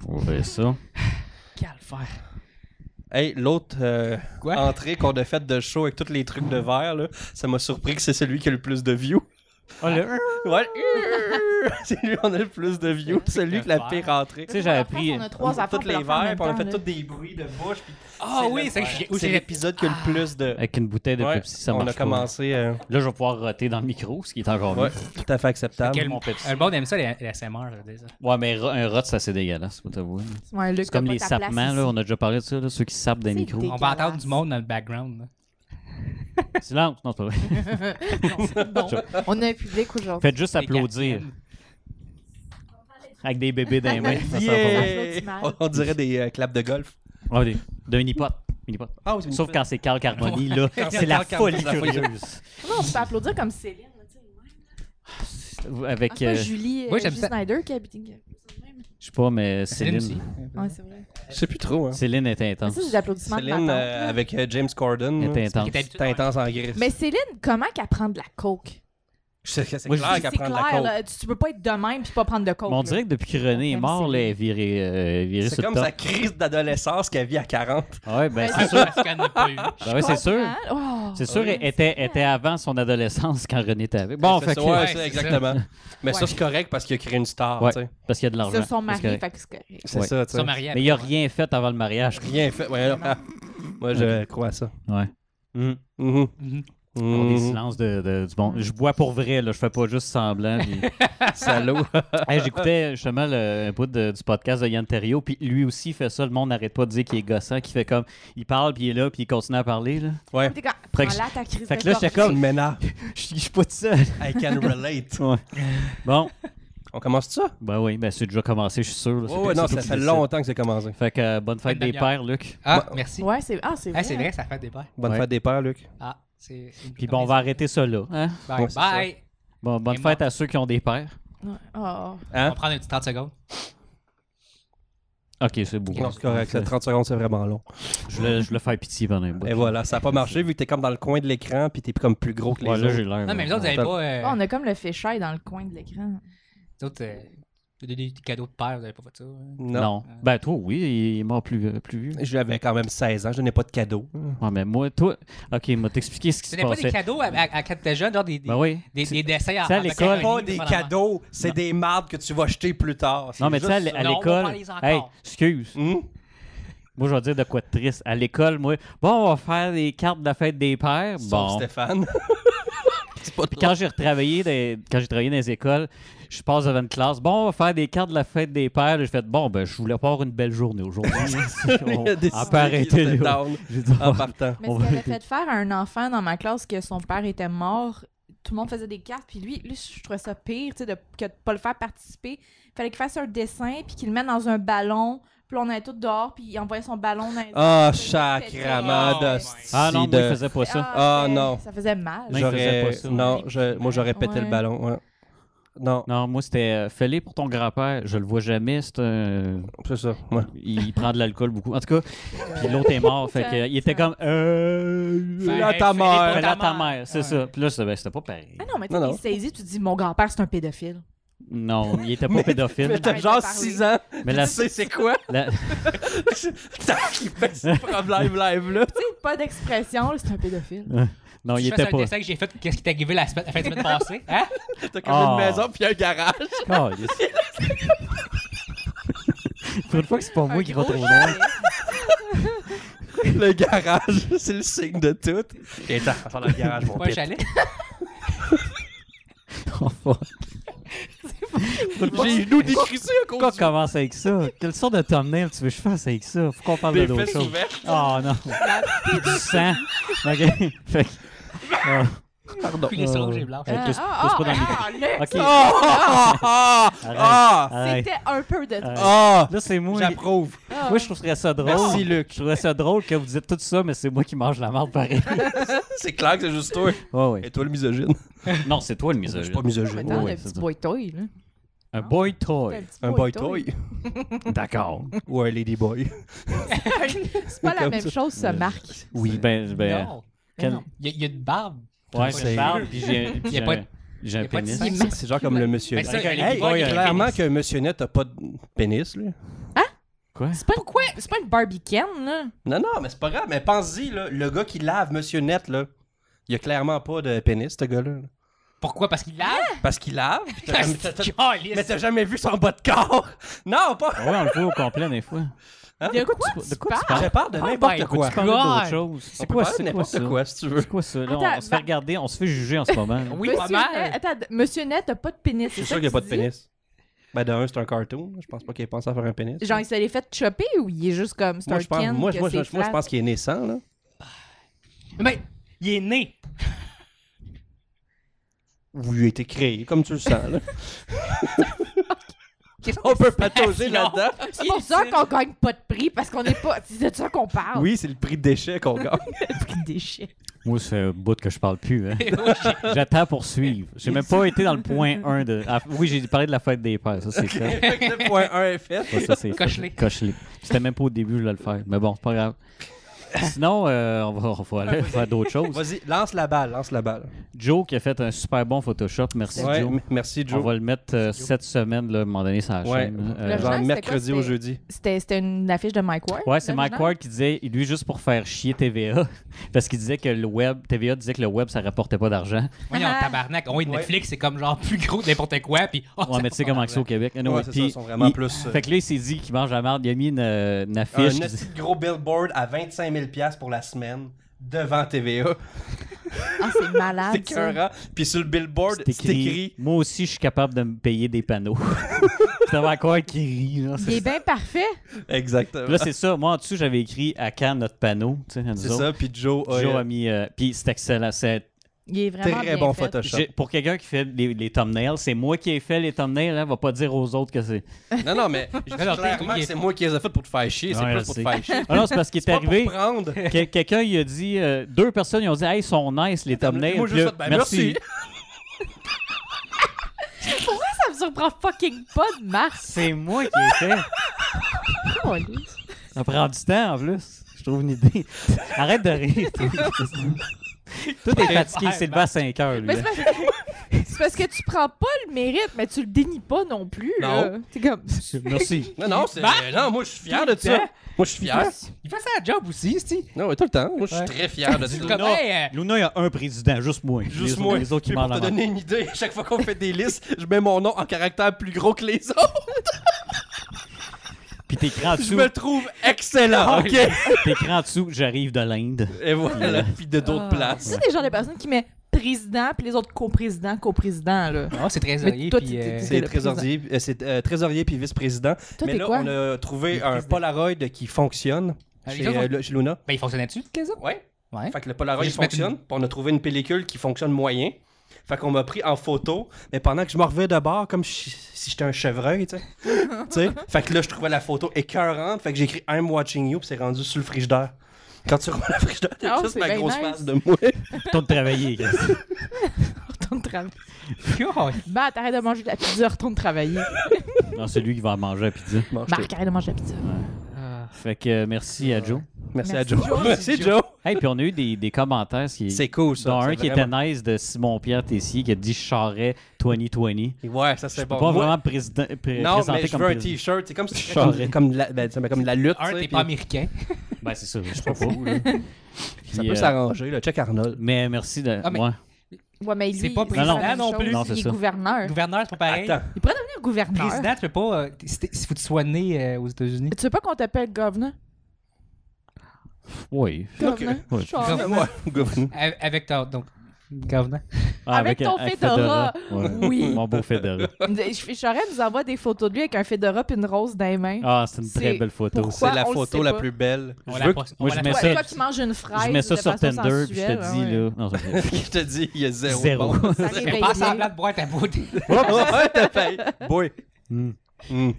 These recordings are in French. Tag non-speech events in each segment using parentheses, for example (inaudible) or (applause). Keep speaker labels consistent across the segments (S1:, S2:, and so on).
S1: Trouver ça.
S2: Qu'à le faire.
S3: Hey, l'autre euh,
S2: Quoi?
S3: entrée qu'on a faite de show avec tous les trucs de verre, là, ça m'a surpris que c'est celui qui a le plus de views.
S1: Oh, le...
S3: (laughs) Ouais. c'est lui on a le plus de views, celui qui la pire entrée.
S1: Tu sais, j'avais
S4: En France,
S1: pris.
S4: On a trois affaires.
S3: Toutes les
S4: pour leur faire en
S3: verres,
S4: même
S3: puis on a fait
S4: temps,
S3: tous
S4: là.
S3: des bruits de bouche. puis
S2: Ah oui,
S3: le-
S2: c'est que j'ai- où
S3: c'est
S2: j'ai-
S3: l'épisode qui a
S4: Ah.
S3: le plus de.
S1: Avec une bouteille de
S3: Ouais,
S1: Pepsi, ça
S3: on
S1: marche
S3: a
S1: pas. Ah,
S3: commencé. euh,
S1: Là, je vais pouvoir roter dans le micro, ce qui est encore
S3: ouais,
S1: mieux.
S3: tout à fait acceptable.
S2: Quel
S1: mon Pepsi.
S2: Le monde aime ça, les, les SMR, je veux dire. ça.
S1: Ouais, mais ro- un rot, c'est assez dégueulasse, faut t'avouer.
S4: Ouais, Luc,
S1: C'est comme
S4: t'as
S1: les
S4: pas ta place
S1: sapements,
S4: ici.
S1: là, on a déjà parlé de ça, là, ceux qui sapent des
S4: C'est
S1: micros.
S4: dégueu.
S2: On va entendre
S4: Dégueulasse.
S2: du monde dans le background. là.
S1: Silence, non, c'est pas vrai.
S4: (laughs) Non, c'est bon. On a un public aujourd'hui.
S1: Faites juste
S2: Les
S1: applaudir
S2: gardiennes.
S1: avec des bébés dans les mains. Ça sent pas bon.
S3: Yeah!
S4: mal.
S3: On, on dirait des euh, claps de golf.
S1: Ouais, des- D'un hypote. Une hypote.
S3: Ah, oui,
S1: Sauf quand c'est Carl Carboni, là, c'est la
S3: Carl Carboni,
S1: folie
S3: la folie.
S1: curieuse.
S4: Comment on peut applaudir comme Céline? là, tu sais, ouais. Ah,
S1: Avec,
S4: c'est pas
S1: euh,
S4: Julie, euh,
S2: moi, j'aime
S4: Julie
S2: ça.
S4: Snyder qui habite. Ouais,
S1: je sais pas, mais
S2: Céline
S1: Céline.
S4: c'est vrai.
S3: Je sais plus trop. Hein.
S1: Céline est
S4: Mais
S1: intense.
S4: Ça, c'est des applaudissements de ma
S3: Céline
S4: tante,
S3: euh,
S4: là.
S3: avec euh, James Corden.
S1: Elle
S3: là.
S1: est intense.
S2: Qui est habitué
S3: C'est intense en gris.
S4: Mais Céline, comment qu'elle prend de la coke?
S3: c'est c'est
S1: Moi, je-
S3: clair qu'à
S4: C'est
S3: prendre la
S4: clair,
S3: coke.
S4: là, tu, tu peux pas être de même puis pas prendre de coke.
S1: Mais on
S4: là.
S1: dirait que depuis que René est
S4: Comme
S1: mort, là,
S4: Céline.
S1: elle est virée, euh, virée
S3: C'est
S1: sur le
S3: comme
S1: top.
S3: sa crise d'adolescence qu'elle vit à 40.
S1: Ouais, ben,
S4: Ouais,
S1: c'est sûr.
S2: Parce qu'elle n'a
S1: (laughs)
S2: pas eu.
S4: Je
S1: Ben ouais, c'est sûr.
S4: comprends. Oh.
S1: C'est sûr,
S3: Ouais.
S1: elle était, elle était avant son adolescence quand René était avec. Bon,
S3: C'est
S1: fait
S3: ça,
S1: que-
S3: ouais,
S2: Ouais,
S3: ça,
S2: c'est
S3: exactement. Mais ça,
S4: Ouais.
S3: c'est correct parce qu'il a créé une star.
S1: Ouais.
S3: tu sais.
S1: parce qu'il y a de l'argent.
S4: C'est son mari,
S1: C'est correct.
S4: fait que c'est correct.
S3: C'est
S1: Ouais.
S3: ça, tu
S2: Ils sont
S3: sais.
S2: mariés
S1: Mais il a
S2: après,
S1: rien fait avant le mariage.
S3: Rien fait. Ouais, alors, ah, moi, je crois à ça.
S1: Ouais.
S3: Mhm. Mhm.
S2: Mhm.
S1: On a des
S3: Mhm.
S1: silences de, de- du bon. Je bois pour vrai, là. Je fais pas juste semblant.
S4: (laughs)
S1: puis-
S3: Salaud.
S1: (laughs) Hey, J'écoutais justement le, un bout de- du podcast de Yann Terriot, puis lui aussi fait ça. Le monde n'arrête pas de dire qu'il est gossant, qu'il fait comme. Il parle, puis il est là, puis il continue à parler, là. (laughs)
S3: Ouais.
S4: T'es quand-
S1: Fait que
S4: prends-la, ta crise
S1: fait que
S4: de
S1: là, j'étais
S4: gorge.
S1: comme-
S3: Ménard.
S1: Je je suis pas tout seul.
S3: I can relate.
S1: Bon,
S3: On commence ça?
S1: ben oui, ben c'est déjà commencé, je suis sûr. là. C'est
S3: Oh, ouais,
S1: toi- c'est toi
S3: non, ça
S1: qui
S3: fait
S1: décides.
S3: longtemps que c'est commencé.
S1: Fait que euh, bonne fête
S2: Bonne
S1: des
S2: demi-heure.
S1: pères, Luc.
S2: Ah, merci.
S4: Ouais, c'est ah, c'est vrai.
S2: Ah, c'est vrai, ça fait des pères.
S3: Bonne
S1: Ouais.
S3: fête des pères, Luc.
S2: Ah, c'est. c'est une-
S1: Puis bon, on va arrêter ça là. hein?
S2: Bye.
S3: Ouais, c'est
S2: Bye.
S1: Bon, bonne
S2: Et
S1: fête à ceux qui ont des pères.
S4: Ouais. Oh.
S2: On
S3: Hein?
S2: va prendre un petit 30 secondes.
S1: Ok, c'est beau.
S3: Non, c'est correct. Le 30 secondes, c'est vraiment long.
S1: Je le, je le fais pitié pendant un bout.
S3: Et voilà, ça n'a pas marché vu que t'es comme dans le coin de l'écran puis t'es comme plus gros que les
S1: Ouais, là,
S3: autres.
S1: j'ai l'air.
S2: Non, mais vous autres, vous
S3: on
S2: avez
S3: peut-
S2: pas. euh,
S4: Oh, on a comme le fisheye dans le coin de l'écran.
S2: Vous autres, euh, vous donnez des cadeaux de père, vous avez pas fait ça. hein?
S1: non.
S3: Non.
S1: Ben, toi, oui, il est mort plus, euh, plus vieux.
S3: J'avais quand même 16 ans, je n'ai pas de cadeau.
S1: Ouais, mais moi, toi. Ok, m'a t'expliquer ce qui se
S2: Ce n'est pas des
S1: passait.
S2: cadeaux à, à, à quand t'étais jeune, genre des, des,
S1: Ben oui.
S2: des,
S1: C'est-
S2: des dessins à,
S1: c'est à
S2: en
S1: l'école.
S2: macaroni,
S3: Pas des
S2: pendant-
S3: cadeaux, c'est des mardes que tu vas jeter plus tard. C'est
S1: Non, mais tu sais, à
S3: juste
S1: l- à
S2: ça. Non, on va
S1: l'école.
S2: pas les encore.
S1: Hey, excuse.
S3: ça. Hmm?
S1: Moi, je vais dire de quoi de triste. À l'école, moi, bon, on va faire des cartes de la fête des pères.
S3: Sauf
S1: Bon. (laughs)
S3: Stéphane. c'est pas
S1: Puis quand j'ai retravaillé des- quand j'ai travaillé dans les écoles, je passe devant une classe. Bon, on va faire des cartes de la fête des pères. J'ai fait bon, ben, je voulais pas avoir une belle journée aujourd'hui. hein. (laughs) on,
S3: (laughs) Il a décidé
S1: on peut arrêter
S3: qu'il était
S1: là.
S3: down
S1: (laughs) J'ai dit, ah
S3: en
S1: on-
S4: (laughs)
S3: partant.
S4: Mais
S1: On
S4: ce
S1: va
S4: qu'elle a
S1: arrêter.
S4: fait faire à un enfant dans ma classe que son père était mort, tout le monde faisait des cartes, puis lui, lui je trouvais ça pire, tu sais, de, que de pas le faire participer. Il fallait qu'il fasse un dessin, puis qu'il le mette dans un ballon, puis on allait tout dehors, puis il envoyait son ballon dans
S3: Ah,
S4: C'était-
S3: sacrament de
S1: Ah non, moi, je
S3: de-
S1: faisais pas ça.
S3: Ah,
S4: c'était-
S3: non.
S4: Ça faisait mal.
S1: Non, il faisait pas
S3: J'aurais.
S1: ça.
S3: Non, je- moi, j'aurais pété
S4: Ouais.
S3: le ballon. ouais. Non,
S1: Non, moi, c'était euh, fais-les pour ton grand-père. Je le vois jamais. C'est un.
S3: c'est ça. ouais.
S1: Il prend de l'alcool beaucoup. En tout cas, puis l'autre est mort. fait que, euh, il était comme. Euh.
S2: Fais-
S3: Là, ta
S2: fais-les
S3: mère.
S2: pour
S1: Fais-la à ta
S2: mère.
S1: mère, c'est
S2: Ouais.
S1: ça. Puis là, c'était ben, c'était pas pareil.
S4: Ah non, mais tu
S3: Non, non.
S4: t'es saisi, tu te dis mon grand-père c'est un pédophile.
S1: Non, il était pas
S3: (laughs) Mais
S1: pédophile.
S3: t'as
S4: arrête
S3: genre
S4: de parler.
S3: 6 ans.
S1: Mais
S3: tu
S1: la-
S3: sais, c'est
S1: (laughs)
S3: quoi?
S1: La-
S3: Tac, il fait ce problème live-là.
S4: Tu sais, pas d'expression, là, c'est un pédophile.
S1: Non,
S2: Je
S1: il
S2: fasse
S1: était
S2: un
S1: pas.
S2: dessin que j'ai fait, qu'est-ce qui t'est arrivé la semaine, la fin de semaine passée. Hein?
S3: T'as comme
S1: Ah.
S3: une maison puis un garage. (laughs)
S1: Calisse. Pour une fois que c'est pas (laughs) moi qui va trop loin.
S3: Le garage, c'est le signe de tout. Et t'as dans le garage, mon
S2: Pas un
S3: père.
S2: chalet.
S1: Enfin,
S3: J'ai nous décrissé à
S1: Pourquoi
S3: cause
S1: on commence avec ça? Quelle sorte de thumbnail tu veux que je fasse avec ça? Faut qu'on parle de
S3: des
S1: d'autres
S3: fesses
S1: choses.
S3: ouvertes.
S1: Oh non! du sang! Ok. Fait que. Ah.
S3: Pardon.
S2: Puis les rouges et blancs.
S1: Euh,
S4: Ah,
S1: pousse-
S4: ah,
S1: pousse pas dans le
S4: ah, Luc,
S1: Ok.
S3: Ah, ah, ah, ah, ah,
S1: Arrête.
S4: C'était un peu de.
S1: Arrête.
S3: ah.
S1: Là, c'est moi.
S3: J'approuve.
S4: Ah.
S1: Moi, je trouverais ça drôle.
S3: Merci,
S1: Luc. Je trouverais ça drôle que vous dites tout ça, mais c'est moi qui mange la merde
S3: (laughs)
S1: pareil.
S3: (laughs) C'est clair que c'est juste
S2: (laughs)
S3: toi.
S1: Ouais, ouais.
S3: Et toi, le misogyne.
S1: Non, c'est toi le
S3: Je suis
S1: misogyne.
S3: pas misogyne.
S4: Attends,
S1: Oui,
S4: le
S1: c'est
S4: petit
S1: ça.
S4: boy toy, là.
S1: Un boy toy.
S3: Un boy toy.
S1: D'accord.
S3: Ou un
S1: (laughs)
S3: lady boy.
S4: C'est pas la
S3: Comme
S4: même
S3: ça.
S4: chose, ça, Marc.
S1: Oui, ben. ben
S2: Non.
S1: quel-
S4: Non.
S3: Ben
S2: Il y, a- il y a une barbe.
S1: Ouais,
S2: C'est
S1: c'est
S2: pas
S1: (laughs) barbe, puis j'ai. puis
S2: Il y a
S1: j'ai
S2: pas
S1: un- J'ai
S2: Y
S1: un
S2: a pas de
S1: pénis.
S2: signe.
S4: masqué,
S3: C'est genre comme le
S4: là.
S3: monsieur.
S2: Ben, ça,
S3: Hey,
S2: les boys, ils ont un
S3: clairement
S2: pénis.
S3: que monsieur Net a pas de pénis, là.
S1: Quoi?
S4: C'est pas, pourquoi... c'est pas une Barbie Ken, là.
S3: Non, non, mais c'est pas grave. Mais pense-y, là, le gars qui lave monsieur Net, là, il a clairement pas de pénis, ce gars-là.
S2: Pourquoi? Parce qu'il l'a?
S3: Parce qu'il lave. puis t'as jamais- Ah! t'as-
S2: (laughs)
S3: t'as-
S2: Calisse.
S3: Mais t'as jamais vu son bas de corps. (laughs) Non, pas.
S1: Ah Ouais, on le voit au complet des fois.
S3: Ah,
S4: De quoi, tu,
S1: de quoi tu
S4: parles?
S1: parles?
S3: Je parle de
S2: Oh
S3: n'importe
S2: my
S3: quoi.
S1: Tu parles d'autre
S2: God.
S1: chose.
S3: On
S1: Ah, ben, C'est
S3: peut
S1: quoi,
S3: parler de
S1: c'est quoi ça?
S3: n'importe quoi, si tu veux.
S1: C'est quoi ça? Là,
S4: Attends,
S1: on se fait
S4: va-
S1: regarder, on se fait juger en ce moment.
S2: Oui, pas
S4: Monsieur
S2: mal.
S4: Net, attends, Monsieur Net a pas de pénis.
S3: C'est
S4: c'est
S3: sûr
S4: ça
S3: qu'il n'y a
S4: que
S3: pas
S4: tu
S3: de
S4: dis?
S3: pénis. Ben, d'un, c'est un cartoon. Je pense pas qu'il ait pensé à faire un pénis.
S4: Genre, il se l'est fait choper ou il est juste comme c'est
S3: moi,
S4: un
S3: je pense,
S4: Ken
S3: moi,
S4: que
S3: moi, je-
S4: c'est
S3: moi, je
S4: flat?
S3: pense qu'il est naissant, là.
S2: Mais il est né.
S3: Ou il a été créé, comme tu le sens,
S4: (laughs)
S3: là. On peut patauger
S2: Non.
S3: là-dedans.
S4: C'est pour ça qu'on gagne pas de prix parce qu'on est pas. C'est de ça qu'on parle.
S3: Oui, c'est le prix de déchets qu'on
S4: (laughs)
S3: gagne.
S4: Prix déchet.
S1: Moi, ça fait un bout que je parle plus.
S3: (laughs)
S1: hein. J'attends pour suivre. J'ai même pas été dans le point
S3: (laughs)
S1: 1 de. Ah, oui, j'ai parlé de la fête des pères, ça c'est fait.
S3: Le point 1 est fait.
S1: Ouais, ça, c'est fait.
S2: Coche-les.
S1: Coche-les. C'était même pas au début, je voulais le faire. Mais bon, c'est pas grave. Sinon, euh, on, va, on va
S3: (laughs)
S1: aller faire d'autres choses.
S3: Vas-y, lance la balle, lance la balle.
S1: Joe qui a fait un super bon Photoshop. Merci,
S3: Ouais,
S1: Joe.
S3: m- merci,
S1: On
S3: Joe.
S1: va le mettre euh, cette semaine, là, à un moment donné, sur la
S3: Ouais.
S1: chaîne.
S4: Le
S1: Euh,
S4: genre-
S3: Genre
S4: c'était
S3: mercredi
S4: quoi,
S3: au
S4: c'était-
S3: jeudi.
S4: C'était c'était une affiche de Mike Ward.
S1: ouais, c'est
S4: là,
S1: Mike
S4: dedans?
S1: Ward qui disait, lui, juste pour faire chier TVA, (laughs) parce qu'il disait que le web, TVA disait que le web, ça rapportait pas
S3: (laughs)
S1: d'argent.
S2: Voyons,
S4: Ah.
S2: tabarnak. Oh, Oui,
S3: Ouais.
S2: Netflix, c'est comme genre plus gros que n'importe quoi. Puis, oh,
S1: Ouais, mais tu sais comment que c'est au Québec. Anyway,
S3: Ouais, c'est ça,
S1: puis
S3: ils sont vraiment
S1: il-
S3: plus, euh,
S1: Fait que là, il s'est dit qu'il mange la merde. Il a mis une, euh, une
S3: Un
S1: affiche. qui dit-
S3: petit gros billboard à 25 000 pour la semaine devant TVA.
S4: Ah, c'est
S3: (laughs) C'est
S4: malade. ça.
S3: écœurant. Puis sur le billboard,
S1: C'est
S3: c'est écrit.
S1: Moi aussi, je suis capable de me payer des panneaux. (laughs) c'est vraiment quoi qui rit. Là,
S4: Il est
S1: c'est-
S4: bien parfait.
S3: Exactement.
S1: Là, c'est ça. Moi, en dessous, j'avais écrit à quand notre panneau. tu sais, à nous
S3: C'est
S1: autres.
S3: ça, puis Joe a
S1: Joe a
S3: un
S1: mis. euh, Puis c'est excellent. C'est-
S4: Il est vraiment
S3: très
S4: bien
S3: bon
S4: fait.
S3: Photoshop.
S1: j'ai- Pour quelqu'un qui fait les, les thumbnails, c'est moi qui ai fait les thumbnails. Hein, va pas dire aux autres que c'est.
S3: Non, non,
S1: (laughs)
S3: mais je dis
S2: Non, non,
S3: clairement
S2: t'es-
S3: que c'est moi qui les ai faites pour te faire chier. C'est
S1: Ouais,
S3: plus
S1: je
S3: pour
S1: sais.
S3: te faire chier.
S1: Ah non, c'est parce qu'il est,
S3: (laughs) C'est pas
S1: arrivé.
S3: pour
S1: (laughs)
S3: prendre.
S1: que- quelqu'un, il a dit. euh, deux personnes, ils ont dit Hey, ils sont nice, les thumbnails.
S3: Moi,
S1: Puis
S3: je
S1: là,
S3: fais, ben, merci.
S4: Pourquoi ça me surprend fucking pas de Mars?
S1: C'est moi qui ai fait. Ça prend du temps en plus. Je trouve une idée. Arrête de rire.
S3: (laughs)
S1: toi. Tout est fatigué. C'est levé à 5 heures. Lui, hein.
S4: Mais c'est parce, c'est parce que tu prends pas le mérite, mais tu le dénies pas non plus. Là. C'est comme.
S1: Merci.
S3: Non, non, c'est.
S1: Bah!
S2: Ben,
S3: non, moi, je suis fier de
S2: tout
S3: ça.
S2: le temps.
S3: Moi, je suis fier.
S2: Il fait ça à job aussi, c'est
S3: Non, mais tout le temps. Moi, je suis
S2: Ouais.
S3: très
S1: (laughs)
S3: fier de ça.
S2: comme, hey, euh,
S1: Luna, il y a un président, juste moi.
S3: Juste
S1: les,
S3: moi.
S1: Les autres qui
S3: Puis
S1: m'en
S3: pour te
S1: demandent.
S3: donner une idée, à chaque fois qu'on fait des listes, je mets mon nom en caractère plus gros que les autres.
S1: Puis t'écris en
S3: (laughs) Je
S1: dessous. Ah,
S3: me trouve
S1: (laughs)
S3: excellent, ok?
S1: T'écris en dessous, j'arrive de l'Inde.
S3: Et voilà, puis de d'autres places.
S4: C'est des genres de personnes qui met président puis les autres coprésidents, coprésidents là.
S2: oh, c'est trésorier.
S4: Mais toi,
S2: Puis,
S4: tu-
S2: euh,
S4: tu-
S3: C'est
S4: le
S3: trésorier, euh, c'est euh, trésorier puis vice-président.
S4: Toi,
S3: Mais
S4: t'es
S3: là,
S4: quoi?
S3: on a trouvé un
S2: Vice-président.
S3: Polaroid qui fonctionne
S2: Ah, les
S3: chez,
S2: gens vont-
S3: euh, le- chez Luna.
S2: Ben, il fonctionnait-tu, qu'est-ce que ça?
S3: Ouais.
S2: Ouais.
S3: Fait que le Polaroid
S2: Faut juste mettre
S3: fonctionne, puis on a trouvé une pellicule qui fonctionne moyen. Fait qu'on m'a pris en photo, mais pendant que je me revais de bord, comme si si j'étais un chevreuil, (laughs) tu sais. Tu sais. Fait que là, je trouvais la photo écœurante, fait que j'ai écrit I'm watching you, puis c'est rendu sur le frigidaire. Quand tu roules le frigidaire, t'as
S4: Oh,
S3: juste
S4: c'est
S3: ma
S4: bien
S3: grosse
S4: nice.
S3: face de moi.
S1: Temps de travailler. gars.
S4: Retourne travailler.
S2: Oh,
S4: Bah, t'arrêtes de manger de la pizza, retourne travailler.
S1: Non, c'est lui qui va en manger à pizza.
S4: Marc, arrête de manger de la pizza.
S2: euh,
S1: Fait que euh, merci à Joe.
S3: Merci,
S4: Merci,
S3: à Joe.
S4: Joe.
S3: Merci, Joe.
S1: Hey, puis on a eu des, des commentaires. qui-
S3: C'est cool, ça.
S1: dont
S3: C'est
S1: un qui
S3: vraiment-
S1: était nice de Simon-Pierre Tessier qui a dit « Charret 2020 ».
S3: Ouais, ça, c'est
S1: Pas
S3: bon. Moi-
S1: vraiment président, pré-
S3: Non,
S1: présenté
S3: mais je
S1: comme
S3: veux un
S1: président.
S3: t-shirt. C'est comme si
S1: Charret.
S3: comme, comme la, ben, ça, ben, comme la lutte.
S2: un,
S3: tu sais,
S2: t'es
S3: puis-
S2: pas américain.
S1: Ben, c'est ça, je sais pas.
S3: Ça
S1: Puis,
S3: peut
S1: euh,
S3: s'arranger, là. Check Arnold.
S1: Mais merci de.
S2: Ah, mais-
S1: ouais.
S4: Ouais, mais lui,
S2: C'est pas
S4: il fait
S1: président
S4: la même
S2: non
S4: chose.
S2: plus.
S1: Non, c'est
S4: il est
S1: ça.
S4: gouverneur.
S2: Gouverneur, c'est pas
S3: (laughs)
S2: pareil.
S3: Attends.
S4: Il pourrait devenir gouverneur.
S2: Président, tu peux pas. euh, si t'es- si faut que tu sois né euh, aux
S4: (laughs)
S2: États-Unis.
S4: Tu veux pas qu'on t'appelle governor?
S1: Oui.
S4: Governor?
S1: Ouais.
S4: Je suis en-
S1: (laughs)
S2: Gouverneur.
S3: Gouverneur.
S2: Avec avec ta. Donc, gouverneur.
S1: Ah,
S4: Avec ton Fedora.
S1: Ouais.
S4: Oui.
S1: (laughs) Mon beau Fedora.
S4: Je- Charret nous envoie des photos de lui avec un fedora puis une rose dans les mains.
S1: Ah, c'est une
S4: C'est-
S1: très belle photo.
S4: Pourquoi?
S1: ça.
S3: C'est la
S4: on le
S3: photo
S4: sait
S3: la
S4: pas.
S3: plus belle.
S2: On
S3: Je
S2: la
S3: veux
S2: poste- on
S1: Moi, je
S2: la
S1: mets
S4: toi,
S2: poste-
S1: ça-
S4: toi qui manges une fraise.
S1: Je mets ça
S4: de
S1: sur
S4: façon
S1: Tinder, puis je
S4: sensuelle,
S1: te dis,
S4: ouais.
S1: là. Non,
S3: (laughs)
S1: ça fait-
S3: que je te dis, il y a zéro.
S1: Zéro.
S3: bon.
S4: (laughs) Ça
S2: Fais
S4: réveille
S2: pas
S4: bien.
S2: semblant de boire ta beauté.
S3: ouais, t'as failli. Boy.
S1: Mm.
S3: Mm.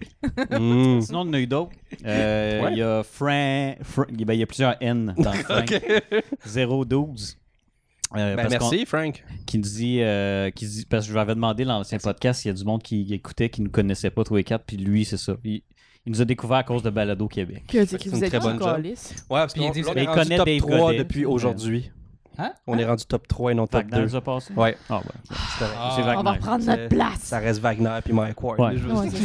S3: Mm.
S1: Sinon, on en a eu d'autres. Euh,
S3: Ouais.
S1: Il y a Frank. Frank- ben, il y a plusieurs N dans Frank.
S3: (laughs) Ok.
S1: 012. Euh,
S3: Ben,
S1: parce qu'on-
S3: merci, Frank.
S1: Qui dit, euh, qui dit- Parce que je lui avais demandé dans l'ancien podcast s'il y a du monde qui écoutait, qui ne connaissait pas tous les quatre, puis lui, c'est ça. Il, il nous a découvert à cause de Balado Québec.
S4: Que, que
S3: C'est
S4: vous
S3: une
S4: êtes
S3: très bonne
S4: calice.
S3: Ouais, parce
S2: Puis il dit-
S3: qu'on
S1: mais
S3: est
S1: il
S3: rendu
S1: connaît
S3: top
S1: Dave
S3: 3
S1: Godet.
S3: depuis aujourd'hui.
S2: Hein?
S3: On est rendu top 3 et non
S1: Fait
S3: top
S1: que dans
S3: 2.
S1: les a passés?
S3: Ouais.
S1: Ah, ben.
S3: C'est vrai.
S2: Ah,
S1: C'est
S4: On va
S1: Wagner.
S4: reprendre
S3: C'est-
S4: notre place.
S3: Ça reste Wagner puis Mike Ward.
S1: Ouais.
S3: Je veux
S4: Ouais,
S3: dire,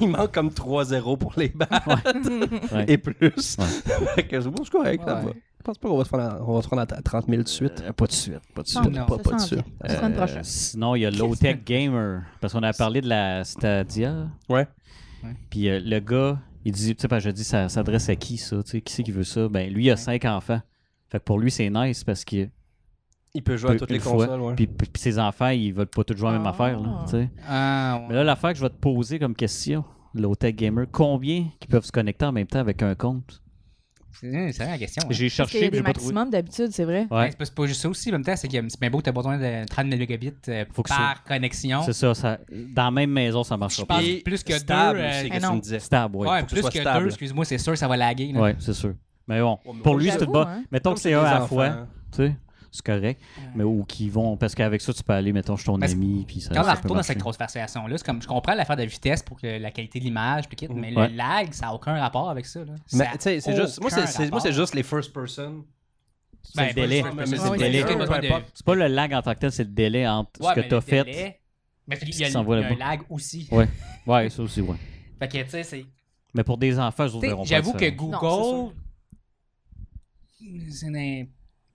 S3: (laughs) Il manque comme 3-0 pour les balles
S4: (laughs)
S1: Ouais.
S3: et plus. (laughs) Fait que c'est bon, c'est correct. ça
S2: Ouais.
S3: va. Je pense pas qu'on va se prendre à, on va se rendre à 30 000 de suite.
S1: Euh, Pas de suite, pas de
S4: Non,
S1: suite.
S2: non,
S3: pas,
S4: ça
S3: pas de
S4: s'en
S3: suite.
S4: vient. La semaine
S1: Euh,
S4: prochaine.
S1: sinon, il y a Low Tech Gamer. Parce qu'on a parlé de la Stadia.
S3: Ouais.
S1: Puis euh, le gars, il dit, tu sais, parce que je dis, ça s'adresse à qui ça? Tu sais, qui c'est qui veut ça? Ben, lui, il a cinq enfants. Fait que pour lui, c'est nice parce que
S3: Il peut jouer à
S1: Peu-
S3: toutes
S1: une
S3: les
S1: fois.
S3: consoles. Ouais.
S1: puis, puis ses enfants, ils veulent pas tous jouer à la même
S4: Ah.
S1: affaire. Là, tu sais.
S2: Ah, ouais.
S1: Mais là, l'affaire que je vais te poser comme question, Low Tech Gamer, combien qui peuvent se connecter en même temps avec un compte?
S2: C'est c'est la question. hein.
S1: J'ai
S4: Parce qu'il y
S1: cherché,
S4: a
S1: puis
S4: des
S1: j'ai pas trouvé.
S4: maximums d'habitude, c'est vrai.
S2: Ouais,
S1: Ouais.
S2: c'est pas- c'est pas juste ça aussi. En même temps, c'est que c'est bien beau, t'as besoin de 30 mégabits euh,
S1: Faut que
S2: par connexion.
S1: C'est ça, ça- dans la même maison, ça
S2: Je
S1: marchera pas.
S2: pense que plus que
S3: stable,
S2: deux, euh,
S3: c'est
S4: eh
S3: que tu
S4: non.
S3: me disais.
S1: Stable, ouais.
S2: Ouais,
S3: faut que ce
S2: plus
S3: soit
S2: que
S3: stable.
S2: deux, excuse-moi, c'est sûr, ça va laguer. là.
S1: Ouais, c'est sûr. Mais bon,
S3: Ouais, mais
S1: pour lui, c'est
S4: j'avoue,
S1: bon.
S4: hein.
S1: Mettons que c'est un
S3: Comme
S1: à
S3: des
S1: la fois,
S3: enfants.
S1: tu sais, c'est correct. Mais ou qui vont, parce qu'avec ça, tu peux aller, mettons, chez ton
S2: Parce-
S1: ami, puis ça.
S2: Quand on
S1: ça peut
S2: retourne dans
S1: marcher.
S2: cette grosse faciation-là, c'est comme je comprends l'affaire de vitesse pour que la qualité de l'image, tout kit, mais
S1: Ouais.
S2: le lag, ça n'a aucun rapport avec ça. Là.
S3: Mm, Mais
S2: Ça a
S3: tu sais, c'est juste. Moi, c'est-
S2: aucun
S3: c'est moi,
S2: rapport.
S3: c'est juste les first person.
S1: C'est le délai.
S2: pas-
S3: Mais c'est
S2: c'est pas-
S4: le
S2: c'est
S4: délai.
S2: pas-
S3: Peu
S2: pas de-
S3: importe.
S1: C'est pas le lag en tant que tel, c'est le délai entre
S2: Ouais,
S1: ce que
S2: mais
S1: tu as
S2: le
S1: fait.
S2: délai- Mais il
S1: Ce
S2: y a,
S1: qui s'en va
S2: il y a un
S1: là-bas.
S2: lag aussi.
S1: Ouais. ouais, ça aussi, ouais.
S2: Fait que, tu sais, c'est-
S1: Mais pour des enfants, eux autres,
S2: tu sais,
S1: verront pas
S2: j'avoue que
S1: ça.
S2: Google. C'est n'im-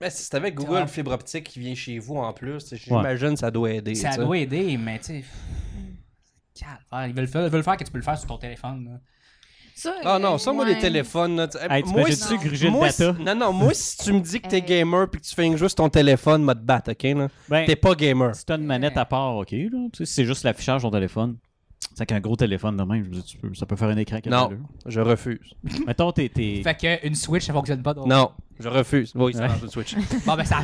S3: Mais si c'est avec Google Fibre Optique qui vient chez vous en plus, tu sais, j'imagine que ça doit aider.
S2: Ça
S3: tu sais.
S2: doit aider, mais tu sais. pff, calvaire. Ils veulent, faire- ils veulent faire que tu peux le faire sur ton téléphone. là.
S4: Ça,
S3: Ah non,
S4: euh,
S3: ça, moi,
S4: ouais.
S3: les téléphones. Là, tu-
S1: Hey,
S3: moi,
S1: t'imagines-tu
S3: si-
S1: gruger le
S3: moi,
S1: data?
S3: si- Non, non, moi, si tu me dis que t'es
S4: Hey.
S3: gamer puis que tu fais une jeu sur ton téléphone, m'a te battre, ok? là?
S1: Ben,
S3: T'es pas gamer.
S1: si t'as une manette à part, ok, là. Tu sais, si c'est juste l'affichage de ton téléphone. C'est avec un gros téléphone de même, je veux dire, tu peux- ça peut faire un écran qui a de
S3: Non,
S1: l'allure.
S3: je refuse.
S1: (clears throat) Mettons, t'es. t'es-
S2: Fait qu'une Switch, ça fonctionne pas. donc.
S3: Non, je refuse. Oui, ça
S1: Ouais.
S3: marche sur Switch.
S2: Bon, ben ça.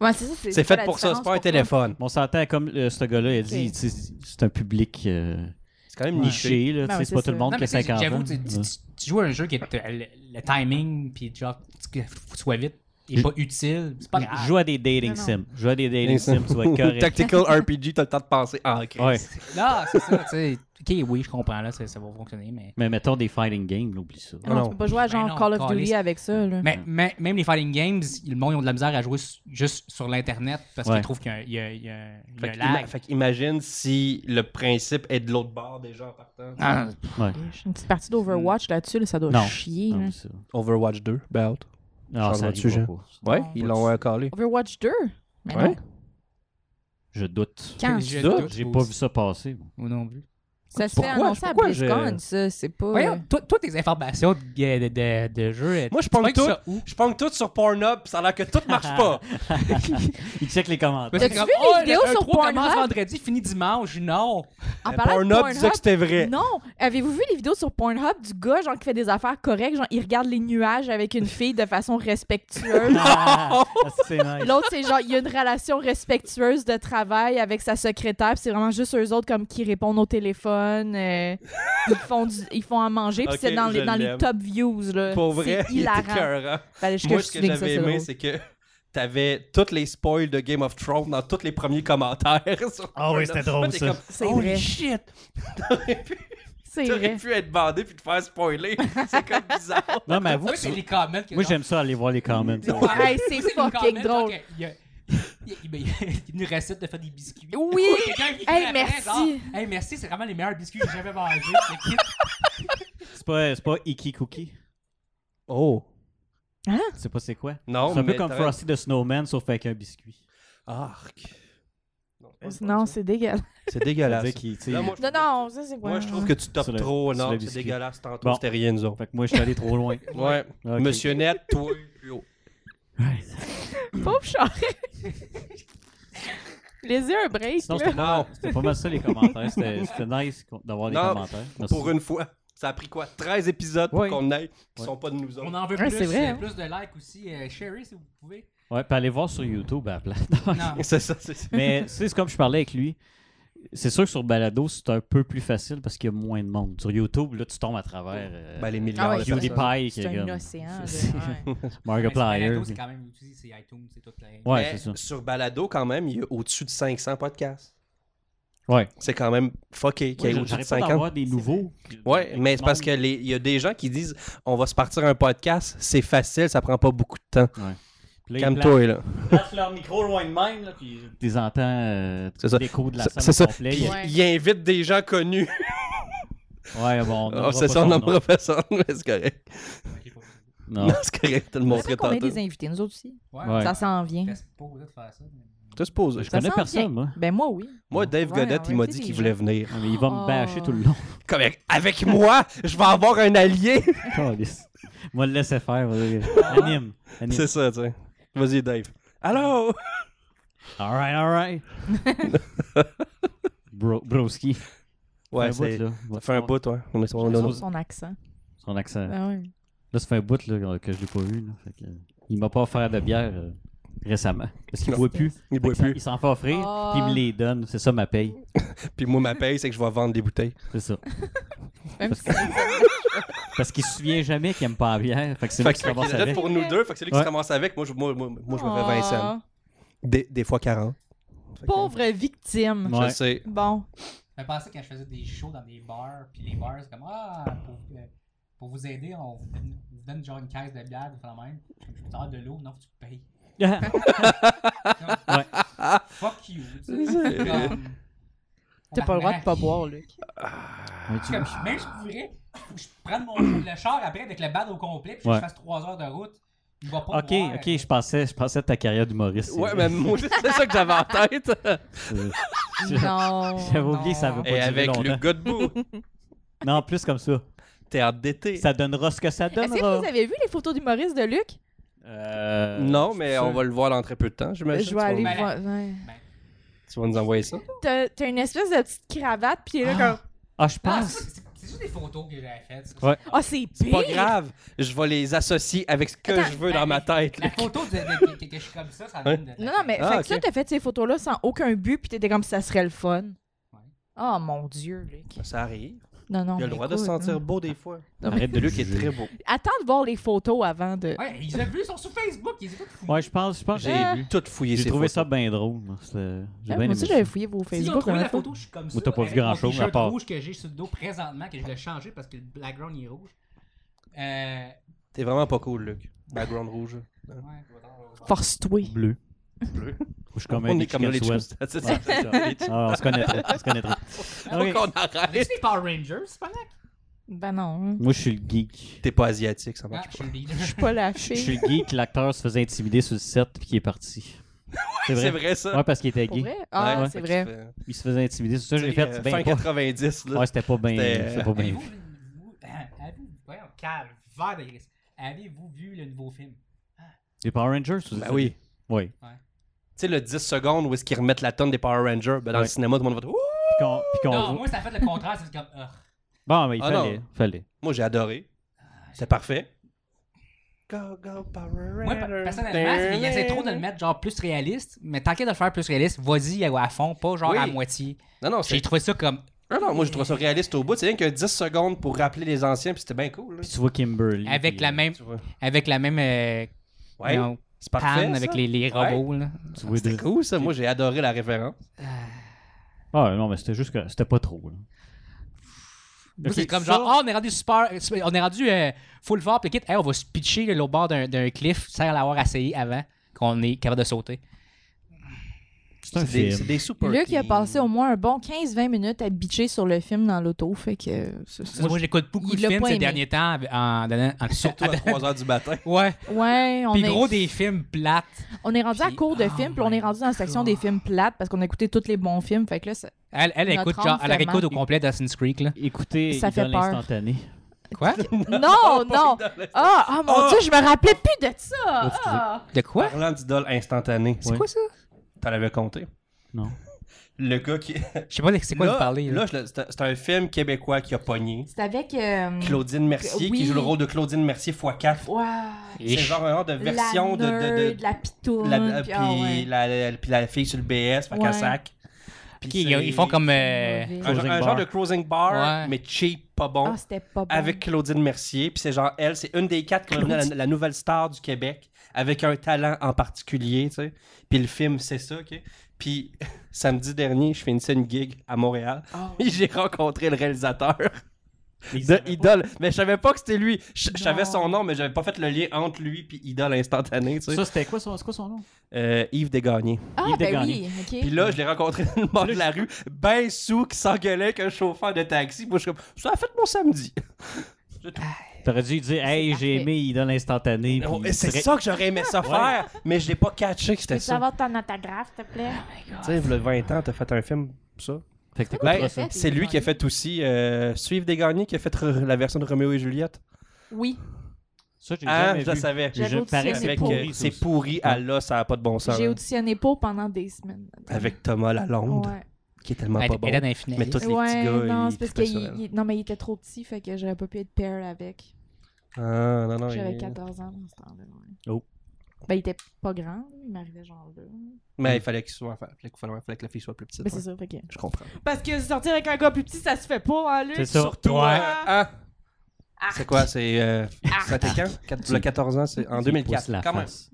S4: Ouais, c'est ça, c'est-
S3: C'est
S4: la
S3: fait pour ça, c'est pas un
S4: différence, pourquoi?
S3: téléphone.
S1: On s'entend comme euh, ce gars-là, il a dit,
S4: Ok.
S1: tu sais, c'est un public euh,
S3: C'est quand même niché.
S1: niché, là.
S4: Ben
S1: tu sais,
S4: ouais,
S1: c'est pas
S4: c'est
S1: tout le monde
S4: ça.
S2: Non,
S1: qui a
S2: mais tu sais,
S1: 50 ans.
S2: J'avoue, tu, tu-
S1: hein. Ouais.
S2: tu- tu joues à un jeu qui est euh, le, le timing, puis genre, que faut que tu sois vite, et
S1: Je-
S2: pas utile. C'est pas grave.
S1: Joue à des dating
S4: Non, non.
S1: sims. Joue à des dating sims, tu vas être correct.
S4: (laughs)
S3: (laughs) Tactical RPG, t'as le temps de penser. Ah, ok.
S1: Ouais.
S2: Non, c'est ça, tu sais. Ok, oui, je comprends, là, ça, ça va fonctionner, mais.
S1: Mais mettons des fighting games, là, oublie ça.
S4: Ah Non, tu peux pas jouer à genre
S2: Ben non,
S4: Call of
S2: caliste.
S4: Duty avec ça. Là.
S2: Mais, mais- même les fighting games, le monde ils ont de la misère à jouer s- juste sur l'internet parce
S1: Ouais.
S2: qu'ils trouvent qu'il y a, il y a- il y a- il y a
S3: Fait
S2: un
S3: que ima-
S2: lag.
S3: fait qu'imagine si le principe est de l'autre bord déjà en partant.
S2: Ah,
S1: Ouais.
S4: Une petite partie d'Overwatch là-dessus, là, ça doit
S1: Non.
S4: chier.
S1: Non,
S4: là.
S1: oublie ça.
S3: Overwatch 2, ben out.
S1: Non, ça
S3: Changement de
S1: arrivera
S3: sujet.
S1: pas.
S3: Ouais,
S4: Non,
S3: ils
S1: pas
S3: l'ont euh, calé.
S4: Oh, Overwatch 2? Mais
S3: Ouais.
S4: non.
S1: Je doute.
S4: Quand?
S2: Je
S3: doute,
S2: doute,
S1: J'ai
S2: moi
S1: pas
S2: aussi.
S1: vu ça passer. moi.
S2: Moi non plus.
S4: Ça se fait
S3: Pourquoi?
S4: annoncer à
S3: Pourquoi j'ai-
S4: BlizzCon, ça. C'est pas... euh,
S2: Voyons, toi- toutes tes informations de, de, de, de jeu.
S3: Moi, je
S2: tu
S3: pogne
S2: pognes
S3: tout.
S2: ça où?
S3: Je pongue tout sur Pornhub, pis ça a l'air que tout marche
S4: (laughs)
S3: pas.
S1: Il check les commentaires.
S2: (laughs) Parce que
S4: T'as-tu
S2: comme,
S4: vu les
S2: oh,
S4: vidéos
S2: le- un
S4: sur
S2: trois commence
S4: Pornhub?
S2: vendredi, fini dimanche. Non.
S4: En
S3: Mais
S4: parlant de
S3: Pornhub disait que c'était vrai.
S4: Non! Avez-vous vu les vidéos sur Pornhub du gars genre qui fait des affaires correctes? Genre, il regarde les nuages avec une fille de façon respectueuse.
S1: Ah, c'est nice.
S4: L'autre, c'est genre, il y a une relation respectueuse de travail avec sa secrétaire, puis c'est vraiment juste eux autres comme qui répondent au téléphone, euh, ils font du- ils font à manger, puis
S3: Ok,
S4: c'est dans les
S3: je
S4: dans les
S3: l'aime.
S4: top views là.
S3: Pour vrai,
S4: c'est
S3: il était
S4: hilarant.
S3: écœurant.
S4: Fallait juste
S3: Moi,
S4: que je
S3: ce que
S4: souligne ça,
S3: j'avais aimé, c'est que t'avais tous les spoils de Game of Thrones dans tous les premiers commentaires. (laughs) sur
S1: Ah oui,
S3: Pornhub.
S1: c'était drôle,
S3: Là, t'es
S1: ça.
S3: comme,
S4: C'est
S3: Holy
S4: vrai.
S3: shit! T'aurais pu,
S4: c'est
S3: t'aurais
S4: drôle.
S3: pu être bandé puis te faire
S4: (laughs)
S3: spoiler. C'est comme bizarre.
S1: Non, mais avoue,
S2: Moi, c'est les comments. que-
S1: moi j'aime ça aller voir les
S4: (laughs)
S1: comments.
S2: Ouais,
S4: Hey, c'est
S2: les
S4: fucking
S2: comments, genre,
S4: drôle.
S2: que- Il y a- il y a- il y a une recette de faire des biscuits.
S4: Oui.
S2: Quelqu'un qui
S4: Hey,
S2: écrit après,
S4: merci.
S2: genre, Hey, merci, c'est vraiment les meilleurs biscuits que j'ai jamais mangés. Le kit.
S1: C'est pas, c'est pas Iki Cookie.
S3: Oh!
S4: Hein?
S1: Je sais pas c'est quoi.
S3: Non,
S1: C'est un peu
S3: mais
S1: comme
S3: t'aurais-
S1: Frosty the Snowman, sauf avec un biscuit.
S3: Arc! Non, c'est pas
S4: Non,
S3: ça.
S4: c'est dégueulasse.
S3: c'est
S1: Ça veut
S3: dégueulasse.
S1: dire qu'il- tu sais,
S3: Là, moi, je
S4: Non,
S3: trouve-
S4: non, ça c'est quoi?
S3: Moi, je trouve que tu
S1: Sur
S3: topes
S1: le-
S3: trop.
S1: sur
S3: Non,
S1: le
S3: c'est
S1: biscuit.
S3: dégueulasse. Tantôt,
S1: Bon.
S3: c'était rien, nous autres.
S1: Fait que moi je suis allé trop loin. Ah,
S3: Ouais.
S1: Ok.
S3: Monsieur Net, toi, plus haut.
S4: Pauvre Charest. Laissez un break,
S1: Sinon,
S4: là.
S1: c'était pas, mal- (laughs) c'était pas mal ça les commentaires. C'était c'était nice qu'on- d'avoir des
S3: Non,
S1: commentaires.
S3: Pour une fois. Ça a pris quoi? 13 épisodes
S1: Ouais.
S3: pour qu'on aille qui
S1: Ouais.
S3: sont pas de nous (laughs) autres.
S2: On en veut
S4: Ouais,
S2: plus.
S4: c'est vrai,
S2: euh,
S4: hein.
S2: Plus de likes aussi. Euh, Sherry, si vous pouvez.
S1: Ouais, puis aller voir sur YouTube à la place. (laughs)
S3: (laughs)
S2: Non.
S3: C'est ça, c'est ça.
S1: Mais tu sais, c'est comme je parlais avec lui. C'est sûr que sur Balado, c'est un peu plus facile parce qu'il y a moins de monde. Sur YouTube, là, tu tombes à travers euh,
S3: Ben, les milliards
S4: Ah
S3: de
S4: ouais, c'est ça.
S3: personnes.
S1: PewDiePie, qui
S4: C'est
S1: est
S4: un
S1: comme-
S4: océan.
S1: C'est-
S4: là, ouais.
S2: Mais c'est
S1: Markiplier.
S2: Balado, C'est quand même utilisé, c'est iTunes, c'est tout. là.
S1: Ouais,
S3: Mais
S1: c'est ça.
S3: Sur Balado, quand même, il y a au-dessus de 500 podcasts.
S1: Ouais.
S3: C'est quand même fucké qu'il y ait
S1: Ouais,
S3: au-dessus de
S1: J'arrive pas
S3: 50.
S1: d'avoir des nouveaux.
S3: Ouais, mais c'est parce que les- il y a des gens qui disent on va se partir un podcast, c'est facile, ça prend pas beaucoup de temps.
S1: Ouais. Puis là, ils placent-
S3: Calme-toi, là.
S1: ils placent leur micro loin de même, là, puis tu les entends euh,
S3: C'est ça.
S1: l'écho de la
S3: C'est-
S1: salle
S3: c'est ça.
S1: au complet.
S3: Puis
S1: Ouais,
S4: Ouais.
S3: il invite des gens connus.
S1: bon, on
S3: Ah,
S1: nommera pas
S3: c'est ça, on
S1: son nom. Ah.
S3: nommera personne, mais c'est correct.
S2: Ok, pas-
S1: Non.
S3: Non, c'est correct, t'as le
S4: On
S3: montré
S4: qu'on est
S3: tantôt.
S4: des invités, nous autres aussi.
S1: Ouais.
S4: Ça s'en vient.
S2: Je reste pas osé de faire ça. mais-
S3: T'as supposé.
S1: Je connais
S4: s'en
S1: personne, moi.
S4: Ben moi, oui.
S3: Moi, Dave
S4: Ouais,
S3: Godette,
S4: on va
S3: il m'a
S4: inviter
S3: dit
S4: des
S3: qu'il
S4: gens.
S3: voulait venir.
S1: Non, mais il va
S4: Oh.
S1: me bâcher tout le long.
S3: Comme avec- avec moi, je vais avoir un allié.
S1: Câlisse. moi, le laisser faire.
S3: (laughs)
S1: vas-y. Anime. Anime.
S3: C'est ça, tu sais. Vas-y, Dave. Allô?
S1: All right, all right.
S3: (laughs)
S1: Bro, broski.
S3: Ouais,
S1: Fait un
S3: c'est.
S1: bout, là.
S3: Ça fait un bout, ouais. On est sur on est-
S4: Sur son accent.
S1: Son accent.
S4: Ben oui.
S1: Là, ça fait un bout là, que je l'ai pas vu. Là. Fait que, euh, il m'a pas offert de bière euh, récemment. Parce qu'il
S3: Non.
S1: boit plus.
S3: Il boit
S1: Fait que ça-
S3: plus.
S1: Il s'en fait offrir,
S4: Ah.
S1: puis il me les donne. C'est ça ma paye.
S3: Puis moi, ma paye, c'est que je vais vendre des bouteilles.
S1: C'est ça.
S4: Même si-
S1: Parce qu'il se souvient jamais qu'il aime pas la bière. Fait que c'est moi
S3: Fait
S1: qui
S3: que
S1: commence
S3: il
S1: avec.
S3: pour nous deux. Fait que celui qui
S1: Ouais.
S3: se commence avec, moi, je, moi, moi, moi, je me fais 20 cents.
S4: Ah,
S3: Des, des fois 40. Fait que-
S4: Pauvre victime.
S1: Ouais.
S3: Je sais.
S4: Bon.
S2: Je me pensais quand je faisais des shows dans des bars, puis les bars, c'est comme Ah, pour, euh, pour vous aider, on vous donne, on vous donne genre une caisse de bière, vous faites la même. Je suis tard de l'eau, non, faut que tu
S4: (laughs)
S2: payes.
S1: (laughs)
S2: Comme,
S1: Ouais.
S2: Fuck you. tu sais,
S3: C'est-
S2: comme,
S4: T'as pas le droit de pas
S2: tabarnak.
S4: boire, Luc.
S1: Ouais,
S2: Je
S1: tu-
S2: suis comme, même si je pourrais, faut que je prenne mon, le char après avec le bad au complet, puis
S1: Ouais.
S2: que je fasse 3 heures de route. Il va pas Ah,
S1: Ok,
S2: boire.
S1: ok, je pensais, je pensais à ta carrière d'humoriste.
S3: Ouais, mais moi, c'est ça que j'avais en
S1: (laughs)
S3: tête.
S1: Euh,
S4: Non.
S1: J'avais oublié que ça va
S4: non.
S1: pas
S3: Et
S1: durer
S3: avec
S1: longtemps.
S3: le Godbout,
S1: (laughs) Non, plus comme ça.
S3: théâtre d'été.
S1: Ça donnera ce que ça
S4: Est-ce
S1: donnera.
S4: que vous avez vu les photos d'humoristes de Luc?
S1: Euh,
S3: Non,
S1: je
S3: mais
S1: suis
S3: on
S1: sûr.
S3: va le voir dans très peu de temps,
S4: Je
S3: j'imagine. Tu
S4: vais
S3: vas-
S4: aller
S2: malade.
S4: voir. ouais.
S3: Tu vas nous envoyer ça.
S4: T'as t'as une espèce de petite cravate, puis là,
S1: Ah.
S4: comme.
S1: Ah, je
S2: Ah,
S1: pense.
S2: c'est c'est- c'est juste des photos que j'avais faites. ça.
S1: Ouais.
S4: Ah, c'est
S3: C'est pas
S4: pire!
S3: grave. Je vais les associer avec ce que
S4: Attends,
S3: je veux
S2: ben,
S3: dans ma
S2: mais-
S3: tête.
S2: La
S3: Luc.
S2: photo de, de- que, que- que je suis comme ça, ça vient de.
S4: Non, non, mais
S3: Ah,
S4: fait
S3: ok.
S4: que ça, t'as fait ces photos-là sans aucun but, puis t'étais comme ça serait le fun.
S2: Ouais.
S4: Oh mon Dieu, Luc.
S3: (laughs) Ça arrive.
S4: Non, non.
S3: Il a le
S4: mais
S3: droit de se
S4: écoute,
S3: sentir
S4: hein.
S3: beau des fois.
S1: Arrête de
S3: Luc est
S1: juger.
S3: très beau.
S4: Attends de voir les photos avant de. Ah,
S2: Ouais, ils ont vu, ils sont sur Facebook, ils étaient tous fous.
S1: Ouais, je pense, je pense. que
S3: J'ai
S1: j'ai-
S3: tout fouillé
S1: J'ai
S3: ces
S1: trouvé
S3: photos.
S1: ça bien drôle. moi. C'était- J'ai
S4: Ah,
S1: bien
S4: moi
S1: aimé
S4: aussi,
S1: ça.
S4: j'avais fouillé vos
S2: S'ils ont
S4: Facebook.
S2: trouvé
S4: la
S2: la
S4: fois.
S2: photo, je suis comme ça.
S1: Moi, t'as pas vu
S2: avec mon
S1: grand-chose,
S2: t-shirt
S1: à part-
S2: rouge que j'ai sur le dos présentement, que je l'ai changé parce que le background il est rouge. Euh.
S3: T'es vraiment pas cool, Luc. Background rouge.
S2: Ouais, je vais t'en revoir.
S4: Force-toi.
S1: Bleu.
S3: Bleu.
S1: Je suis (laughs) comme un
S3: On est
S1: des
S3: comme dans les
S1: Chicken Sweat.
S3: Chicks. C'est ça.
S1: Ouais, c'est ça.
S3: (laughs)
S1: Ah, on se connaîtrait. On se connaîtrait.
S3: Faut (laughs)
S1: Ok.
S3: qu'on
S2: On est
S3: arrête.
S2: des Power Rangers, c'est pas là?
S4: Ben non. hein.
S1: Moi, je suis le geek.
S3: T'es pas asiatique, ça
S2: Ah,
S3: marche
S2: je suis le leader. (laughs)
S4: Je suis pas
S1: Je
S4: lâchée.
S1: suis le geek. L'acteur se faisait intimider sur le set puis qui est
S3: (laughs)
S1: parti. C'est
S3: pas. C'est
S1: vrai.
S3: vrai, ça.
S1: Ouais, parce qu'il était
S4: Pour
S1: gay.
S4: vrai? Ah,
S1: ouais.
S4: c'est
S3: Fait que
S4: vrai.
S3: tu fais-
S1: Il se faisait intimider. C'est ça, j'ai
S3: T'sais,
S1: fait.
S3: euh,
S1: Ben
S3: fin
S1: pas.
S3: 90, là.
S1: Ouais, c'était pas bien.
S3: C'était- euh,
S1: C'était pas bien.
S3: (laughs)
S2: Avez-vous vous- (laughs) avez-vous- voyons, calvaire de Chris. Avez-vous vu le nouveau film?
S1: Les Power Rangers ou
S3: Ben oui.
S1: Oui.
S3: Tu sais, le 10 secondes où est-ce qu'ils remettent la tonne des Power Rangers, ben dans le
S1: Ouais.
S3: cinéma, tout le monde va dire Ouh!
S1: Puis qu'on- puis qu'on
S2: Non,
S1: voit-
S2: moi ça a fait le contraire, c'est comme. ah.
S1: Bon, mais il
S3: Ah,
S1: fallait.
S3: non.
S1: Fallait.
S3: Moi, j'ai adoré. C'était parfait. Go, go, Power
S2: Moi, pe-
S3: Rangers.
S2: personnellement, c'est- il essaie trop de le mettre genre plus réaliste, mais tant qu'à de le faire plus réaliste, vas-y à à fond, pas genre
S3: Oui.
S2: à moitié.
S3: Non, non,
S2: J'ai
S3: c'est.
S2: trouvé ça comme.
S3: Non, non, moi, je trouve ça réaliste au bout. C'est rien que 10 secondes pour rappeler les anciens, puis c'était bien cool. là.
S1: Puis tu vois Kimberly.
S2: Avec
S1: puis,
S2: la
S1: euh,
S2: même.
S3: Tu vois.
S2: Avec la même. euh,
S3: Ouais,
S2: non,
S3: c'est
S2: panne
S3: parfait. ça.
S2: avec les, les
S3: Ouais.
S2: robots, là.
S1: Tu vois
S3: C'était
S1: des-
S3: cool, ça. Moi, j'ai adoré la référence.
S1: Ah, non, mais c'était juste que c'était pas trop. là.
S2: Moi,
S1: Ok,
S2: c'est comme
S1: ça-
S2: genre, Ah, on est rendu super. On est rendu euh, full fort, puis le kit, Hey, on va se pitcher l'autre bord d'un d'un cliff sans l'avoir essayé avant qu'on est capable de sauter.
S1: C'est un
S3: C'est des,
S1: film.
S3: c'est des super.
S4: Luc, il a
S3: teens.
S4: passé au moins un bon 15-20 minutes à bitcher sur le film dans l'auto. Fait que. euh, c'est- c'est-
S2: Moi, j'écoute beaucoup
S4: Il
S2: de
S4: l'a
S2: films
S4: pas
S2: ces
S4: aimé.
S2: derniers temps avec- en donnant. en-
S3: Surtout
S2: (laughs)
S3: à 3h du matin.
S2: Ouais.
S4: Ouais, on
S2: Puis
S4: est-
S2: gros, des films plates.
S4: On est rendu à
S2: Puis-
S3: ah,
S4: court de
S2: oh
S4: films, puis on
S2: my
S4: est rendu dans la section
S2: God.
S4: des films plates parce qu'on a écouté tous les bons films. Fait que
S3: (laughs)
S4: là, ça-
S2: Elle, elle
S4: Notre
S2: écoute, genre, elle
S4: enfermement.
S2: écoute au complet d'Assassin's Creek, là.
S1: Écoutez,
S4: Ça
S1: il
S4: fait
S1: donne
S4: peur.
S1: l'instantané.
S2: Quoi?
S4: Non,
S3: (laughs)
S4: non! Ah, ah, mon
S3: Oh Ah! Oh,
S4: Dieu, je me rappelais plus de ça! Ah!
S2: De quoi?
S3: Parlant d'idole instantanée,
S1: Ouais.
S2: Quoi ça?
S3: t'en avais compté.
S1: Non.
S3: (laughs) Le gars qui.
S2: Je sais pas de- c'est quoi
S3: là,
S2: vous parlez. Là.
S3: là, je le- c'est un- c'est un film québécois qui a pogné.
S4: C'est avec. euh,
S3: Claudine Mercier, qui
S4: Oui.
S3: joue le rôle de Claudine Mercier x4.
S4: ouais,
S3: C'est genre un genre de version de.
S4: la
S3: de,
S4: nerd,
S3: de-
S4: la pitoune.
S3: la, euh,
S4: puis,
S3: puis,
S4: ah ouais.
S3: la, la- puis la fille sur le BS, fait
S4: Ouais.
S3: qu'un sac.
S2: Ok,
S3: Puis
S2: ils,
S3: c'est-
S2: ils font comme. euh,
S4: C'est mauvais.
S3: Un, genre-
S1: Closing
S3: un
S1: bar.
S3: genre de closing bar,
S2: Ouais.
S3: mais cheap, pas bon.
S4: Ah, c'était pas bon.
S3: avec Claudine Mercier, puis c'est genre elle, c'est une des quatre qui est devenue la, la nouvelle star du Québec, avec un talent en particulier, tu sais. Puis le film, c'est ça, ok. Puis (laughs) samedi dernier, je finissais une gig à Montréal,
S4: Ah.
S3: et j'ai rencontré le réalisateur.
S1: Mais il
S3: De
S1: savait pas.
S3: Idol. Mais je savais pas que c'était lui. Je je savais
S2: Non.
S3: son nom, mais j'avais pas fait le lien entre lui puis Idol instantané, tu sais.
S1: Ça, c'était quoi, son- c'est quoi son nom?
S3: Euh, Yves Desgagnés.
S4: Ah,
S1: Yves
S4: ben
S1: Degani.
S4: oui, ok.
S3: Puis là, je l'ai rencontré dans le bord de la rue, ben sous, qui s'engueulait qu'un chauffeur de taxi. Moi, je suis comme, ça a fait mon samedi.
S1: T'aurais dû dire, hey,
S4: C'est
S1: j'ai
S4: parfait.
S1: aimé Idole instantané.
S3: Oh,
S1: puis
S3: et C'est
S1: serait-
S3: ça que j'aurais aimé ça faire, mais je l'ai pas catché que c'était
S4: Peux-tu
S3: ça. Oh
S4: avoir ton autographe, s'il te plaît?
S3: Tu sais, le 20 ans, t'as fait un film, ça.
S1: Fait que t'écoutes
S4: Ben,
S1: pas
S4: T'as
S1: ça.
S4: fait
S3: c'est lui qui a fait aussi euh, Suivre Desgagnés, qui a fait re- la version de Roméo et Juliette.
S4: Oui.
S1: Ça, j'ai
S3: Ah,
S1: jamais
S3: je la
S1: vu.
S3: savais.
S4: J'avais
S1: Je-
S4: auditionné
S1: paraît que
S3: Avec,
S4: pour.
S3: euh,
S1: pourri, ça
S3: C'est
S1: aussi.
S3: pourri à là, ça a pas de bon sens.
S4: J'ai
S3: là.
S4: auditionné pour pendant des semaines.
S3: Avec Thomas Lalonde,
S4: Ouais.
S3: qui est tellement
S2: Elle
S3: pas bon.
S2: est dans finale.
S3: Mais tous les
S4: ouais,
S3: petits gars,
S4: non,
S3: ils
S4: c'est parce
S3: tripaient
S4: qu'il
S3: sur elle.
S4: il- non, mais il était trop petit, fait que j'aurais pas pu être pair avec.
S3: Ah, non, non.
S4: J'avais
S3: il-
S4: 14 ans dans ce temps-là. ouais.
S1: Oh.
S4: Ben, il était pas grand, il m'arrivait genre là.
S3: Mais il fallait qu'il soit, il fallait, il fallait que la fille soit plus petite.
S4: Ben, c'est
S3: ouais.
S4: ça, fait que.
S3: Je comprends.
S4: Parce que sortir avec un gars plus petit, ça se fait pas, hein, Luc?
S1: C'est ça.
S3: Surtout,
S1: Ouais.
S3: euh, hein? C'est quoi, c'est... Euh, c'était quand? Quatre- le 14 ans, c'est en
S1: Il pousse
S3: 2004.
S1: la
S3: quand même.
S1: face.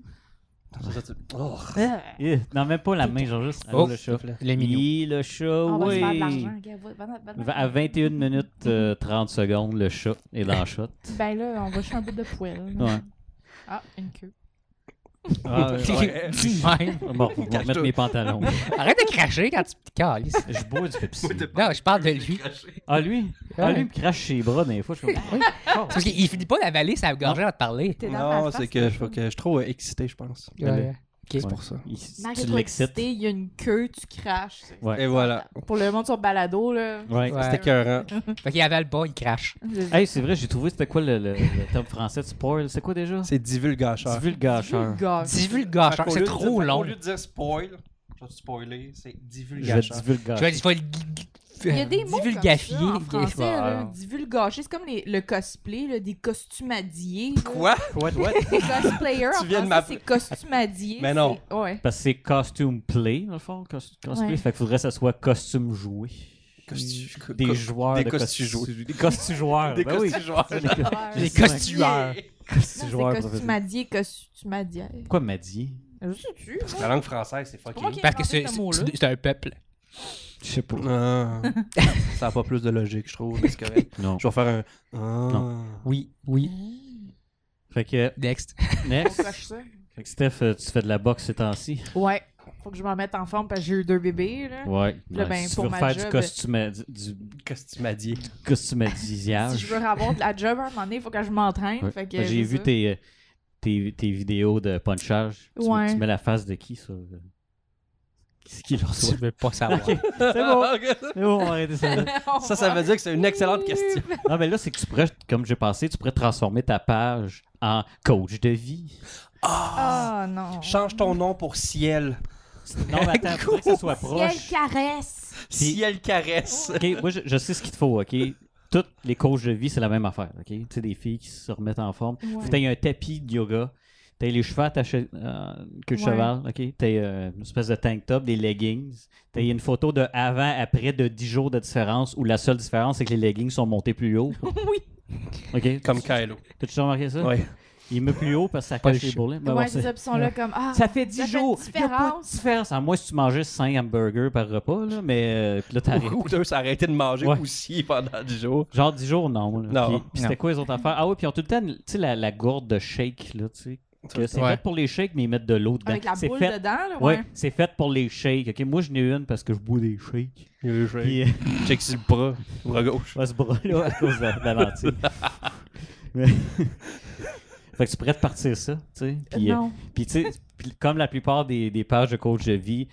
S3: C'est ça, tu- Oh,
S4: Ah.
S1: Eh, Non, même pas la main, genre juste. Allô,
S3: Oh,
S1: le
S3: s'il te
S1: chat.
S3: plaît.
S2: Le minou.
S1: Oui, le chat,
S4: Ah, On va se faire de
S1: oui.
S4: l'argent. gars, va- va- va- va-
S1: À 21 minutes euh, 30 secondes, le chat est dans le shot.
S4: Ben là, on va chier un bout de poêle.
S1: Ouais.
S4: Ah, une queue.
S1: Ah, ouais,
S3: (laughs)
S1: ouais.
S2: Dis même.
S1: Bon, (laughs) on va remettre mes pantalons.
S2: Arrête de cracher quand tu te calisses.
S1: Je bois du Pepsi.
S2: Non, je parle de lui.
S1: Ah, lui? Ah, lui me crache ses bras des fois. Je suis comme, Ah,
S2: Oui. C'est parce qu'il finit pas d'avaler sa gorgée en te parler.
S4: T'es dans
S3: Non,
S4: ma face,
S3: c'est que je, faut que je suis trop euh, excité, je pense.
S2: Ouais.
S3: C'est pour ça.
S1: il- si
S4: Marie,
S1: tu
S4: toi,
S1: l'excites.
S4: excité, il y a une queue, tu craches. c'est-
S3: Et voilà.
S4: Pour le monde sur balado, là.
S1: Ouais.
S2: Ouais.
S3: C'était écœurant.
S2: Fait qu'il avale pas, il crache.
S4: Je-
S1: Hey, c'est vrai, j'ai trouvé c'était quoi le, le, le terme français de spoil? C'est quoi déjà?
S3: C'est divulgacheur.
S1: Divulgacheur.
S4: Gars.
S2: C'est vu le gâcheur, Ah, c'est trop long.
S3: Au lieu de dire spoil, je vais te spoiler, c'est
S1: Je vais
S3: divulgacheur.
S2: Je vais
S1: divulgâcheur.
S2: dire, je vais le gu- gu-
S4: Il y a des mots
S2: Euh, divulgafier.
S4: comme ça en français,
S1: Ouais.
S4: là, divulgacher. C'est comme les- le cosplay, là, des costumadiers. là.
S3: Quoi? What, what?
S4: Les cosplayers, en
S3: Tu viens de
S4: français,
S3: m'appeler-
S4: c'est costumadier.
S3: Mais non.
S4: c'est- Ouais.
S1: (laughs) Parce que c'est costume play, dans le fond. cos- Cosplay,
S4: Ouais.
S1: fait qu'il faudrait que ça soit costume joué.
S3: Costu-
S1: Des
S3: co-
S1: joueurs
S3: des
S1: de
S3: costu-
S1: costu- Des costu-joueurs.
S3: Des
S1: ben oui.
S3: costu-joueurs.
S1: C'est des co-
S2: Les
S1: C'est vrai.
S4: (laughs)
S2: costueurs.
S4: Non,
S1: costu-joueurs.
S4: c'est
S1: professionnels.
S4: costumadier, costumadière.
S1: Pourquoi m'a dit?
S4: Je sais-tu? moi?
S3: La langue française, c'est fucking.
S4: Pour moi qui ai
S2: Parce que
S4: inventé
S2: c'est
S4: ce mot-là.
S2: c'est- c'est un peuple.
S1: Je sais pas.
S3: Ah. ça n'a pas plus de logique, je trouve, mais c'est correct.
S1: Non.
S3: Je vais faire un. Ah.
S2: Oui, oui.
S1: Fait que,
S2: Next.
S1: next.
S4: Faut cocher ça.
S1: Fait que Steph, euh, tu fais de la boxe ces temps-ci.
S4: Ouais. Faut que je m'en mette en forme parce que j'ai eu deux bébés, là.
S1: Ouais.
S4: Là, ben,
S1: si tu
S4: pour
S1: veux
S4: ma
S1: faire du
S4: job-
S1: costume, du, du
S3: Costumadier.
S4: (laughs) Si
S1: costumadiage.
S4: je veux avoir de la job à un moment donné, il faut que je m'entraîne.
S1: Ouais.
S4: fait que
S1: Ben, J'ai
S4: c'est
S1: vu
S4: (laughs) ça.
S1: tes, euh, tes, tes vidéos de punchage. Tu,
S4: Ouais.
S1: tu mets la face de qui sur. euh, Qui c'est qui leur
S2: Je
S1: reçoit?
S2: veux pas savoir.
S1: Ok, (laughs) c'est bon.
S3: Ah,
S1: C'est bon, on va arrêter ça. là.
S3: ça, ça veut dire que c'est une excellente question.
S1: (laughs) Non, mais là, c'est que tu pourrais, comme j'ai pensé, tu pourrais transformer ta page en coach de vie.
S4: Ah non.
S3: Change ton nom pour Ciel.
S1: Non, mais attends, faudrait que ça soit proche.
S4: caresse.
S1: Puis-
S3: Ciel caresse.
S1: Ok, moi, je, je sais ce qu'il te faut, ok? Toutes les coachs de vie, c'est la même affaire, ok? Tu sais, des filles qui se remettent en forme.
S4: Ouais.
S1: Faut que t'aies un tapis de yoga. T'as les cheveux attachés euh, queue de
S4: Ouais.
S1: cheval, ok? T'as euh, une espèce de tank top, des leggings. T'as une photo de avant, après de 10 jours de différence où la seule différence c'est que les leggings sont montés plus haut.
S4: (laughs) Oui.
S1: Ok?
S3: Comme Kylo.
S1: T'as-tu remarqué ça?
S3: Ouais.
S1: Il met plus haut parce que ça
S2: Pas
S1: cache
S2: le
S1: les
S2: chou.
S1: bourrelets. Ben,
S4: Ouais,
S1: bon,
S4: c'est ça. Puis ils sont là comme Ah.
S1: ça fait 10
S4: Ça fait
S1: jours.
S4: une
S1: Il a pas de
S4: différence.
S1: différence. À moins si tu mangeais 5 hamburgers par repas, là, mais euh, puis là, t'arrêtes.
S3: Ou deux s'arrêter de manger
S1: Ouais.
S3: aussi pendant 10 jours.
S1: Genre 10 jours, non. là.
S3: Non.
S1: Puis, puis c'était
S2: Non.
S1: quoi les autres affaires? Ah oui, puis ils ont tout le temps, tu sais, la, la gourde de shake, là, tu sais. que C'est
S2: Ouais.
S1: fait pour les shakes, mais ils mettent de l'eau dedans.
S4: Avec la
S1: C'est
S4: boule
S1: fait-
S4: dedans, là.
S1: Ouais,
S4: Ouais.
S1: c'est fait pour les shakes. ok? Moi, je n'ai une parce que je bois des shakes.
S3: Check
S1: Puis, euh,
S3: sur le bras. Bras gauche.
S1: je vais se brûler à cause de la lentille. Mais- (laughs) fait que tu pourrais te partir ça, tu sais. Puis, euh,
S4: non.
S1: puis, tu sais, puis comme la plupart des, des pages de coach de vie,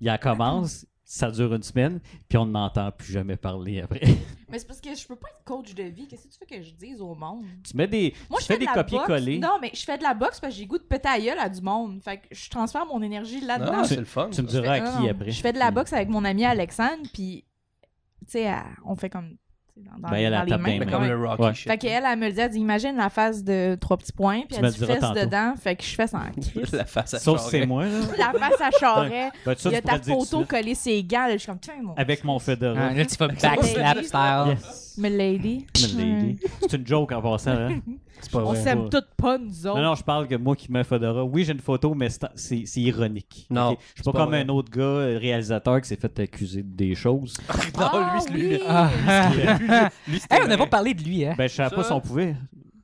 S1: il en commence, ça dure une semaine, puis on n'entend plus jamais parler après. (laughs)
S4: Mais c'est parce que je peux pas être coach de vie. Qu'est-ce que tu veux que je dise au monde?
S1: tu mets des,
S4: Moi,
S1: tu
S4: je fais, de
S1: des
S4: la
S1: copier-coller.
S4: boxe. Non, mais je fais de la boxe parce que j'ai goût de péter à gueule à du monde. Fait que je transfère mon énergie là-dedans.
S3: Non, c'est le fun.
S1: Tu me
S3: ça.
S1: diras à
S4: Ah, Non,
S1: qui
S4: non.
S1: après.
S4: Je fais de la
S1: Mm.
S4: boxe avec mon ami Alexandre, puis, tu sais, elle- on fait comme. tu sais, Dans, dans,
S1: Ben, elle,
S4: dans
S1: elle
S4: les
S1: tape
S4: mains.
S1: dans
S3: Mais
S1: les
S3: comme
S4: Ouais.
S3: le Rocky
S1: Ouais.
S3: shit.
S4: Fait qu'elle, elle me le dit, elle dit, imagine la face de trois petits points, puis
S1: Tu me
S4: elle
S1: le
S4: dit
S1: diras
S4: fesses
S1: tantôt.
S4: dedans, fait que je
S3: (laughs)
S4: fais ça en
S3: (laughs)
S4: crise.
S3: La face à
S1: Sauf si
S3: charret.
S1: c'est moi, là.
S4: la face à charret,
S1: Ben, ça,
S4: il y a
S1: tu pourrais
S4: ta
S1: le dire tout de
S4: photo
S1: suite.
S4: collée ses gants, là, je suis comme, tiens, mon.
S1: Avec mon Fedora.
S2: Ah, Là, tu vas backslap style.
S1: Yes.
S4: Ah. Mais lady. (laughs)
S1: Me lady. C'est une joke en passant. Hein?
S3: C'est pas
S4: On
S3: vrai.
S1: Ouais.
S4: s'aime toutes pas, nous autres.
S1: Non, non, je parle que moi qui me Fodora. Oui, j'ai une photo, mais c'est- c'est c'est ironique.
S3: Non,
S1: Ok? Je suis pas,
S3: c'est pas
S1: comme
S3: vrai.
S1: un autre gars euh, réalisateur qui s'est fait accuser de des choses.
S3: Non,
S4: Ah,
S3: lui, c'est lui.
S4: oui.
S3: lui.
S5: Ah.
S2: (laughs)
S3: (laughs) Lui, c'était
S5: Hey, on n'a
S3: vrai.
S5: pas parlé de lui, hein?
S1: Ben, je savais pas
S3: Ça-
S1: si on pouvait.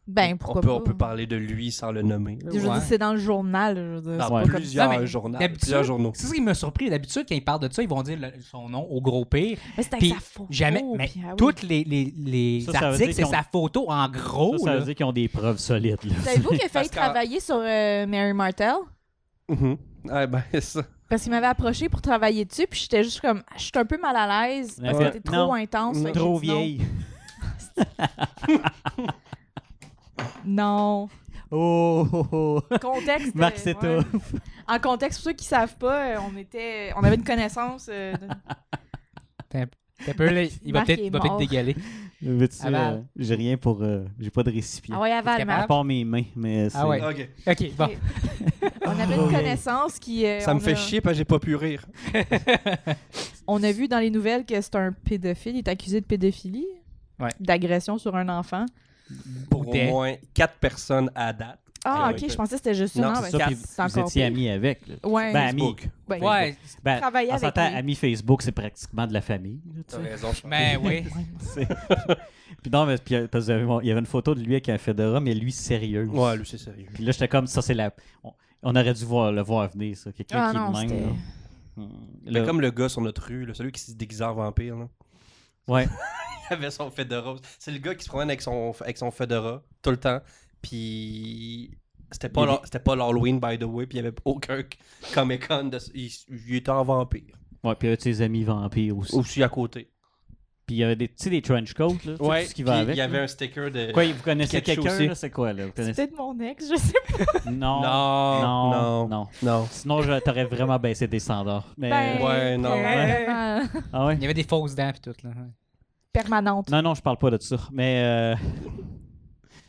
S4: Ben,
S3: on
S4: pourquoi
S3: peut,
S4: pas?
S3: on peut parler de lui sans le nommer. là.
S4: Je veux
S5: Ouais.
S4: dire, c'est dans le journal. Je veux dire, c'est
S3: Dans
S4: pas comme-
S3: plusieurs
S5: Non, mais
S3: journaux.
S2: d'habitude-
S3: Plusieurs journaux.
S2: C'est ça qui m'a surpris. D'habitude, quand ils parlent de ça, ils vont dire le- son nom au gros pire.
S4: Mais c'est avec
S2: Puis
S4: sa photo.
S2: jamais. Mais
S4: puis, ah oui.
S2: tous les, les, les
S1: Ça, ça veut
S2: articles,
S1: dire
S2: c'est
S1: qu'ils ont-
S2: sa photo en gros.
S1: Ça, ça
S2: Oh, là.
S1: veut dire qu'ils ont des preuves solides. là.
S4: Savez-vous qu'il a failli
S3: Parce qu'en-
S4: travailler sur euh, Mary Martel?
S3: Mhm. Ouais, ben, c'est ça.
S4: Parce qu'il m'avait approché pour travailler dessus, puis j'étais juste comme, je suis un peu mal à l'aise, parce que
S1: Ouais.
S4: c'était
S1: Non.
S4: trop intense. fait que
S1: Trop
S4: j'ai dit non.
S1: vieille.
S4: Non.
S1: Oh, oh, oh.
S4: Contexte. euh,
S1: Marc Seta.
S4: ouais. En contexte, pour ceux qui savent pas, euh, on était, on avait une connaissance. euh, de-
S2: T'as peur, là, il va
S4: Marc
S2: peut-être
S4: est
S2: il va peut-être
S4: mort.
S2: dégaler.
S1: (laughs) Veux-tu, euh,
S2: Aval.
S1: j'ai rien pour. euh, j'ai pas de récipient.
S4: Ah ouais,
S2: T'es
S4: aval,
S1: À
S4: Marc.
S1: part mes mains, mais c'est.
S2: Ah ouais.
S3: Ok.
S2: Ok, bon.
S4: Ok. On avait une connaissance qui. euh,
S3: Ça me
S4: on
S3: fait
S4: a-
S3: chier parce que j'ai pas pu rire.
S4: On a vu dans les nouvelles que c'est un pédophile, il est accusé de pédophilie,
S2: Ouais.
S4: d'agression sur un enfant.
S3: Pour au
S2: Des-
S3: moins quatre personnes à date.
S4: Ah,
S3: Ah,
S4: ok,
S3: oui.
S4: je pensais que c'était juste
S3: Non,
S4: ça.
S3: c'est
S1: Ça,
S4: ben,
S1: puis
S4: c'est
S1: vous
S4: encore
S1: étiez
S4: pire.
S1: amis avec. là.
S4: Ouais.
S1: Ben, amis.
S3: Facebook.
S4: ouais.
S2: Ouais,
S1: Ben,
S4: Travailler
S1: on
S4: avec
S1: s'entend,
S4: lui.
S1: amis Facebook, c'est pratiquement de la famille. là, tu
S3: T'as
S1: sais.
S3: raison, je
S2: ben
S4: (laughs)
S2: oui.
S1: C'est- puis non, mais puis, euh, parce que vous avez mon- il y avait une photo de lui avec un Fedora, mais lui sérieux.
S3: Ouais, lui, c'est sérieux.
S1: Puis là, j'étais comme, ça, c'est la. On, on aurait dû voir, le voir venir, ça. Quelqu'un
S4: Ah
S1: qui est de
S4: non,
S1: même,
S4: c'était-
S1: là. Hum,
S3: Mais
S1: là,
S3: comme le gars sur notre rue, là, celui qui se déguisait en vampire. Là.
S1: Ouais.
S3: (laughs) Il avait son Fedora. C'est le gars qui se promène avec son, avec son Fedora tout le temps. Puis c'était pas,
S1: Il y a
S3: l'Ha- c'était pas l'Halloween, by the way. Puis il y avait aucun Comic Con. De... Il, il était en vampire.
S1: Ouais, puis il y avait ses amis vampires aussi.
S3: Aussi à côté.
S1: Puis il y avait des, tu sais, des trench coats, là. tu sais, tout ce qui va
S3: puis
S1: avec.
S3: Il y avait
S1: là.
S3: un sticker de.
S1: Quoi, vous connaissez
S3: Pikachu
S1: quelqu'un,
S3: aussi.
S1: là, C'est quoi, là? Vous
S4: C'est
S1: connaissez-
S4: peut-être mon ex, je sais pas.
S1: Non.
S3: Non,
S1: Non.
S3: non,
S1: non.
S3: non.
S1: Sinon, je t'aurais vraiment baissé des standards. Mais...
S4: Ben,
S3: ouais, non,
S4: euh,
S1: Ah ouais?
S2: Il y avait des fausses dents pis tout. Là.
S4: (laughs) Permanente.
S1: Non, non, je parle pas de ça. Mais euh,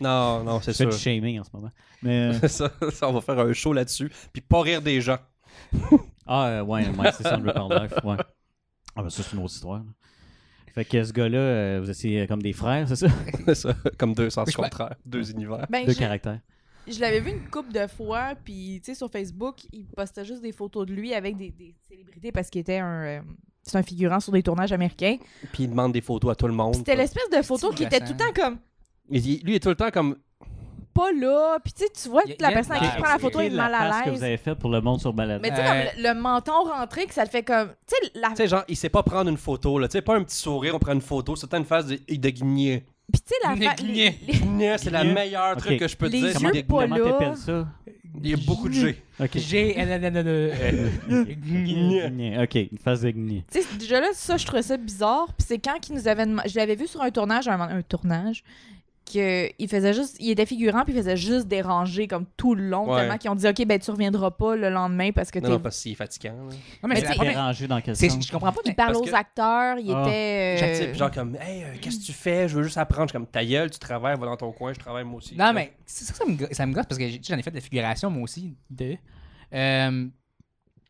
S3: Non, non, c'est
S1: je fais
S3: sûr.
S1: du
S3: (laughs)
S1: shaming en ce moment. Mais euh,
S3: ça, ça, on va faire un show là-dessus. Puis pas rire des gens.
S1: ah euh, ouais, ouais, c'est ça, Unreal Life, ouais. Ah ben ça c'est une autre histoire. là. Fait que ce gars-là, euh, vous étiez euh, comme des frères, c'est ça?
S3: (laughs) C'est ça, comme deux sens
S2: Oui, je-
S3: contraires, deux univers.
S4: Ben,
S1: Deux
S4: j'ai-
S1: caractères.
S4: Je l'avais vu une couple de fois, puis tu sais, sur Facebook, il postait juste des photos de lui avec des, des célébrités parce qu'il était un. euh, c'est un figurant sur des tournages américains.
S3: Puis il demande des photos à tout le monde.
S4: C'était l'espèce de photo
S2: C'est
S4: qui était tout le temps comme
S3: Il- il- lui, il est tout le temps comme.
S4: pas là. Puis tu sais, tu vois
S2: Il y a-
S4: que la
S2: il y a
S4: personne
S2: une
S4: qui
S2: vibe,
S4: prend la
S2: oui.
S4: photo est
S1: Quelle est la
S4: mal
S1: face
S4: à
S1: que vous
S4: l'aise.
S1: avez faite pour le monde sur balade.
S4: Mais tu sais, comme le, le menton rentré, que ça le fait comme. Tu sais, la.
S3: Tu sais, genre, il sait pas prendre une photo, là. Tu sais, pas un petit sourire, on prend une photo. C'est une phase de, de guignée.
S4: Puis tu sais,
S2: (laughs)
S4: la. fa-
S2: Guignée.
S4: les- les-
S3: Guignée, c'est la
S1: Guignée.
S3: meilleure
S1: Ok.
S3: truc que je peux
S4: Les
S3: dire.
S4: yeux
S3: c'est des-
S4: pas
S1: Comment
S4: là.
S1: t'appelles ça?
S3: Il y a beaucoup de G.
S1: Ok.
S2: J'ai.
S3: Eh,
S4: (laughs)
S3: Guignée.
S1: Gné. Ok, une face de gné.
S4: Tu sais, déjà là, ça, je trouvais ça bizarre. Puis c'est quand qu'il nous avait demandé- Je l'avais vu sur un tournage, un, un tournage, qu'il faisait juste. Il était figurant, puis il faisait juste déranger, comme tout le long,
S3: Ouais.
S4: tellement qu'ils ont dit, OK, ben, tu reviendras pas le lendemain parce que
S3: Non,
S4: t'es.
S3: non, parce qu'il est fatigant, là.
S2: Non, mais c'est la
S4: t'sais,
S2: première-
S1: Dérangé dans quel
S2: c'est-
S1: sens?
S2: Je comprends pas.
S4: Il
S2: mais-
S4: parle
S3: parce
S4: aux
S3: que-
S4: acteurs, il
S1: Ah.
S4: était. euh,
S3: J'active, genre, comme, hey, euh, qu'est-ce que tu fais? Je veux juste apprendre. Je suis comme, ta gueule, tu travailles, va dans ton coin, je travaille moi aussi.
S2: Non, mais c'est ça que ça me, go- ça me gosse parce que j'ai- j'en ai fait de la figuration, moi aussi. De, Euh,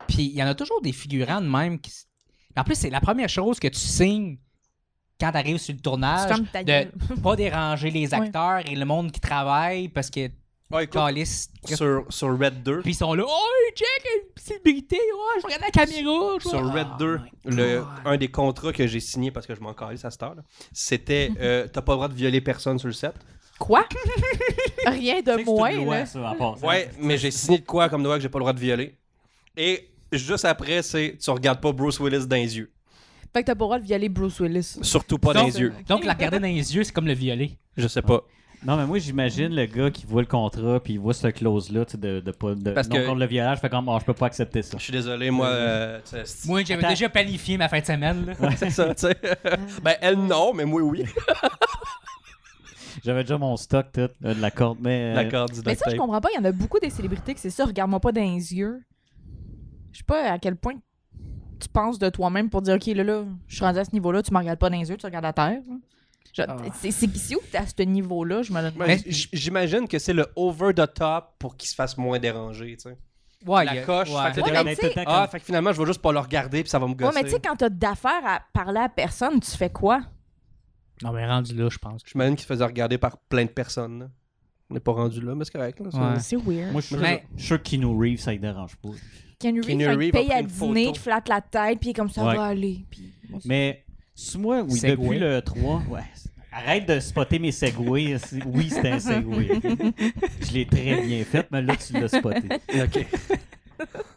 S2: puis il y en a toujours des figurants de même. Qui, s- en plus, c'est la première chose que tu signes quand tu arrives sur le
S4: C'est
S2: tournage
S4: comme ta gueule.
S2: de (laughs) pas déranger les acteurs et le monde qui travaille parce que
S3: Ouais, Ah, écoute,
S2: Calis.
S3: sur, sur Red 2,
S2: Puis ils sont là, oh, check, une célébrité, oh, je regarde la caméra. je-
S3: sur Red
S2: Ah,
S3: 2,
S2: my
S3: le,
S2: God.
S3: un des contrats que j'ai signé parce que je m'en calais à cette heure, là, c'était euh, t'as pas le droit de violer personne sur le set.
S4: Quoi? (laughs) Rien de
S1: C'est
S4: moins,
S1: une
S4: là.
S1: loi, ça, en passant.
S3: Ouais, mais j'ai signé de quoi comme droit que j'ai pas le droit de violer. Et juste après, c'est tu regardes pas Bruce Willis dans les yeux.
S4: Fait que t'as pas le droit de violer Bruce Willis.
S3: Surtout pas dans
S2: Donc,
S3: les yeux.
S2: donc, la regarder dans les yeux, c'est comme le violer.
S3: Je sais pas.
S1: Non, mais moi, j'imagine le gars qui voit le contrat puis il voit ce clause-là, tu sais, de, de pas. De,
S3: Parce
S1: non
S3: que-
S1: contre le violage, fait comme, oh, je peux pas accepter ça.
S3: Je suis désolé, moi. euh, tu sais, c'est
S2: Moi, j'avais
S1: Attends.
S2: déjà planifié ma fin de semaine. là.
S3: c'est ça, tu
S4: (laughs)
S3: sais. ben, elle, non, mais moi, oui.
S1: J'avais déjà mon stock, tout, euh, de la corde, mais. euh,
S3: D'accord, dis
S4: Mais ça, je comprends pas. Il y en a beaucoup des célébrités que c'est ça, regarde-moi pas dans les yeux. Je sais pas à quel point tu penses de toi-même pour dire, OK, là, là, je suis rendu à ce niveau-là, tu me regardes pas dans les yeux, tu regardes la terre. là. Je-
S2: Ah.
S4: C'est c'est- c'est où que t'es à ce niveau-là, je me le demande.
S3: Mais j- J'imagine que c'est le over the top pour qu'il se fasse moins déranger, tu sais.
S2: Ouais,
S3: La
S2: il y a-
S3: coche, fait que
S1: t'es
S4: Ouais,
S1: comme-
S4: mais tu
S1: tout le
S4: sais-
S1: temps
S3: Ah, fait que finalement, je vais juste pas le regarder puis ça va me
S4: Ouais,
S3: gosser.
S4: mais tu sais, quand t'as d'affaires à parler à personne, tu fais quoi?
S2: Non, mais rendu là, je pense. que
S3: J'imagine qu'il se faisait regarder par plein de personnes. là. On n'est pas rendu là, mais c'est correct. Là, ça.
S2: Ouais.
S4: C'est weird.
S1: Moi, je suis
S2: Mais-
S1: je suis sûr que Keanu Reeves, ça ne dérange pas.
S4: Ken
S3: Keanu
S4: Reeves, il
S3: Reeves a
S4: paye
S3: pris
S4: à
S3: une
S4: dîner,
S3: photo.
S4: il flatte la tête, puis il est comme ça,
S1: Ouais.
S4: va aller. Puis-
S1: Mais, sous moi, oui,
S2: Segway.
S1: depuis le 3, ouais. Arrête de spotter mes segways. C'est- Oui, c'est un segway. ok? Je l'ai très bien fait, mais là, tu l'as spoté. (laughs)
S3: Ok.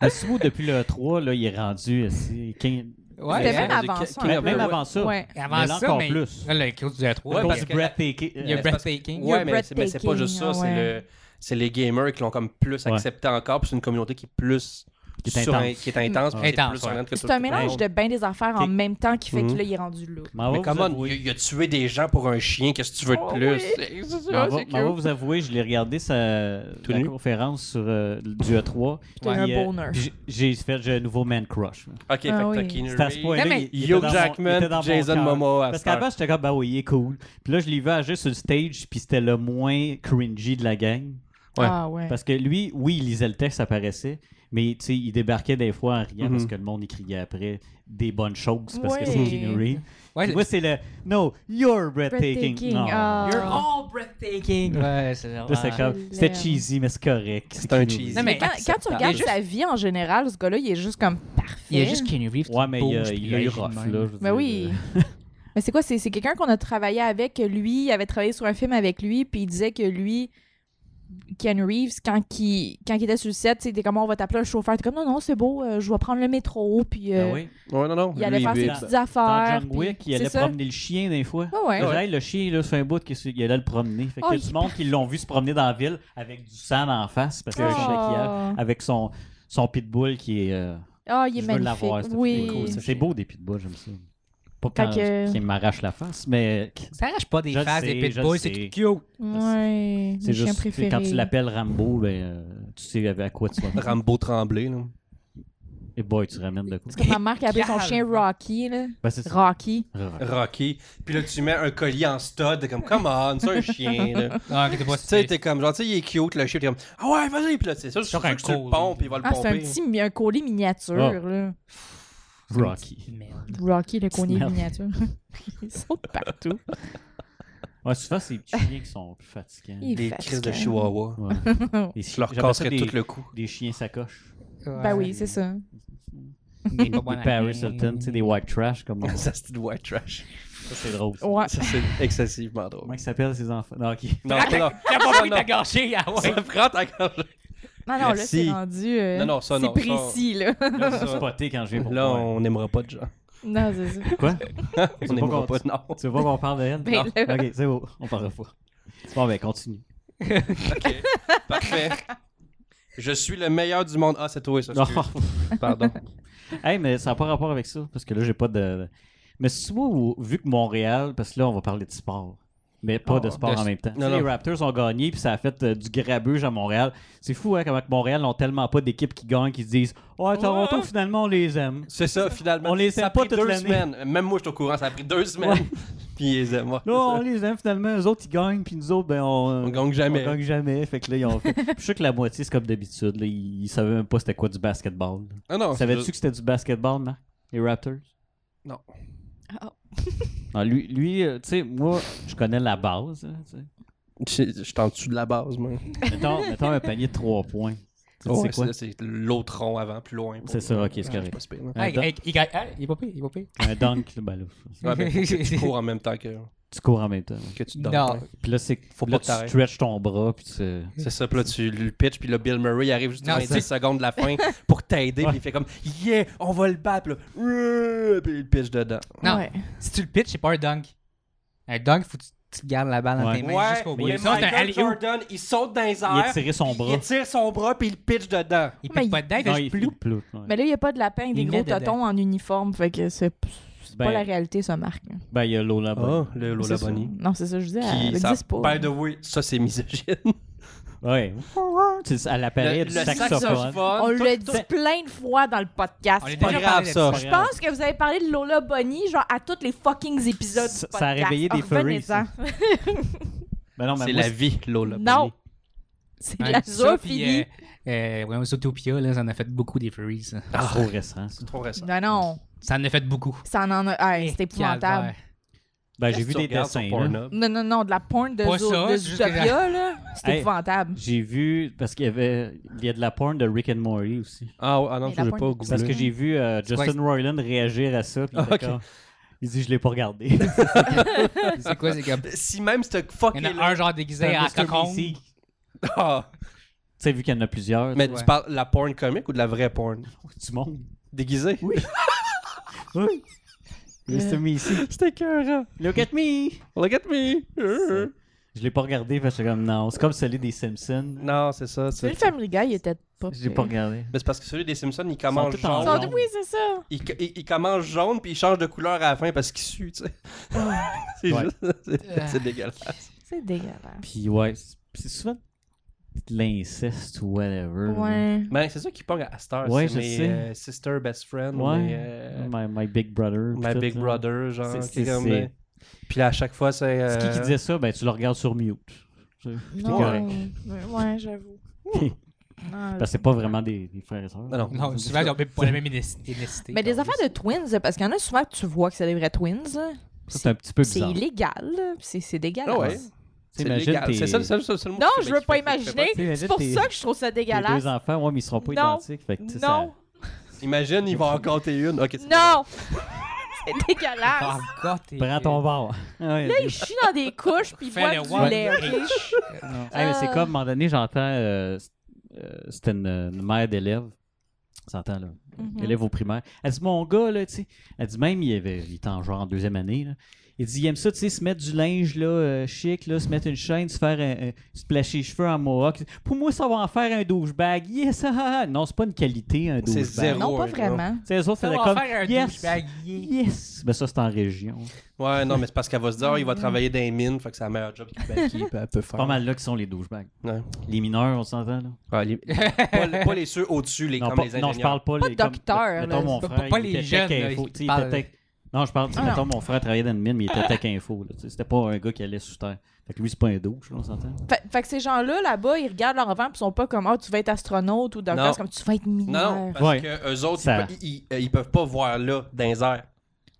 S1: Mais sous moi, depuis le 3, là, il est rendu ici. quin-
S2: Ouais,
S4: C'était même
S2: hein.
S4: avant ça,
S1: Mais
S4: un
S1: même
S4: peu.
S1: avant ça.
S4: Ouais.
S2: Et Avant
S1: Mais là,
S2: ça,
S1: encore
S2: mais-
S1: plus.
S2: Là, le cause du
S1: à
S2: E3,
S3: Ouais,
S1: cause
S3: parce
S1: du
S3: que-
S1: breathtaking-
S2: il y a
S1: euh,
S2: Breathtaking. ah
S3: Ouais, mais c'est mais c'est pas
S4: breathtaking,
S3: juste ça. C'est
S4: ouais.
S3: le- c'est les gamers qui l'ont comme plus
S1: Ouais.
S3: accepté encore. puis C'est une communauté qui est plus.
S1: Qui est
S3: sur-
S1: intense. Ah.
S3: qui est intense. puis qui est
S2: Intense,
S3: plus
S2: ouais.
S3: orientée que tout
S4: C'est
S3: le
S4: un
S3: monde.
S4: mélange de bain des affaires en
S1: T'es-
S4: même temps qui fait que
S3: Mhm.
S4: là, il est rendu là.
S1: M'en va
S3: Mais
S1: Ah vous
S3: comment
S1: avouer-
S3: il, il a tué des gens pour un chien, qu'est-ce que tu veux de
S4: Oh
S3: plus?
S4: oui.
S3: C'est- c'est- c'est-
S1: M'en va-
S3: c'est
S1: m'en va
S3: cute.
S1: vous avouer, je l'ai regardé sa
S3: Tout
S1: la
S3: nu.
S1: conférence sur euh, du E3.
S4: T'as eu
S1: Puis,
S4: un
S1: euh,
S4: bonheur.
S1: puis j'ai j'ai fait j'ai un nouveau man crush. là.
S3: Ok, fait
S4: Ah oui.
S3: que t'as Keanu
S1: C'était à ce point-là.
S2: Non, mais-
S1: il- il était
S3: Hugh
S1: dans mon- il
S3: Jackman,
S1: était dans mon
S3: Jason
S1: cœur.
S3: Momoa. à
S1: Parce
S3: cette heure.
S1: qu'avant, j'étais comme, bah oui, il est cool. Puis là, je l'ai vu agir sur le stage, puis c'était le moins cringy de la gang.
S3: Ouais.
S4: Ah ouais.
S1: Parce que lui, oui, il lisait le texte, ça paraissait, mais tu sais, il débarquait des fois en riant
S3: Mhm.
S1: parce que le monde écrivait après des bonnes choses parce que c'est
S4: Ouais.
S1: Keanu Reeves.
S2: Ouais,
S1: Puis Moi, c'est le No, you're breathtaking.
S4: Breathtaking,
S1: Non.
S4: ah.
S2: You're all breathtaking. Ouais, c'est
S1: Là, c'est comme-
S4: Je
S1: C'était
S4: l'aime.
S1: cheesy, mais c'est correct. C'est
S3: un
S1: Keanu
S3: cheesy.
S1: Reeves.
S2: Non, mais-
S4: Quand, quand tu
S2: acceptable.
S4: regardes
S2: Il y a
S4: sa vie en général, ce gars-là, il est juste comme parfait.
S2: Il y a juste Keanu Reeves qui
S1: Ouais, mais il y a-
S2: bouge, puis
S1: il y a eu
S2: agit de
S1: rough, là.
S2: même.
S1: je veux
S4: Mais
S1: dire.
S4: oui. Mais c'est quoi? C'est c'est quelqu'un qu'on a travaillé avec. que Lui, il avait travaillé sur un film avec lui, puis il disait que lui, Ken Reeves, quand il, quand il était sur le set, tu sais, il était comme, on va t'appeler un chauffeur. T'es comme, non, non, c'est beau, euh, je vais prendre le métro, puis
S1: Ah
S4: euh,
S1: oui.
S3: Ouais, non, non.
S4: il allait
S3: lui,
S4: faire ses
S3: il-
S4: petites
S1: Dans
S4: affaires.
S1: John
S4: Ah, puis-
S1: Wick, il
S4: c'est
S1: allait
S4: ça.
S1: promener le chien des fois.
S4: Ouais, ouais.
S1: Là, le chien, là, c'est un bout qu'il allait le promener. Fait
S4: Oh,
S1: qu'il y a
S4: il
S1: du monde qui l'ont vu se promener dans la ville avec du sang dans la face parce que le chien qui a-
S4: Ah,
S1: avec son, son pitbull qui est. euh,
S4: Ah, il
S1: je
S4: est
S1: veux
S4: magnifique.
S1: l'avoir, ce
S4: oui.
S1: pitbull. Cool, ça, C'est beau des pitbulls, j'aime ça. Pas
S4: Fait
S1: quand
S4: que-
S1: qu'il m'arrache la face, mais
S2: Ça arrache pas des
S1: Je le
S2: faces des
S1: sais, je
S2: pitbulls,
S1: le
S2: c'est
S1: sais.
S2: tout cute.
S4: Ouais,
S1: c'est
S4: mon chien
S1: juste tu sais,
S4: préféré.
S1: quand tu l'appelles Rambo, ben, euh, tu sais avec à quoi tu vas.
S3: Rambo Tremblay. Là.
S1: Et boy, tu ramènes de quoi.
S4: C'est comme ma mère qui appelle son
S2: Calme.
S4: chien Rocky, là.
S1: Ben, c'est ça.
S4: Rocky.
S1: Rocky.
S3: Rocky. Puis là, tu mets un collier en stud. T'es comme, come on, c'est un chien. là.
S2: Ah, t'es pas
S3: tu sais, t'es comme, genre, tu sais, il est cute, le chien. T'es comme, ah ouais, vas-y. Puis là, c'est ça, je
S2: Sur
S3: suis
S2: un
S3: sûr que tu
S2: col.
S3: le pompes, puis il va le
S4: Ah, c'est un
S3: pomper.
S4: petit un collier miniature,
S1: Ah.
S4: là.
S1: Rocky.
S2: Merde.
S4: Rocky, le collier
S1: Merde.
S4: miniature. (laughs) Ils sautent partout.
S1: Ouais, souvent, c'est les petits chiens qui sont plus fatigants.
S4: Il est
S3: Des
S4: fatigant.
S3: crises de chihuahua.
S1: Ouais. Des
S3: Je leur
S1: chiens- j'appelle ça
S3: casserais
S1: des-
S3: tout le coup.
S1: Des chiens sacoches.
S4: Ben oui, c'est ça.
S2: Des pas
S1: Des
S2: bonnes
S1: Paris
S2: affaires.
S1: Hilton, tu sais, des white trash, comme
S3: (laughs)
S1: on
S3: (laughs) Ça, c'est du white trash.
S1: Ça, c'est drôle. ça.
S4: Ouais.
S3: Ça, c'est excessivement drôle.
S1: Comment ils s'appellent ces enfants? Non,
S3: (laughs)
S1: ok.
S3: Non,
S2: Ah,
S3: non,
S2: T'as pas envie de
S3: non.
S2: la gâcher, ah ouais.
S3: Ça prend ta gorge.
S4: Non, non, là,
S3: Merci.
S4: c'est rendu. euh,
S3: Non, non, ça,
S4: C'est
S3: non, ça-
S4: précis, là.
S1: Là, je suis spoté quand je viens pour
S3: Là,
S1: voir.
S3: on n'aimera pas de gens.
S4: (laughs) non, c'est ça.
S1: Quoi?
S3: On n'aimera
S1: qu'on-
S3: pas, non.
S1: Tu veux pas qu'on parle de elle?
S4: Ben,
S1: Non.
S4: là-
S1: Ok, c'est beau. On parlera pas. Bon, ben, continue.
S3: Ok, parfait. (laughs) Je suis le meilleur du monde. Ah, c'est toi, ça.
S1: Non. (laughs)
S3: excuse. Pardon.
S1: hey, mais ça n'a pas rapport avec ça, parce que là, j'ai pas de. Mais si tu vois, où- vu que Montréal, parce que là, on va parler de sport, mais pas
S2: Ah,
S1: de sport
S2: de-
S1: en même temps.
S3: Non,
S1: Tu sais,
S3: non.
S1: Les Raptors ont gagné, puis ça a fait euh, du grabuge à Montréal. C'est fou, hein, comment que Montréal n'ont tellement pas d'équipes qui gagnent, qui se disent Oh, Toronto,
S3: Ouais.
S1: finalement, on les aime.
S3: C'est ça, finalement.
S1: On les
S3: ça
S1: aime
S3: a
S1: pas
S3: pris
S1: toute
S3: deux
S1: l'année.
S3: semaines. Même moi, je suis au courant. Ça a pris deux semaines. (laughs) Puis ils les aiment. ouais,
S1: Là, on
S3: c'est
S1: les aime finalement, eux autres, ils gagnent, puis nous autres, ben,
S3: ça.
S1: on.
S3: on gagne jamais.
S1: On gagne jamais. Fait que là, ils ont fait. Puis (laughs) Je sais que la moitié, c'est comme d'habitude. là, Ils, ils savaient même pas c'était quoi du basketball. là.
S3: Ah non,
S1: Savais-tu que c'était du basketball, Marc? Les Raptors?
S3: Non.
S4: Ah.
S1: Non, lui, lui euh, tu sais, moi, je connais la base. hein, tu sais.
S3: Je je suis en dessous de la base, moi.
S4: (laughs)
S1: mettons, mettons un panier de 3 points. Tu sais
S3: Ouais,
S1: c'est quoi?
S3: c'est- C'est l'autre rond avant, plus loin.
S1: C'est ça, ok, c'est
S3: Ouais,
S1: correct.
S3: pas si pire, non.
S1: Un,
S2: Hey,
S1: dunk-
S2: hey, il gagne- ah, il est pas pire, il est pas pire.
S1: un dunk, là, ben là,
S3: Ouais, mais faut que tu cours en même temps que,
S1: tu cours en même temps.
S3: que tu
S2: Non.
S3: donnes.
S1: Puis là, c'est
S3: Faut
S1: là,
S3: pas que
S1: tu
S3: t'arrêtes.
S1: stretches ton bras. Puis tu...
S3: C'est ça, puis là, tu le pitches, puis là, Bill Murray il arrive juste
S2: Non,
S3: dans les
S2: c'est-
S3: 10 secondes de la fin pour t'aider,
S1: Ouais.
S3: puis il fait comme « Yeah, on va le battre! » Puis là, Ruh! Puis il pitch dedans.
S2: Non.
S4: Ouais.
S2: Si tu le pitches, c'est pas un dunk. Un dunk, faut que tu, tu gardes la balle dans
S1: Ouais.
S2: tes mains jusqu'au bout.
S1: mais
S2: Sinon, c'est un alley-oop.
S3: Jordan, il saute dans les
S4: Ah,
S1: Il a tiré son bras.
S3: Il tire son bras puis il pitch dedans.
S2: Il
S4: Mais
S2: peut pas dedans, il
S1: Non,
S2: fait
S1: il
S2: juste plou.
S1: flou, plou, ouais.
S4: Mais là, il n'y a pas de lapin, des
S2: Il
S4: gros
S2: met dedans.
S4: totons en uniforme. Fait que c'est c'est pas
S1: Ben-
S4: la réalité, ça, Marc.
S1: Ben, il y a Lola.
S3: Ah,
S1: Bunny.
S3: le
S4: C'est
S3: Lola
S4: ça.
S3: Bunny.
S4: Non, c'est ça, je
S2: Ah,
S4: disais.
S3: Qui,
S4: Elle
S3: ça,
S4: existe pas.
S2: hein.
S3: by the way, ça c'est misogyne.
S1: Ouais. Tu sais, Elle apparaît du saxophone.
S2: Oh,
S4: On
S3: tout-
S4: l'a
S3: tout-
S4: dit plein de fois dans le podcast.
S2: On est
S4: C'est
S3: pas
S2: déjà
S3: grave,
S2: parlé de
S3: ça.
S1: C'est
S4: Je
S1: pas grave.
S4: pense que vous avez parlé de Lola Bunny, genre à tous les fucking épisodes.
S1: Ça-
S4: du
S1: ça a
S4: podcast.
S1: réveillé des furries, ça.
S4: Revenez-en.
S1: Ben non, mais
S3: C'est
S1: moi,
S3: la vie, Lola
S4: Non,
S3: Bunny.
S4: (laughs) c'est
S2: Ouais, ça,
S4: la
S2: puis,
S4: zoophilie.
S2: euh, euh, ouais, Zootopia, là, ça en a fait beaucoup des furries. ça.
S1: c'est trop récent. ça.
S3: Trop récent.
S4: Non, non,
S2: Ça en a fait beaucoup.
S4: ça en en a. hey,
S2: Eh,
S4: c'est épouvantable.
S2: calvaire.
S1: Ben, j'ai
S3: Qu'est-ce
S1: vu
S3: que
S1: des
S3: tu regardes sur
S1: dessins. là.
S3: Pornhub?
S4: Non, non, non, de la pointe de,
S2: Pas
S4: Zo-
S2: ça,
S4: de
S2: c'est juste que
S4: Zootopia, là. C'est
S1: Hey.
S4: épouvantable.
S1: J'ai vu, parce qu'il y avait, il y a de la porn de Rick and Morty aussi.
S3: Ah, ouais, ah non,
S4: Mais
S3: je
S4: la
S3: veux
S4: pointe-
S3: pas
S1: Parce que
S3: googler.
S1: j'ai vu euh, Justin Roiland réagir à ça. Puis il
S3: Ah,
S1: était
S3: ok.
S1: comme- il dit, je l'ai pas regardé. (laughs)
S2: (laughs) C'est quoi, c'est comme.
S3: Si même ce
S2: Il
S3: fucking.
S2: y en a un genre déguisé à
S1: Mr.
S2: cocon.
S1: Missy. Tu
S3: Ah.
S1: sais, vu qu'il y en a plusieurs,
S3: Mais
S2: Ouais.
S3: tu parles de la porn comique ou de la vraie porn
S1: du monde.
S3: Déguisée
S1: Oui. Oui. Mr. Missy.
S3: C'était écœurant.
S1: Look at me.
S3: Look at me. Euh.
S1: Je l'ai pas regardé parce que j'étais comme non. C'est comme celui des Simpsons.
S3: Non, c'est ça.
S4: Celui
S3: C'est...
S4: de Family Guy, il était pas.
S1: Je l'ai pas regardé.
S3: Mais c'est parce que celui des Simpsons, il commence
S1: Ils sont tous en
S4: Ils
S3: jaune.
S4: sont-
S1: jaune.
S4: Oui, c'est ça.
S3: Il, il- il commence jaune puis il change de couleur à la fin parce qu'il sue, tu sais. (laughs) c'est
S1: Ouais.
S3: juste. (laughs)
S4: Euh.
S3: C'est, c'est dégueulasse.
S4: C'est dégueulasse.
S1: Puis ouais, c'est- c'est souvent de l'inceste ou whatever.
S4: Ouais.
S3: Ben, c'est ça qui pogne à Star.
S1: Ouais,
S3: c'est
S1: je
S3: mes,
S1: sais.
S3: euh, sister, best friend,
S1: Ouais.
S3: mes, euh,
S1: My, my Big Brother. puis
S3: my
S1: tout,
S3: big
S1: là.
S3: brother, genre.
S1: C'est-
S3: qui
S1: c'est-
S3: est comme,
S1: c'est-
S3: euh, Puis là, à chaque fois, c'est.
S1: C'est qui qui
S3: euh,
S1: disait ça? Ben, tu le regardes sur mute. Tu sais, c'est
S4: Non.
S1: correct.
S4: Ouais,
S1: (laughs)
S4: ouais, j'avoue. Non,
S1: Parce que c'est pas vraiment des, des frères et sœurs.
S3: Non, non.
S2: Non, souvent, ils ont même pas la même identité.
S4: Mais des
S2: Comme-
S4: affaires de twins, parce qu'il y en a souvent que tu vois que c'est des vrais twins. là.
S1: Ça, C'est un petit peu
S4: C'est
S1: bizarre.
S4: illégal, là, puis c'est- c'est dégueulasse.
S3: Ah ouais. C'est
S1: T'imagines
S3: légal.
S1: tes-
S3: C'est ça, c'est ça, c'est le mot
S4: Non,
S3: que
S4: je veux
S3: qui
S4: pas
S3: fait- qui fait
S4: imaginer.
S1: T'imagines
S4: C'est pour
S1: tes-
S4: ça que je trouve ça
S1: Tes
S4: dégueulasse.
S1: deux enfants, ouais, mais ils seront pas
S4: Non.
S1: identiques. Fait que, tu sais, ça-
S4: Non,
S3: peur. Imagine, il va en compter une. Ok, c'est
S4: non. (laughs) C'est dégueulasse.
S2: Ah, God, t'es-
S1: Prends ton
S3: (laughs)
S1: bar. Ouais.
S4: Là, il chie dans des couches, puis il
S2: Fais
S4: boit
S2: le
S4: du
S2: one
S4: lait. ok?
S1: (laughs)
S2: Non.
S1: Hey, mais c'est
S4: Euh.
S1: comme, à un moment donné, j'entends. euh, c- euh, C'était une, une mère d'élève. J'entends, là.
S2: Mm-hmm.
S4: Mhm.
S1: Élève au primaire. Elle dit, mon gars, là, tu sais. Elle dit, même, il, avait, il était en genre en deuxième année, là. Il dit, il aime ça, tu sais, se mettre du linge, là, euh, chic, là, se mettre une chaîne, se faire un, un- se placher les cheveux en mohawk. Pour moi, ça va en faire un douchebag. Yes, (laughs) ah, ah, ah. Non, c'est pas une qualité, un douchebag.
S3: zéro.
S4: Non, pas
S3: Ouais,
S4: vraiment.
S1: Tu sais, les autres
S2: Ça
S1: faisaient
S2: va en
S1: comme.
S2: faire un
S1: yes,
S2: douchebag.
S1: yes. Ben, ça, c'est en région.
S3: Ouais, non, mais c'est parce qu'elle va se dire, Ah, il
S4: Mm.
S3: va travailler dans les mines, fait que c'est la meilleure job qu'il peut, qu'il peut- elle peut faire.
S1: Pas mal là qui sont les douchebags.
S3: Ouais.
S1: Les mineurs, on s'entend, là.
S3: Ouais,
S4: (laughs)
S3: les- pas, le- pas les ceux au-dessus, les,
S1: non,
S3: comme
S1: pas-
S3: les
S1: non,
S3: ingénieurs.
S1: je parle pas
S4: Pas
S1: les
S4: de docteur,
S1: comme- mettons
S4: là.
S1: mon
S2: Pas-
S1: frère,
S2: pas
S1: il
S2: les
S1: était
S2: jeunes,
S1: tech
S2: là,
S1: info,
S2: ils
S1: tu sais, il
S2: parlent.
S1: était tech- Non, je parle, tu sais,
S4: Ah, non.
S1: mettons mon frère travaillait dans une mine, mais il était tech info. là, tu sais, C'était pas un gars qui allait sous terre. Fait que lui, c'est pas un douche, là, on s'entend.
S4: Fait, fait que ces gens-là, là-bas, ils regardent leur enfant, puis ils sont pas comme, ah, tu vas être astronaute ou
S3: Non.
S4: docteur. C'est comme, tu vas être mineur.
S3: Non, non, parce
S1: Ouais.
S3: que eux autres,
S1: Ça-
S3: ils, pe- ils- ils- ils peuvent pas voir là, dans les airs.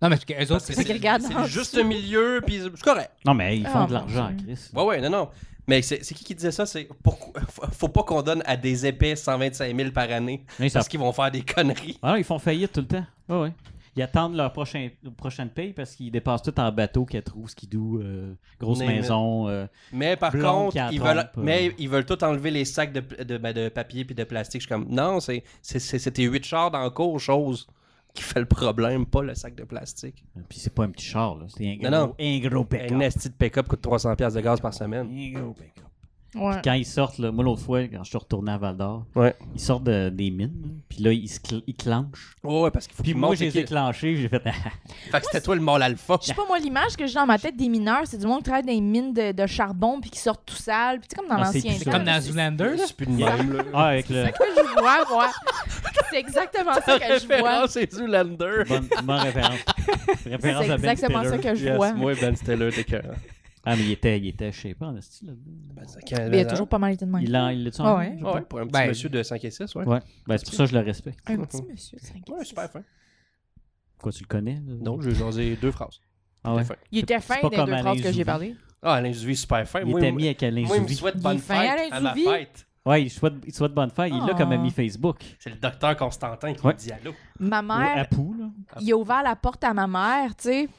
S2: Non, mais parce que eux
S1: Ah,
S2: autres,
S3: Parce que
S2: c'est.
S4: qu'ils regardent
S3: c'est
S4: en
S3: juste le milieu, puis c'est correct.
S1: Non, mais ils
S4: Ah,
S1: font de
S4: mon
S1: l'argent,
S4: Dieu.
S1: Chris.
S3: Ouais, ouais, non, non. Mais c'est c'est qui qui disait ça? C'est pourquoi faut- faut pas qu'on donne à des épais 125 000 par année
S1: Non, ils, savent-
S3: parce qu'ils vont faire des conneries.
S1: Ah, non, ils font faillite tout le temps. Ouais, ouais. Ils attendent leur, prochain, leur prochaine paye parce qu'ils dépensent tout en bateau, catrou, skidou, euh, grosse
S3: Name it.
S1: maison. euh,
S3: Mais par
S1: Blonde
S3: contre,
S1: qui la
S3: ils veulent,
S1: trompe, euh.
S3: mais ils veulent tout enlever les sacs de, de, ben, de papier puis de plastique. Je suis comme, non, c'est- c'est- c'est c'est tes 8 chars dans la cour, chose qui fait le problème, pas le sac de plastique.
S1: Puis c'est pas un petit char, là. C'est un gros,
S3: Non, non.
S1: Un gros pick-up.
S3: Un Ben, esti de pick-up coûte 300$ piastres de gaz par semaine.
S1: Un gros pick-up.
S4: Ouais.
S1: Quand ils sortent, là, moi l'autre fois, quand je suis retourné à Val d'Or,
S3: Ouais.
S1: ils sortent de- des mines, là, puis là, ils, se cl- ils clenchent.
S3: Ouais, ouais, parce qu'il faut
S1: Puis
S3: qu'ils
S1: moi,
S3: montrent
S1: j'ai
S3: qu'ils-
S1: déclenché, j'ai fait. (laughs) Ah,
S3: Fait que c'était toi le mâle alpha.
S4: Je sais pas, moi, l'image que j'ai dans ma tête des mineurs, c'est du monde qui travaille dans les mines de, de charbon puis qui sortent tout sale. Puis tu sais, comme dans
S1: Ah, c'est
S4: l'ancien
S1: plus
S2: C'est
S4: temps.
S1: ça.
S2: comme dans
S4: là, (laughs)
S2: Zoolander, là.
S3: C'est plus de même, (laughs) là.
S1: ah, avec
S4: C'est
S1: le.
S4: ça que je vois, moi. C'est exactement ça que je vois.
S3: référence, c'est Zoolander.
S1: Bonne, bonne référence. référence
S4: (laughs) C'est
S1: à Ben
S4: exactement ça
S1: Stiller.
S4: que je
S3: Yes,
S4: vois.
S3: moi, Ben Stiller, t'es cœur.
S1: Ah, mais il était, il était, je sais pas, en style. là.
S3: Ben, c'est quand
S4: Mais il a toujours pas mal été de même.
S1: Il l'a il l'a tué
S4: Ah
S1: en
S4: ouais.
S1: je sais pas.
S3: Ouais, pour un petit
S2: Ben,
S3: monsieur de 5 et 6, ouais.
S1: Ouais. Ben, c'est pour ça que je le respecte.
S4: Un petit monsieur, c'est un
S3: Ouais, super fin.
S1: Quoi, tu le connais?
S3: Non, j'ai jasé deux phrases.
S1: ah ouais.
S3: Fin.
S4: Il était fin
S1: C'est pas
S4: des deux
S1: comme hein. Alain
S4: phrases que
S1: Zouvi.
S4: j'ai parlé.
S3: Ah, Alain Zuvie, super fin.
S1: Il
S3: moi,
S1: était
S3: moi-
S1: mis avec Alain
S3: moi, il me
S1: Zouvi.
S3: souhaite
S4: Il est
S3: bonne
S4: fin,
S3: fête
S4: Alain
S3: à ma
S4: Zouvi.
S3: fête.
S1: Ouais, il souhaite, il souhaite bonne fête. Il l'a
S4: Ah.
S1: comme ami Facebook.
S3: C'est le docteur Constantin qui
S1: Ouais.
S3: me dit allô.
S4: Ma
S1: Ou
S4: mère,
S1: Apu, là.
S4: il a ouvert la porte à ma mère, tu sais.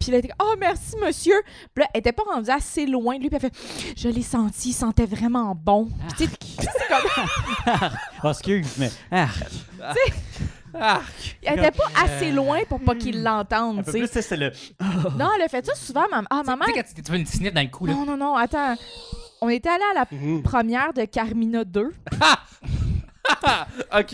S4: Puis elle était comme, oh merci monsieur. Puis là, elle était pas rendue assez loin de lui. Puis elle fait, je l'ai senti, il sentait vraiment bon. Puis tu sais, c'est comme-
S1: Ah, excuse, mais. Ah,
S4: (laughs) elle était pas
S2: euh,
S4: assez loin pour pas
S2: hmm.
S4: qu'il
S1: un
S4: l'entende, tu
S1: peu
S4: sais.
S1: plus, ça, c'est le.
S4: Non, elle a fait ça souvent, maman. Ah, maman.
S2: Tu sais, quand tu te fais une sniff dans le cou, là.
S4: Non, non, non, attends. On était allé à la
S2: Mm-hmm.
S4: première de Carmina 2.
S3: Ok,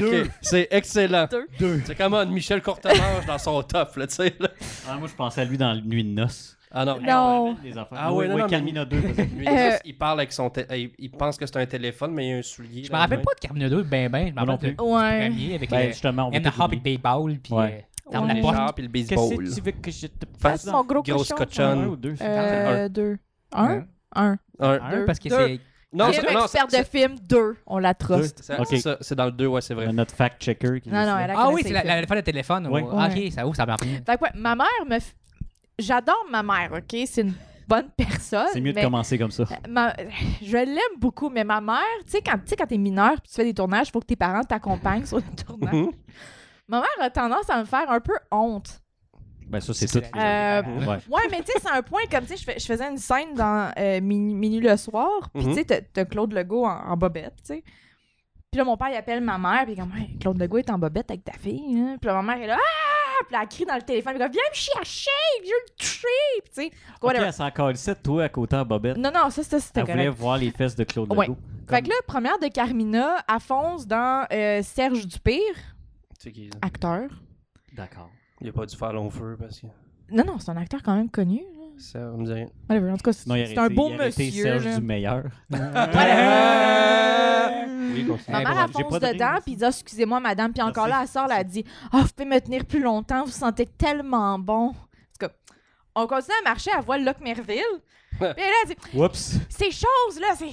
S1: Deux.
S3: ok. C'est excellent.
S4: Deux.
S1: Deux.
S3: C'est comme un Michel Courtemanche dans son top, là, tu sais. là.
S1: Ah, moi, je pensais à lui dans Nuit de noces.
S3: Ah non.
S4: Non.
S1: Les enfants.
S3: Ah ouais, non, non, mais-
S1: Carmina 2. parce que-
S3: (laughs) Lui,
S4: Euh.
S3: il parle avec son. té- Il il pense que c'est un téléphone, mais il y a un soulier.
S2: Je me rappelle pas de Carmina 2, ben ben. Je me
S1: Moi non
S2: rappelle de-
S1: plus.
S4: Ouais.
S2: premier avec euh,
S1: Ben,
S2: le-
S1: justement, on va
S2: And the
S1: tout
S2: Hobbit
S1: oublier.
S2: Baseball, puis
S1: Ouais.
S2: euh, dans
S4: Ouais.
S2: la
S3: Le
S2: porte.
S3: char puis le
S1: Qu'est-ce
S3: baseball.
S1: que tu veux que je te
S4: Face
S1: fasse
S4: mon gros
S3: Grosse
S4: cochon.
S3: cochonne.
S1: Un ou deux, c'est
S4: Euh, deux. Un? Un.
S1: Ah.
S3: Un-
S2: euh, Un,
S4: Deux.
S2: parce que
S4: Deux.
S2: c'est.
S3: Non,
S4: Film
S3: c'est- non, c'est-
S4: expert de film, deux. On la truste.
S3: c'est-
S1: Ok.
S3: c'est ça, c'est dans le 2, ouais, c'est vrai.
S1: Euh, Notre fact-checker. qui
S4: Non,
S1: dit
S4: non,
S1: ça.
S4: elle a
S2: Ah oui,
S4: connaissé
S2: c'est
S4: les
S2: la- la-
S4: films.
S2: l'affaire de téléphone.
S1: Ouais.
S2: ou- Ah,
S4: Ouais.
S2: ok, ça ouvre, ça m'a pris.
S4: Fait que ouais, ma mère me. f- j'adore ma mère, OK? C'est une bonne personne.
S1: C'est mieux de
S4: mais
S1: commencer comme ça.
S4: ma- Je l'aime beaucoup, mais ma mère, tu sais, quand, tu sais, quand t'es mineur puis tu fais des tournages, il faut que tes parents t'accompagnent sur les tournages.
S3: Mhm.
S4: Ma mère a tendance à me faire un peu honte.
S1: Ben, ça, c'est tout.
S4: Euh,
S1: Ouais.
S4: Ouais, mais tu sais, c'est un point comme, tu sais, je fais- je faisais une scène dans euh, Minu- Minuit le soir,
S1: Mm-hmm.
S4: puis tu sais, t'as- t'as Claude Legault en, en bobette, tu sais. Puis là, mon père, il appelle ma mère, puis il est comme, Hey, Claude Legault est en bobette avec ta fille, hein. Puis là, ma mère, elle est là, ah! Puis là, elle crie dans le téléphone, elle est comme, viens me chercher, viens le toucher, puis tu sais,
S1: Ok,
S4: whatever.
S1: elle s'en calissait de toi à côté à Bobette.
S4: Non, non, ça, c'était c'était
S1: Elle voulait
S4: correct.
S1: voir les fesses de Claude
S4: Ouais.
S1: Legault.
S4: Fait que là, première de Carmina, elle fonce dans euh, Serge Dupire,
S3: Tu sais qu'il
S4: acteur.
S1: D'accord.
S3: il a pas dû faire long feu parce que
S4: Non, non, c'est un acteur quand même connu.
S3: ça me dit rien.
S4: Whatever, en tout cas, c'est
S1: Sinon, il
S4: c'est un
S1: aurait
S4: beau
S1: été- il aurait été
S4: monsieur.
S1: Serge
S4: là.
S1: du meilleur.
S4: euh,
S3: Oui, continue.
S4: Ma
S1: Ouais,
S4: mère,
S1: bon,
S4: elle
S1: j'ai
S4: fonce
S1: pas de
S4: dedans,
S1: rire.
S4: puis dit Ah, Excusez-moi, madame. Puis encore là,
S1: Merci.
S4: elle sort, là, elle dit Ah, vous pouvez me tenir plus longtemps, vous sentez tellement bon. En tout cas, on continue à marcher, elle voit Locke Merville. puis là, elle dit
S1: Oups.
S4: Ces choses-là, c'est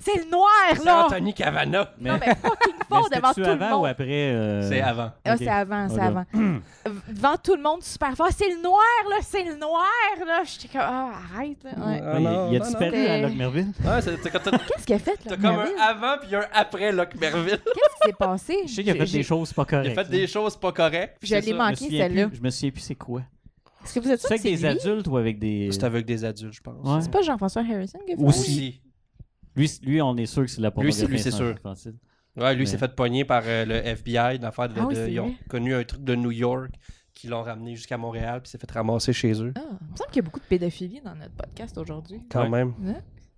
S4: c'est le noir,
S3: C'est
S4: là
S3: Anthony Cavana.
S1: (laughs) Mais,
S4: Non, mais fucking fort devant tout
S1: tu avant
S4: le monde.
S1: ou après euh,
S3: C'est avant.
S4: Ah,
S1: Ok.
S4: c'est avant, c'est
S1: Ok. (clears throat)
S4: avant. V- Devant tout le monde, super fort. C'est le noir, là, c'est le noir, là. J'étais comme, ah, arrête, là. Ouais.
S1: Ouais, il- il a disparu
S4: non.
S1: à Locke
S4: (laughs)
S1: Merville.
S3: Ouais, c'est- t'as- T'as
S4: Qu'est-ce qu'elle a fait, là?
S3: t'as comme un
S4: Merville?
S3: avant puis un après Locke Merville.
S4: Qu'est-ce qui s'est passé?
S1: Je sais qu'il a fait
S4: J'ai-
S1: des choses pas correctes.
S3: Il a fait
S1: là.
S3: des choses pas correctes.
S4: Je l'ai
S1: Je me
S4: manqué,
S1: souviens
S4: celle-là.
S1: plus- Je me souviens plus c'est quoi.
S4: Est-ce que vous êtes
S1: C'est
S4: sûr que
S1: avec
S4: c'est
S1: des
S4: lui?
S1: adultes ou avec des.
S3: C'est avec des adultes, je pense.
S1: Ouais.
S4: C'est pas Jean-François Harrison qui a fait ça?
S1: Aussi. Lui, c- lui, on est sûr que c'est la
S3: Lui, c'est-
S1: pornographie.
S3: lui, c'est sûr.
S1: infantile.
S3: Ouais, lui, il s'est
S1: Mais-
S3: fait pogner par euh, le FBI, l'affaire de,
S4: Ah oui,
S3: de-
S4: c'est
S3: Ils ont
S4: vrai.
S3: connu un truc de New York qui l'ont ramené jusqu'à Montréal puis s'est fait ramasser chez eux.
S4: Ah, il me semble qu'il y a beaucoup de pédophilie dans notre podcast aujourd'hui.
S3: Quand
S1: Ouais.
S3: même.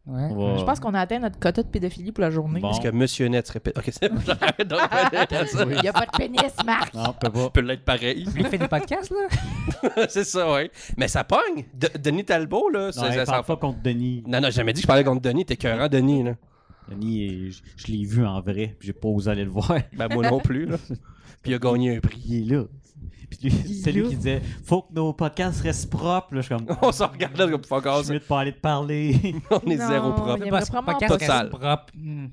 S1: On va-
S4: Je pense qu'on a atteint notre quota de pédophilie pour la journée.
S1: Bon.
S3: Parce que Monsieur Net se répète. Ok, (laughs) c'est bon, j'arrête de revenir à ça.
S4: Il n'y a pas de pénis, Marc!
S1: Non, on
S3: (laughs)
S1: peut
S3: Je
S1: pas.
S3: peux l'être pareil.
S2: Il fait des podcasts, là.
S3: c'est ça, (laughs) ouais. Mais ça pogne. De- Denis Talbot, là. c'est-
S1: Non, elle
S3: ça- ça-
S1: parle pas contre Denis.
S3: Non, non, j'ai jamais dit que je parlais contre Denis. T'es coeurant, Denis, là.
S1: Denis, euh, je, je l'ai vu en vrai, puis j'ai pas osé aller le voir.
S3: Ben, moi non plus, là. Puis il a gagné un prix. (laughs)
S1: Il est là. Puis lui, c'est lui qui disait Faut que nos podcasts restent propres. Là, je suis comme
S3: On s'en regarde là, comme fuck off,
S1: Je suis mieux de parler de (laughs) parler.
S3: On est
S4: Non,
S3: zéro
S4: il
S3: propre.
S4: y a vraiment
S2: podcast
S4: pas-
S2: reste
S3: Total.
S2: propre. Hmm.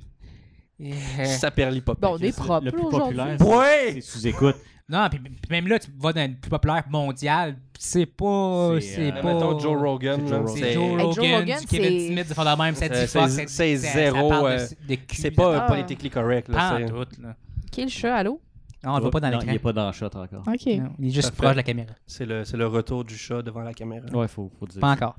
S2: Yeah.
S3: Ça perlit pas.
S4: Bon, on est propre
S1: le plus
S4: aujourd'hui.
S1: populaire.
S3: Ouais!
S1: C'est sous-écoute.
S2: Non, puis puis même là, tu vas dans le plus populaire mondial, c'est pas.
S1: C'est,
S2: C'est
S1: euh,
S3: Mais
S2: pas.
S3: Mettons Joe Rogan,
S1: C'est
S3: là,
S1: Joe
S2: C'est
S3: c'est-
S2: Joe
S4: Hey, Joe
S2: Rogan,
S4: Rogan,
S2: du Kevin
S4: c'est-
S2: Smith, de faire la même, ça
S3: Euh,
S2: dit fuck,
S3: c'est- c'est
S2: ça- ça- ça
S3: zéro,
S2: parle de-
S3: euh,
S2: de cul,
S3: C'est
S2: ça
S3: pas
S4: Ah.
S3: euh, politiquement correct, là.
S2: parle
S3: c'est-
S2: en tout, là.
S4: Qui est le chat, allô?
S2: Non, on le voit pas dans
S1: Non, Il est
S2: l'écran.
S1: pas dans le shot encore.
S4: OK.
S2: Non, Il est
S3: Ça
S2: juste
S3: fait-
S2: proche de la caméra.
S3: C'est le, c'est le retour du chat devant la caméra.
S1: Ouais, faut, faut dire.
S2: Pas encore.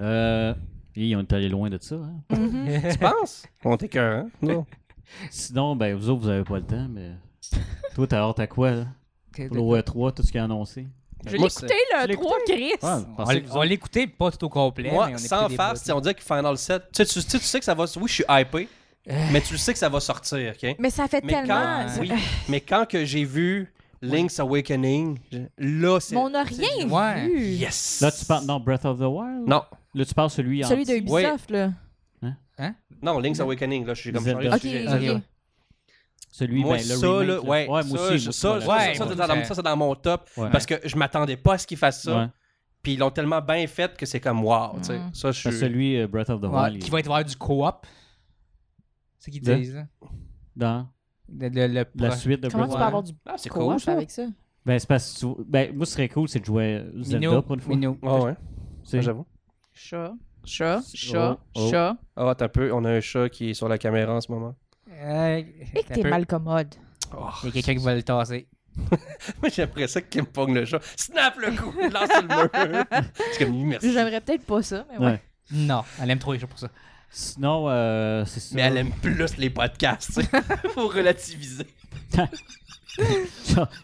S1: Euh, ils ont été allés loin de ça. hein.
S4: Mm.
S3: Tu penses? (laughs) On t'est qu'un, hein? Non.
S1: Sinon, ben, vous autres, vous avez pas le temps, mais. Toi, t'as hâte à quoi, là Pour le E3, tout ce qui est annoncé.
S4: Je l'ai
S3: Moi, c'est-
S4: écouté, le 3 Chris!
S1: Ouais,
S2: (laughs) On
S1: pensez
S2: l-
S1: que vous
S2: On l'écoutait pas tout au complet. mais
S3: Moi,
S2: on
S3: sans
S2: écoutait des
S3: faire,
S2: bouts.
S3: si on dit que Final 7, tu sais, tu, tu sais- tu sais que ça va. Oui, je suis hypé,
S2: Euh.
S3: mais tu le sais que ça va sortir, OK?
S4: Mais ça fait
S3: Mais
S4: tellement...
S3: quand,
S4: ça- (laughs)
S3: oui, mais quand que j'ai vu Link's Awakening, je- là, c'est.
S4: Mais on n'a rien
S2: Ouais.
S4: vu!
S3: Yes!
S1: Là, tu parles. Non, Breath of the Wild
S3: Non,
S1: Là, tu parles celui en.
S4: Celui de Ubisoft, là.
S3: non, Link's Awakening, là, je suis comme
S1: Zelda.
S3: changé de
S4: OK,
S3: sujet.
S2: ok, ouais.
S4: OK.
S1: Celui,
S3: moi,
S1: ben, le
S3: ça,
S1: remake,
S3: là, ouais,
S1: moi
S3: ça,
S1: aussi,
S3: je-
S1: moi,
S3: ça,
S1: voilà.
S3: ça,
S2: Ouais,
S3: ça,
S2: ouais.
S3: c'est dans- ça, c'est dans mon top,
S1: Ouais.
S3: parce que je m'attendais pas à ce qu'ils fassent ça,
S1: Ouais.
S3: puis ils l'ont tellement bien fait que c'est comme wow, tu sais.
S4: Mm.
S3: Ça,
S1: Parce
S3: je
S1: que
S3: suis.
S1: celui euh, Breath of the
S2: Ouais,
S1: Wild.
S2: Qui va être voir du co-op. C'est ce qu'ils
S1: De-
S2: disent, là.
S1: Dans
S2: Le- le- le
S1: la
S2: pro-
S1: suite de Breath of the
S4: Comment tu peux
S2: Ouais.
S1: Wild.
S4: avoir du
S3: Ah, c'est
S4: co
S3: cool, ça.
S4: avec ça?
S1: Ben, c'est parce que tu- ben, moi, ce serait cool, c'est de jouer à Zelda
S2: Minou,
S1: pour une fois.
S2: Minou.
S3: Ah ouais,
S1: Tu
S3: ça,
S1: sais.
S3: j'avoue.
S4: Chat, chat, chat,
S1: oh.
S4: chat.
S3: Ah, attends un peu, on a un chat qui est sur la caméra en ce moment.
S2: Euh,
S4: Et que
S2: un
S4: Eh, t'es
S2: peu.
S4: mal commode.
S1: Oh,
S2: Il y a quelqu'un qui va le tasser.
S3: (laughs) Moi, j'aimerais ça qu'il me pogne le chat. Snap le coup, il lance sur le mur. C'est comme, merci.
S4: J'aimerais peut-être pas ça, mais ouais.
S1: Ouais.
S2: Non, elle aime trop les choses pour ça.
S1: Sinon, euh, c'est ça.
S3: Mais elle aime plus les podcasts, tu sais. Faut relativiser.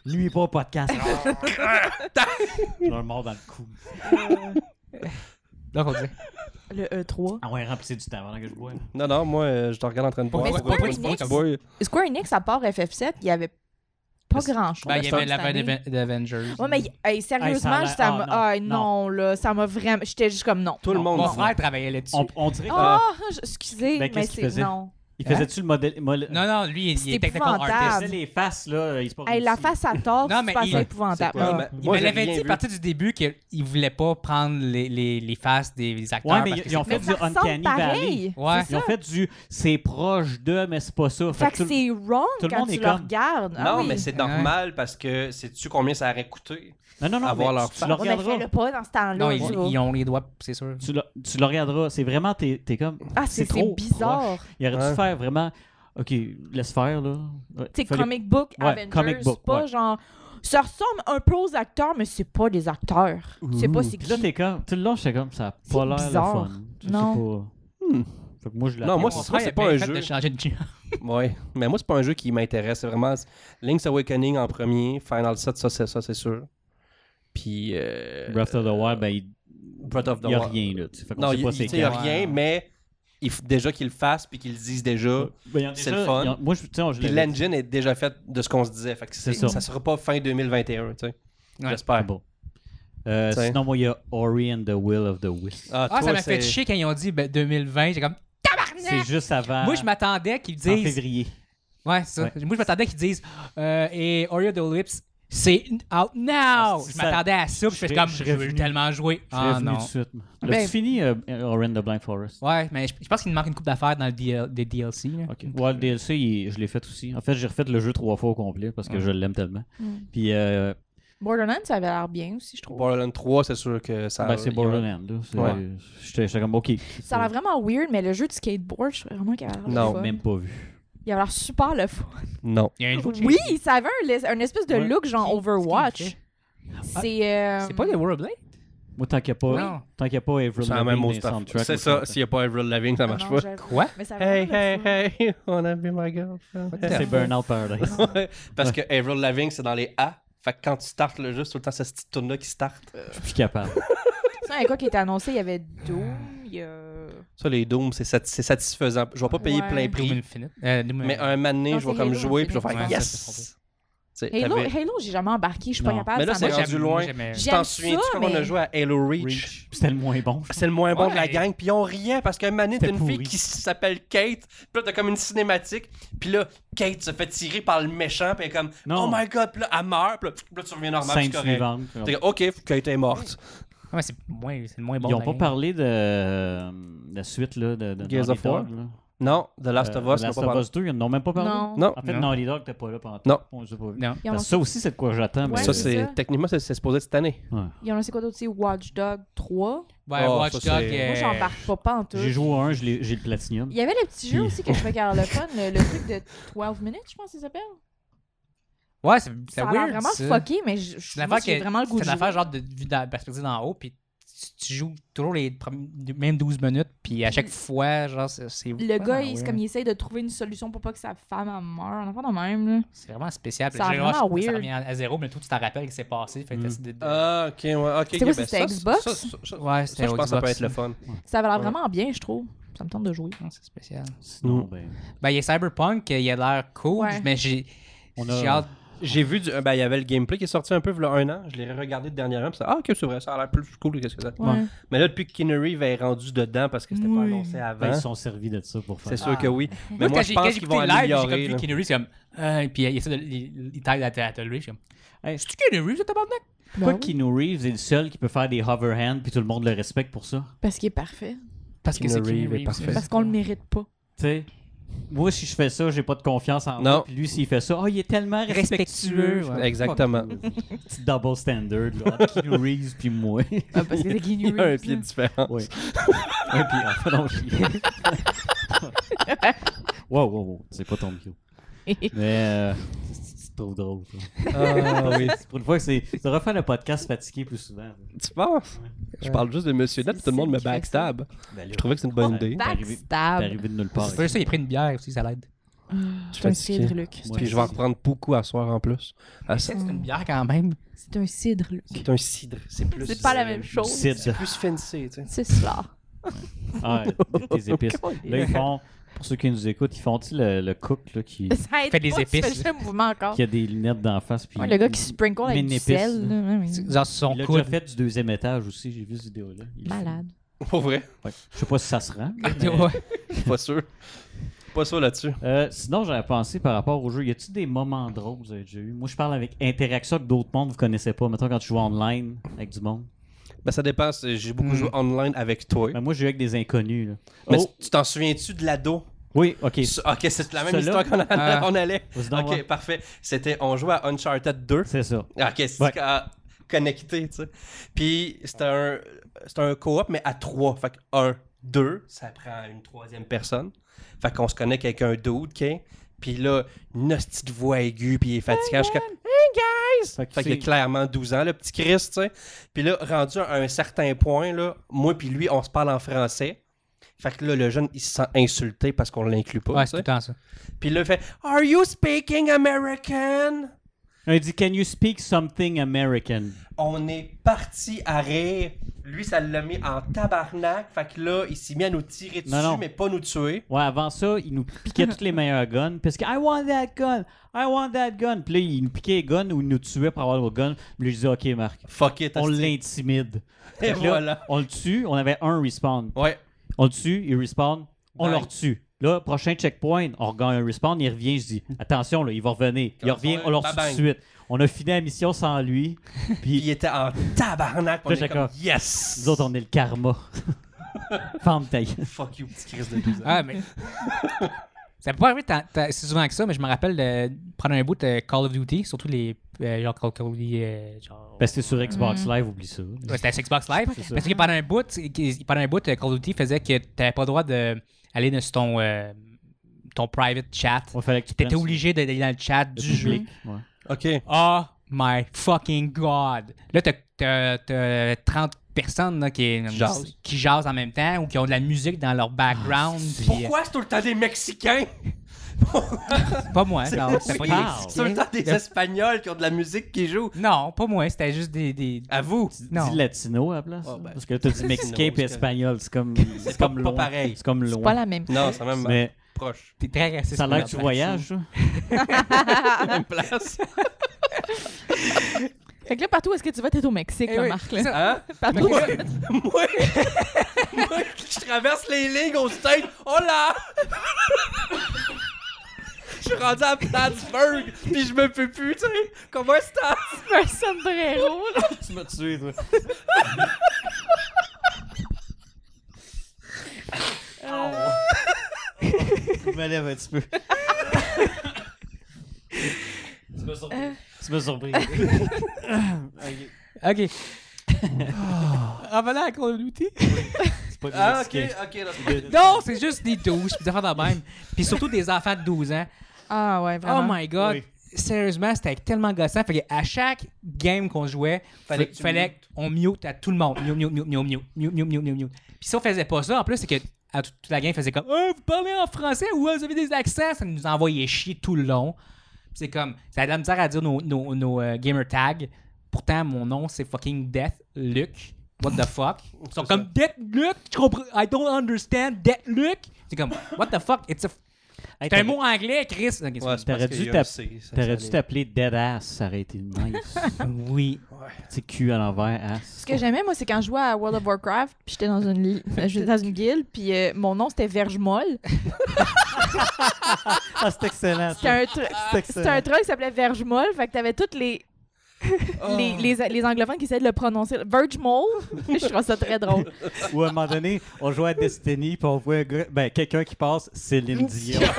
S1: Lui, il est pas au
S4: (laughs)
S1: podcast. Je leur mords dans le cou.
S2: Donc, on dit.
S4: Le E E3.
S1: Ah ouais, remplissez du temps avant que je bois.
S3: (laughs) Non, non, moi, euh, je te regarde en train de boire.
S2: Mais
S4: c'est
S3: Pourquoi
S4: pas
S3: tu
S4: une
S3: bois,
S4: mix.
S3: tu bois?
S4: Square Enix, à part FF7, il y avait pas
S3: c'est-
S4: grand-chose.
S2: Ben, il y
S3: c'est
S2: avait
S4: cette année.
S2: l'affaire d'Avengers.
S4: Ouais, mais hey, sérieusement,
S1: Hey, ça a
S4: ça
S1: l'air-
S4: m'a.
S1: ah,
S4: Ah,
S1: non,
S4: non, là, ça m'a vraiment. J'étais juste comme non.
S3: Tout le
S1: Non,
S3: monde.
S2: Mon frère travaillait là-dessus.
S1: On, on dirait que.
S4: Ah, je- excusez,
S1: euh, Ben,
S4: mais
S1: qu'est-ce qu'il
S4: c'est.
S1: faisait?
S4: Non.
S1: Il
S2: Hein?
S1: faisait-tu le modèle. mol-
S2: Non, non, lui, il, il est
S4: C'est
S2: technical
S1: Il
S4: épouvantable.
S2: artist.
S1: faisait les faces, là. Il se
S4: Hey, la face à tort,
S2: Non, mais
S4: c'est pas
S2: il-
S4: ça
S2: Ouais.
S4: épouvantable.
S3: C'est
S4: Ah.
S3: quoi? Ben,
S2: Il
S3: moi,
S2: me
S3: j'ai
S2: l'avait
S3: rien
S2: dit à
S3: vu.
S2: partir du début qu'il voulait pas prendre les, les, les faces des, des acteurs.
S1: Ouais, mais
S2: parce
S1: ils-
S2: que
S1: ils ont
S2: c'est-
S4: Mais
S1: fait du
S4: ça ressemble
S1: Uncanny Valley.
S4: pareil.
S2: Ouais.
S1: Ils ont fait du. C'est proche de, mais c'est pas ça.
S4: Fait que
S1: tout le-
S4: c'est wrong
S1: tout le
S4: quand
S1: monde est
S4: tu le
S1: comme-
S4: regardes. Ah
S3: Non,
S4: oui.
S3: mais c'est normal parce que sais-tu combien ça aurait coûté?
S1: Non, non, non.
S3: avoir
S1: mais
S3: leur
S1: tu, tu
S3: face.
S1: le
S4: Ouais, mais
S1: regarderas.
S4: fais-le pas dans ce temps-là.
S2: Non,
S4: tu
S2: ils,
S4: vois.
S2: ils ont les doigts, c'est sûr.
S1: Tu le, tu le regarderas. C'est vraiment. T'es t'es comme.
S4: Ah, c'est c'est
S1: trop
S4: bizarre.
S1: proche. Il aurait
S3: Ouais.
S1: dû faire vraiment. Ok, laisse faire, là. Ouais,
S4: C'est
S1: fais-les-
S4: comic book
S1: Ouais,
S4: Avengers,
S1: comic book,
S4: pas
S1: ouais.
S4: genre... Ça ressemble un peu aux acteurs, mais c'est pas des acteurs. Tu sais pas c'est
S1: Puis
S4: qui.
S1: là, t'es comme. Tout le long, j'étais comme. Ça a
S4: C'est
S1: pas l'air le
S4: bizarre.
S1: fun. Je sais
S4: Non.
S1: pas.
S3: Hmm.
S1: Fait que moi, je l'ai
S3: Non, moi,
S1: appris.
S3: c'est ça,
S2: Mon frère
S3: c'est
S2: a
S3: pas
S2: bien
S3: un
S2: fait de
S3: jeu.
S2: changer de genre.
S3: (laughs) Ouais. Mais moi, c'est pas un jeu qui m'intéresse. C'est vraiment Link's Awakening en premier, Final 7, ça, c'est ça, c'est sûr. Puis. euh,
S1: Breath of the Wild, ben, il
S3: Breath of the
S1: n'y a
S3: Wild.
S1: rien, là. tu sais. Fait qu'on
S3: Non,
S1: sait
S3: il
S1: pas
S3: il-
S1: c'est
S3: tu sais, il y a
S2: quand.
S3: rien, mais il faut déjà qu'ils le fassent puis qu'ils le disent déjà.
S1: Ben, il y en a
S3: C'est
S1: déjà-
S3: le fun.
S1: il y en- Moi, je, tu sais, on- je
S3: Puis
S1: l'avais dit.
S3: l'engine est déjà faite de ce qu'on se disait. Fait que c'est-
S1: C'est ça.
S3: ça sera pas fin 2021, tu sais.
S2: Ouais.
S1: Ah,
S3: J'espère.
S1: bon. Euh,
S3: Tiens.
S1: sinon, moi, il y a Ori and the Will of the Wisp.
S2: Ah, ça
S3: toi,
S2: m'a fait
S3: c'est-
S2: chier quand ils ont dit ben, 2020. J'ai comme
S1: C'est
S2: tabarnak!
S1: juste avant.
S2: Moi, je m'attendais qu'ils
S1: En
S2: disent.
S1: février.
S2: Ouais, c'est ça.
S1: Ouais.
S2: Moi, je m'attendais qu'ils disent. euh, et Oreo the Lips, c'est out now!
S1: Ah, c'est
S2: Je
S1: ça.
S2: m'attendais à ça,
S1: Je
S2: puis je fais
S1: serais-
S2: comme.
S1: je
S2: Je
S1: serais
S2: veux
S1: venu.
S2: tellement jouer.
S1: Je suis
S2: Ah
S1: venu
S2: non.
S1: tout de suite. As-tu
S2: Ben-
S1: fini euh, Ori and the Blind Forest?
S2: Ouais, mais je, je pense qu'il nous manque une coupe d'affaires dans le DL des DLC. là.
S1: Ok. Ouais, le DLC, il- je l'ai fait aussi. En fait, j'ai refait le jeu trois fois au complet parce que
S2: Ouais.
S1: je l'aime tellement.
S4: Mm.
S1: Puis, euh,
S4: Borderlands, ça avait l'air bien aussi, je trouve.
S3: Borderlands 3, c'est sûr que ça.
S1: ben, c'est
S3: Ah, il y a-
S1: Borderlands. là. C'est-
S3: Ouais.
S1: J'étais j'étais comme, OK.
S4: Ça a l'air vraiment weird, mais le jeu du skateboard, je trouve vraiment qu'il avait l'air
S3: Non,
S4: le fun.
S1: même pas vu.
S4: Il avait l'air super le fun.
S3: Non.
S2: Il y a un jeu de
S4: Oui,
S2: Chelsea.
S4: ça avait un, les- un espèce de
S1: Ouais.
S4: look genre
S2: Qui- qui
S4: Overwatch.
S2: fait?
S4: C'est. euh,
S2: C'est pas le World Blade?
S1: Moi, tant qu'il n'y a
S2: Non.
S1: pas, tant qu'il y a pas Avril
S3: C'est la même
S1: Lavigne dans les
S3: autre affaire.
S1: soundtracks,
S3: C'est
S1: moi,
S3: ça.
S1: je
S3: S'il n'y a pas Avril Lavigne, ça
S4: Ah non,
S3: marche pas.
S4: j'avoue.
S2: Quoi?
S4: Mais ça avait
S3: Hey,
S4: l'air
S3: hey,
S4: le fun.
S3: hey, on a vu my girlfriend.
S1: comprends. (laughs) C'est Burnout Paradise.
S3: (laughs) Ouais, Parce que Avril Lavigne, c'est dans les A. Fait que quand tu startes le jeu, c'est tout le temps cette petite tourne là qui start.
S1: Je suis plus capable.
S4: Ça, il y a quoi qui était annoncé Il y avait Doom, il y a.
S3: Ça, les Dooms, c'est sati- c'est satisfaisant. Je vais pas payer
S4: Ouais.
S3: plein
S2: Doom
S3: prix,
S2: Infinite. Euh, Doom-
S3: mais un moment donné,
S4: Non,
S3: je vais
S4: c'est
S3: comme
S4: Halo,
S3: jouer puis je vais
S4: Infinite.
S3: faire
S2: Ouais,
S3: yes. Tu sais,
S4: Halo,
S3: t'avais-
S4: Halo j'ai jamais embarqué, je suis pas
S1: Non.
S4: capable.
S3: Mais là,
S4: ça
S3: c'est
S4: marche.
S2: j'aime-
S3: rendu loin.
S1: euh,
S2: j'aimais-
S3: Tu
S4: J'aime
S3: t'en souviens-tu
S4: ça,
S3: quand on a
S4: mais-
S3: joué à Halo Reach?
S1: Reach. C'était le moins bon. je
S3: C'est le moins bon de la
S2: Ouais.
S3: gang. Puis on riait parce qu'un mané, t'as
S1: C'était
S3: une
S1: pourri.
S3: fille qui s'appelle Kate. Puis là, t'as comme une cinématique. Puis là, Kate se fait tirer par le méchant. Puis elle est comme,
S1: Non.
S3: oh my god. Puis là, elle meurt. Puis là, puis là, tu reviens normal.
S1: Scène
S3: c'est correct.
S1: suivante.
S3: T'es comme, ok, Kate est morte.
S2: Ah, mais c'est moins, c'est le moins bon.
S1: Ils n'ont
S2: de
S1: pas
S2: la
S1: parlé de euh, la suite là, de, de
S3: Gears
S1: Naughty
S3: of War?
S1: Dog, là.
S3: Non, The Last
S1: Euh,
S3: of Us, n'a
S1: Last
S3: pas
S1: of
S3: parlé.
S1: Us Ah, 2, ils n'en ont même pas parlé.
S4: Non.
S3: Non.
S1: En fait,
S2: Non.
S1: Naughty Dog, t'es pas là pendant
S3: Non.
S1: On les a pas vus.
S2: game. Non.
S4: Ils ont
S1: Parce que ça aussi, c'est de quoi j'attends. mais-
S4: Ouais,
S3: ça,
S4: c'est
S3: c'est
S4: ça.
S3: techniquement, c'est c'est supposé être cette année.
S1: Ouais.
S4: Il y en a c'est quoi d'autre aussi Watch Dog 3.
S2: Ouais,
S3: Oh,
S2: Watch
S3: ça,
S2: Dog.
S3: c'est-
S2: euh,
S4: Moi, j'embarque pas, pas en tout.
S1: J'ai joué à un, je l'ai- j'ai le platinum.
S4: Il y avait le petit jeu
S1: Puis-
S4: aussi que je trouvais qui avait l'air le fun, le, le truc de 12 minutes, je pense qu'il s'appelle.
S2: Ouais, c'est c'est
S4: Ça a l'air
S2: weird.
S4: vraiment
S2: ça.
S4: fucké, mais je,
S2: C'est
S4: je
S2: l'affaire
S4: moi, j'ai
S2: que-
S4: vraiment le goût de
S2: C'est une
S4: jouer.
S2: affaire genre de vue de la perspective d'en haut, puis tu, tu joues toujours les premi- mêmes 12 minutes, puis à chaque fois, genre, c'est. c'est
S4: Le
S2: vraiment
S4: gars, il, c'est
S2: weird.
S4: comme il essaye de trouver une solution pour pas que sa femme elle meure. Un enfant de même, là.
S2: C'est vraiment spécial. puis
S4: Ça a
S2: le jeu,
S4: vraiment
S2: ah, je- Ça
S4: weird.
S2: revient à à zéro, mais toi, tu t'en rappelles ce qui s'est passé. Fait que t'essaies de- de-
S3: Ah, ok, ouais, ok.
S4: C'est quoi,
S3: ok,
S4: si
S3: ben
S4: c'était
S3: ça,
S4: Xbox?
S3: Ça, ça, ça-
S2: Ouais,
S3: ça,
S2: c'était
S3: je pense que ça peut
S2: Xbox,
S3: être le fun.
S4: Ça avait l'air
S3: Ouais.
S4: vraiment bien, je trouve. Ça me tente de jouer.
S2: Non, C'est spécial.
S1: Sinon,
S3: Mm.
S1: ben,
S2: Ben, il y a Cyberpunk, il a l'air cool,
S4: Ouais.
S2: mais j'ai.
S1: On a-
S2: J'ai hâte.
S3: J'ai vu, du- ben, il y avait le gameplay qui est sorti un peu, il y a un an. Je l'ai regardé dernièrement. puis ça- Ah, ok, c'est vrai, ça a l'air plus cool que ce que ça.
S4: Ouais.
S3: Mais là, depuis que Kinnery va être rendu dedans parce que c'était pas
S4: Oui.
S3: annoncé
S1: ben,
S3: avant.
S1: ils se sont servis de ça pour faire.
S3: Hein? C'est sûr que oui. Mais
S2: Moi,
S3: moi,
S2: quand
S3: je
S2: j'ai
S3: pense
S2: quand
S3: qu'ils
S2: j'ai
S3: vont
S2: écouté le live, j'ai comme
S3: améliorer.
S2: vu
S3: là.
S2: Keanu Reeves, c'est comme. euh, Puis il essaie de. Il il taille la tête à lui, je suis comme.
S1: Hey.
S2: C'est-tu Keanu Reeves, ce tabarnak?
S4: Ben
S1: Pourquoi
S4: oui,
S1: Keanu Reeves est le seul qui peut faire des hover hands puis tout le monde le respecte pour ça?
S4: Parce qu'il est parfait.
S2: Parce que
S3: Keanu
S2: c'est
S3: Reeves
S2: Keanu
S3: est
S2: Reeves.
S3: parfait.
S2: c'est
S4: Parce
S2: ça.
S4: qu'on le mérite pas. (laughs)
S1: Tu sais, moi, si je fais ça, j'ai pas de confiance en
S3: Non.
S1: moi. Puis lui, s'il fait ça, oh, il est tellement respectueux.
S2: Respectueux, ouais.
S3: Exactement. (laughs)
S1: Petit double standard là, entre Keanu Reeves puis (laughs) moi.
S4: Ah, parce que c'est Keanu
S3: Il y a un
S2: hein.
S4: Reeves.
S3: pied
S4: là.
S3: différent.
S1: Oui. Un puis ah, enfin, non, chier. (laughs) wow, wow, wow. C'est pas ton micro. Mais euh, c'est c'est trop drôle. ça.
S3: Ah oui.
S1: C'est Pour une fois que c'est. Ça refait le podcast fatigué plus souvent.
S3: Tu penses? Je parle juste de Monsieur Net,
S4: C'est Bah,
S3: tout le monde me
S4: qui fait
S3: backstab.
S1: Ben, là,
S3: Je trouvais que c'est une bonne
S1: Ouais.
S3: idée.
S1: T'es arrivé- T'es
S4: Backstab.
S1: arrivé de nulle part.
S2: C'est pour ça, il a pris une bière aussi, ça l'aide.
S4: Je
S3: suis
S4: un
S3: fatigué.
S4: cidre, Luc. C'est
S1: Ouais.
S3: Puis
S4: un
S3: je vais en
S4: cidre.
S3: reprendre beaucoup à soir en plus. Ah, ça,
S2: Une bière quand même.
S4: C'est un cidre, Luc.
S3: C'est un cidre. C'est plus.
S4: C'est pas la
S3: euh,
S4: même chose.
S1: Sid.
S3: C'est plus fancy, tu sais.
S4: C'est cela.
S1: Ah,
S4: (laughs)
S1: tes épices. Là, ils font. Pour ceux qui nous écoutent, ils font-tu le, le cook là, qui,
S4: Ça aide
S2: Fait des
S4: pas, tu
S2: épices,
S4: fais juste un mouvement encore.
S1: qui a des lunettes d'en face? Puis
S4: Ouais, le gars qui sprinkle
S1: met
S4: avec
S1: une
S4: du
S1: épice,
S4: sel.
S1: là.
S4: là, ouais, ouais.
S2: Genre, sur son
S1: Il l'a
S2: coude.
S1: déjà fait du deuxième étage aussi, j'ai vu cette vidéo-là. Il le fait.
S4: Malade.
S3: Pour vrai,
S2: euh,
S1: Ouais. Je sais pas si ça se rend.
S2: (laughs) Ouais.
S3: je suis pas sûr. pas ça là-dessus.
S1: Euh, sinon, j'avais pensé par rapport au jeu, y a-tu des moments drôles que vous avez déjà eu? Moi, je parle avec interaction que d'autres mondes vous connaissez pas. Mettons quand tu joues online avec du monde.
S3: Ben, ça dépend. c'est- J'ai beaucoup joué online avec toi.
S1: Ben, moi, je joue avec des inconnus. là.
S3: Mais
S1: Hmm. Oh,
S3: tu t'en souviens-tu de l'ado?
S1: oui, ok.
S3: Ce- Ok, c'est la même
S1: Celui-là?
S3: histoire qu'on allait-
S2: Ah.
S3: on allait.
S1: Vas-y donc,
S3: Ok,
S1: ouais.
S3: parfait. C'était, on jouait à Uncharted 2.
S1: C'est ça.
S3: Ah, Ok, c'est
S1: Ouais.
S3: ca- connecté, tu sais. Puis c'était un, c'était un co-op, mais à trois. Fait que un, deux, ça prend une troisième personne. Fait qu'on se connecte avec un dude, ok? Puis là, une hostie de voix aiguë, puis il est fatiguant. Je suis comme,
S1: Fait que
S3: fait qu'il a
S1: c'est-
S3: clairement 12 ans, le petit Chris, tu sais. Puis là, rendu à un certain point, là, moi puis lui, on se parle en français. Fait que là, le jeune, il se sent insulté parce qu'on l'inclut pas,
S2: Ouais,
S3: tu
S2: c'est tout
S3: sais.
S2: le temps ça.
S3: Puis là, il fait « Are you speaking American? »
S1: Il dit Can you speak something American?
S3: On est parti à rire. Lui, ça l'a mis en tabarnak. Fait que là, il s'est mis à nous tirer dessus,
S1: Non, non.
S3: mais pas nous tuer.
S1: Ouais, avant ça, il nous piquait toutes les meilleures guns. Parce que I want that gun, I want that gun. Puis là, il nous piquait les guns ou il nous tuait pour avoir le gun. Puis là, je disais, ok, Marc,
S3: Fuck it.
S1: on
S3: hostie.
S1: l'intimide.
S3: Et
S1: Fait que là,
S3: voilà.
S1: On le tue, on avait un respawn.
S3: Ouais.
S1: On le tue, il respawn, on
S3: Bang.
S1: le retue. Là, prochain checkpoint, on regagne un respawn, il revient,
S3: (laughs)
S1: je dis attention, là, il va revenir. Il
S3: Comme
S1: revient,
S3: ça,
S1: on le retue
S3: bang.
S1: tout de suite. On a fini la mission sans lui.
S3: Puis il
S1: Puis
S3: était en tabarnak. On
S1: Là,
S3: est
S1: j'étais
S3: comme
S1: comme,
S3: « Yes! »
S1: nous autres, on est le
S3: (laughs)
S1: karma. Ferme ta gueule.
S3: Fuck you, petit Chris de 12 ans.
S2: Ah, (laughs) mais. ça peut pas arriver tant- tant- si souvent que ça, mais je me rappelle de prendre un bout de Call of Duty, surtout les. euh, genre Call of Duty. euh, genre...
S1: Ben, c'était sur Xbox
S4: Mm.
S1: Live, oublie ça.
S2: Ouais, c'était sur Xbox Live.
S1: C'est ça.
S2: Parce que pendant un bout, c'est- qu'il- pendant un bout, euh, Call of Duty faisait que t'avais pas le droit d'aller sur ton, euh, ton private chat.
S1: Ouais, fallait que tu
S2: T'étais
S1: prennes
S2: obligé d'aller dans le chat
S1: le
S2: du jeu.
S1: public, ouais.
S3: OK.
S2: Oh my fucking god! Là, t'as- t'as t'as 30 personnes là, qui,
S3: jasent.
S2: qui jasent en même temps ou qui ont de la musique dans leur background. puis-
S3: Pourquoi c'est tout le temps des Mexicains?
S2: euh, Pas moi, non.
S1: c'est
S2: c'était pas
S1: oui.
S2: des
S1: Ah,
S2: Mexicains.
S3: C'est tout le temps des Espagnols qui ont de la musique qui joue.
S2: Non, pas moi, c'était juste des. des-
S3: À vous.
S1: Tu
S2: Non.
S1: Dis latino à la place.
S3: Ah, ben,
S1: parce que là, t'as dit mexicain puis
S3: c'est-
S1: espagnol. C'est
S3: (laughs)
S1: comme, c'est
S3: pas-
S1: comme
S3: pas
S1: loin.
S3: pareil.
S1: C'est comme
S4: C'est
S1: loin.
S4: pas la même
S3: Non, c'est même
S1: Mais
S2: (laughs)
S3: proche.
S2: T'es très raciste.
S1: ça a l'air que
S2: Robert.
S1: tu voyages. ça.
S3: Même place.
S4: Fait que là, partout où est-ce que tu vas, t'es au Mexique,
S2: Eh
S4: là,
S2: oui,
S4: Marc. là.
S2: c'est ça. (laughs)
S3: Hein?
S4: (laughs) Partout.
S3: Moi, moi, (laughs) moi, je traverse les lignes au state. Oh là! (laughs) Je suis rendu à Plattsburgh, puis je me peux plus, tu sais. Comment est-ce que
S4: C'est un sombrero, là.
S1: tu m'as tué, toi. Je me lève un petit peu. tu m'as
S4: Euh.
S1: surpris. Tu m'as surpris.
S2: Ok. Ah, voilà, à Call of Duty.
S1: C'est pas du
S3: Ah, ok,
S1: mexicain.
S3: ok. là.
S2: Non, c'est juste des douches, puis des affaires de même. Puis surtout des enfants de 12 ans.
S4: (laughs) Ah ouais,
S2: Oh
S4: vraiment.
S2: my god.
S1: Oui.
S2: Sérieusement, c'était tellement gossant. Fait que à chaque game qu'on jouait,
S3: Fallait
S2: fallait,
S3: que tu
S2: fallait
S3: mutes.
S2: qu'on mute à tout le monde. Mute, mute, mute, mute, mute, mute, mute, mute, mute, mute. Puis si on faisait pas ça, en plus, c'est que à tout- toute la game faisait comme Ah, Vous parlez en français ou ah, vous avez des accents Ça nous envoyait chier tout le long. Puis c'est comme Ça a de la misère à dire nos, nos, nos, euh, gamer tags. Pourtant, mon nom, c'est fucking Death Luke. What the (laughs) fuck? Ils sont
S3: C'est
S2: comme Death Luke, je comprends. I don't understand Death Luke. C'est comme What the fuck? It's a-
S1: Hey,
S2: C'est un mot anglais, Chris. Ok, c'est
S3: Ouais, c'est
S1: T'aurais
S3: parce
S1: dû
S3: qu'il y a
S1: t'app-
S3: un C, ça,
S1: T'aurais
S3: ça
S1: dû
S3: allait.
S1: t'appeler Dead Ass, ça aurait été
S4: (laughs)
S1: nice.
S2: Oui.
S1: Petit cul à l'envers, hein. ass.
S4: Ce que j'aimais, moi, c'est quand je jouais à World of Warcraft, puis j'étais dans une, li- (laughs) j'étais dans une guilde, puis euh, mon nom, c'était Verge Molle.
S1: Ah, c'est excellent.
S4: C'était un,
S1: (laughs)
S4: tr- c'était un troll qui s'appelait Verge Molle, fait que t'avais toutes les,
S3: Oh.
S4: les, les, les anglophones qui essayaient de le prononcer. Verge Molle, (laughs) je trouve ça très drôle.
S1: Ou à un moment donné, on joue à Destiny, puis on voit un gars- ben, quelqu'un qui passe, Céline Dion.
S3: (laughs)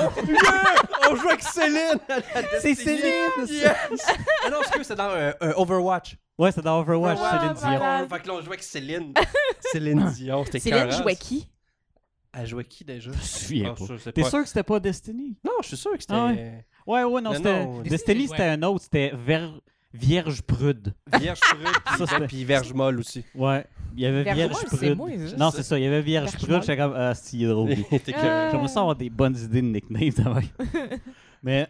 S3: On joue avec Céline! à la
S1: C'est
S3: Destiny.
S1: Céline! ça.
S3: Yes! Ah non, excuse, c'est dans euh, euh, Overwatch.
S1: Ouais, c'est dans Overwatch,
S4: Ouais,
S1: Céline
S4: voilà.
S1: Dion.
S4: Malade.
S3: Fait que là, on jouait
S1: (laughs)
S3: avec Céline. Céline Dion, c'était
S4: Céline
S3: écœurant.
S4: jouait qui?
S3: Elle jouait qui déjà?
S1: Je me souviens
S3: Ah,
S1: pas.
S3: ça, c'est
S1: T'es
S3: pas-
S1: sûr que c'était pas Destiny?
S3: Non, je suis sûr que c'était.
S1: Ah Ouais, ouais, non,
S3: Non,
S1: c'était.
S3: non,
S1: Destiny, c'était un autre, c'était Ver- Vierge Prude.
S3: Vierge prude,
S1: Ça,
S3: puis,
S1: c'était-
S3: puis Vierge molle aussi.
S1: Ouais, il y avait
S4: Verge
S1: Vierge
S4: Molle, c'est
S1: Prude.
S4: moi, ça.
S1: Non, c'est ça, il y avait Vierge
S4: Verge
S1: Prude,
S4: Molle.
S1: j'étais comme, ah, c'est
S3: (laughs)
S1: drôle.
S3: T'es
S4: Euh.
S3: que-
S1: J'aimerais ça avoir des bonnes idées de nickname, ça va. Mais,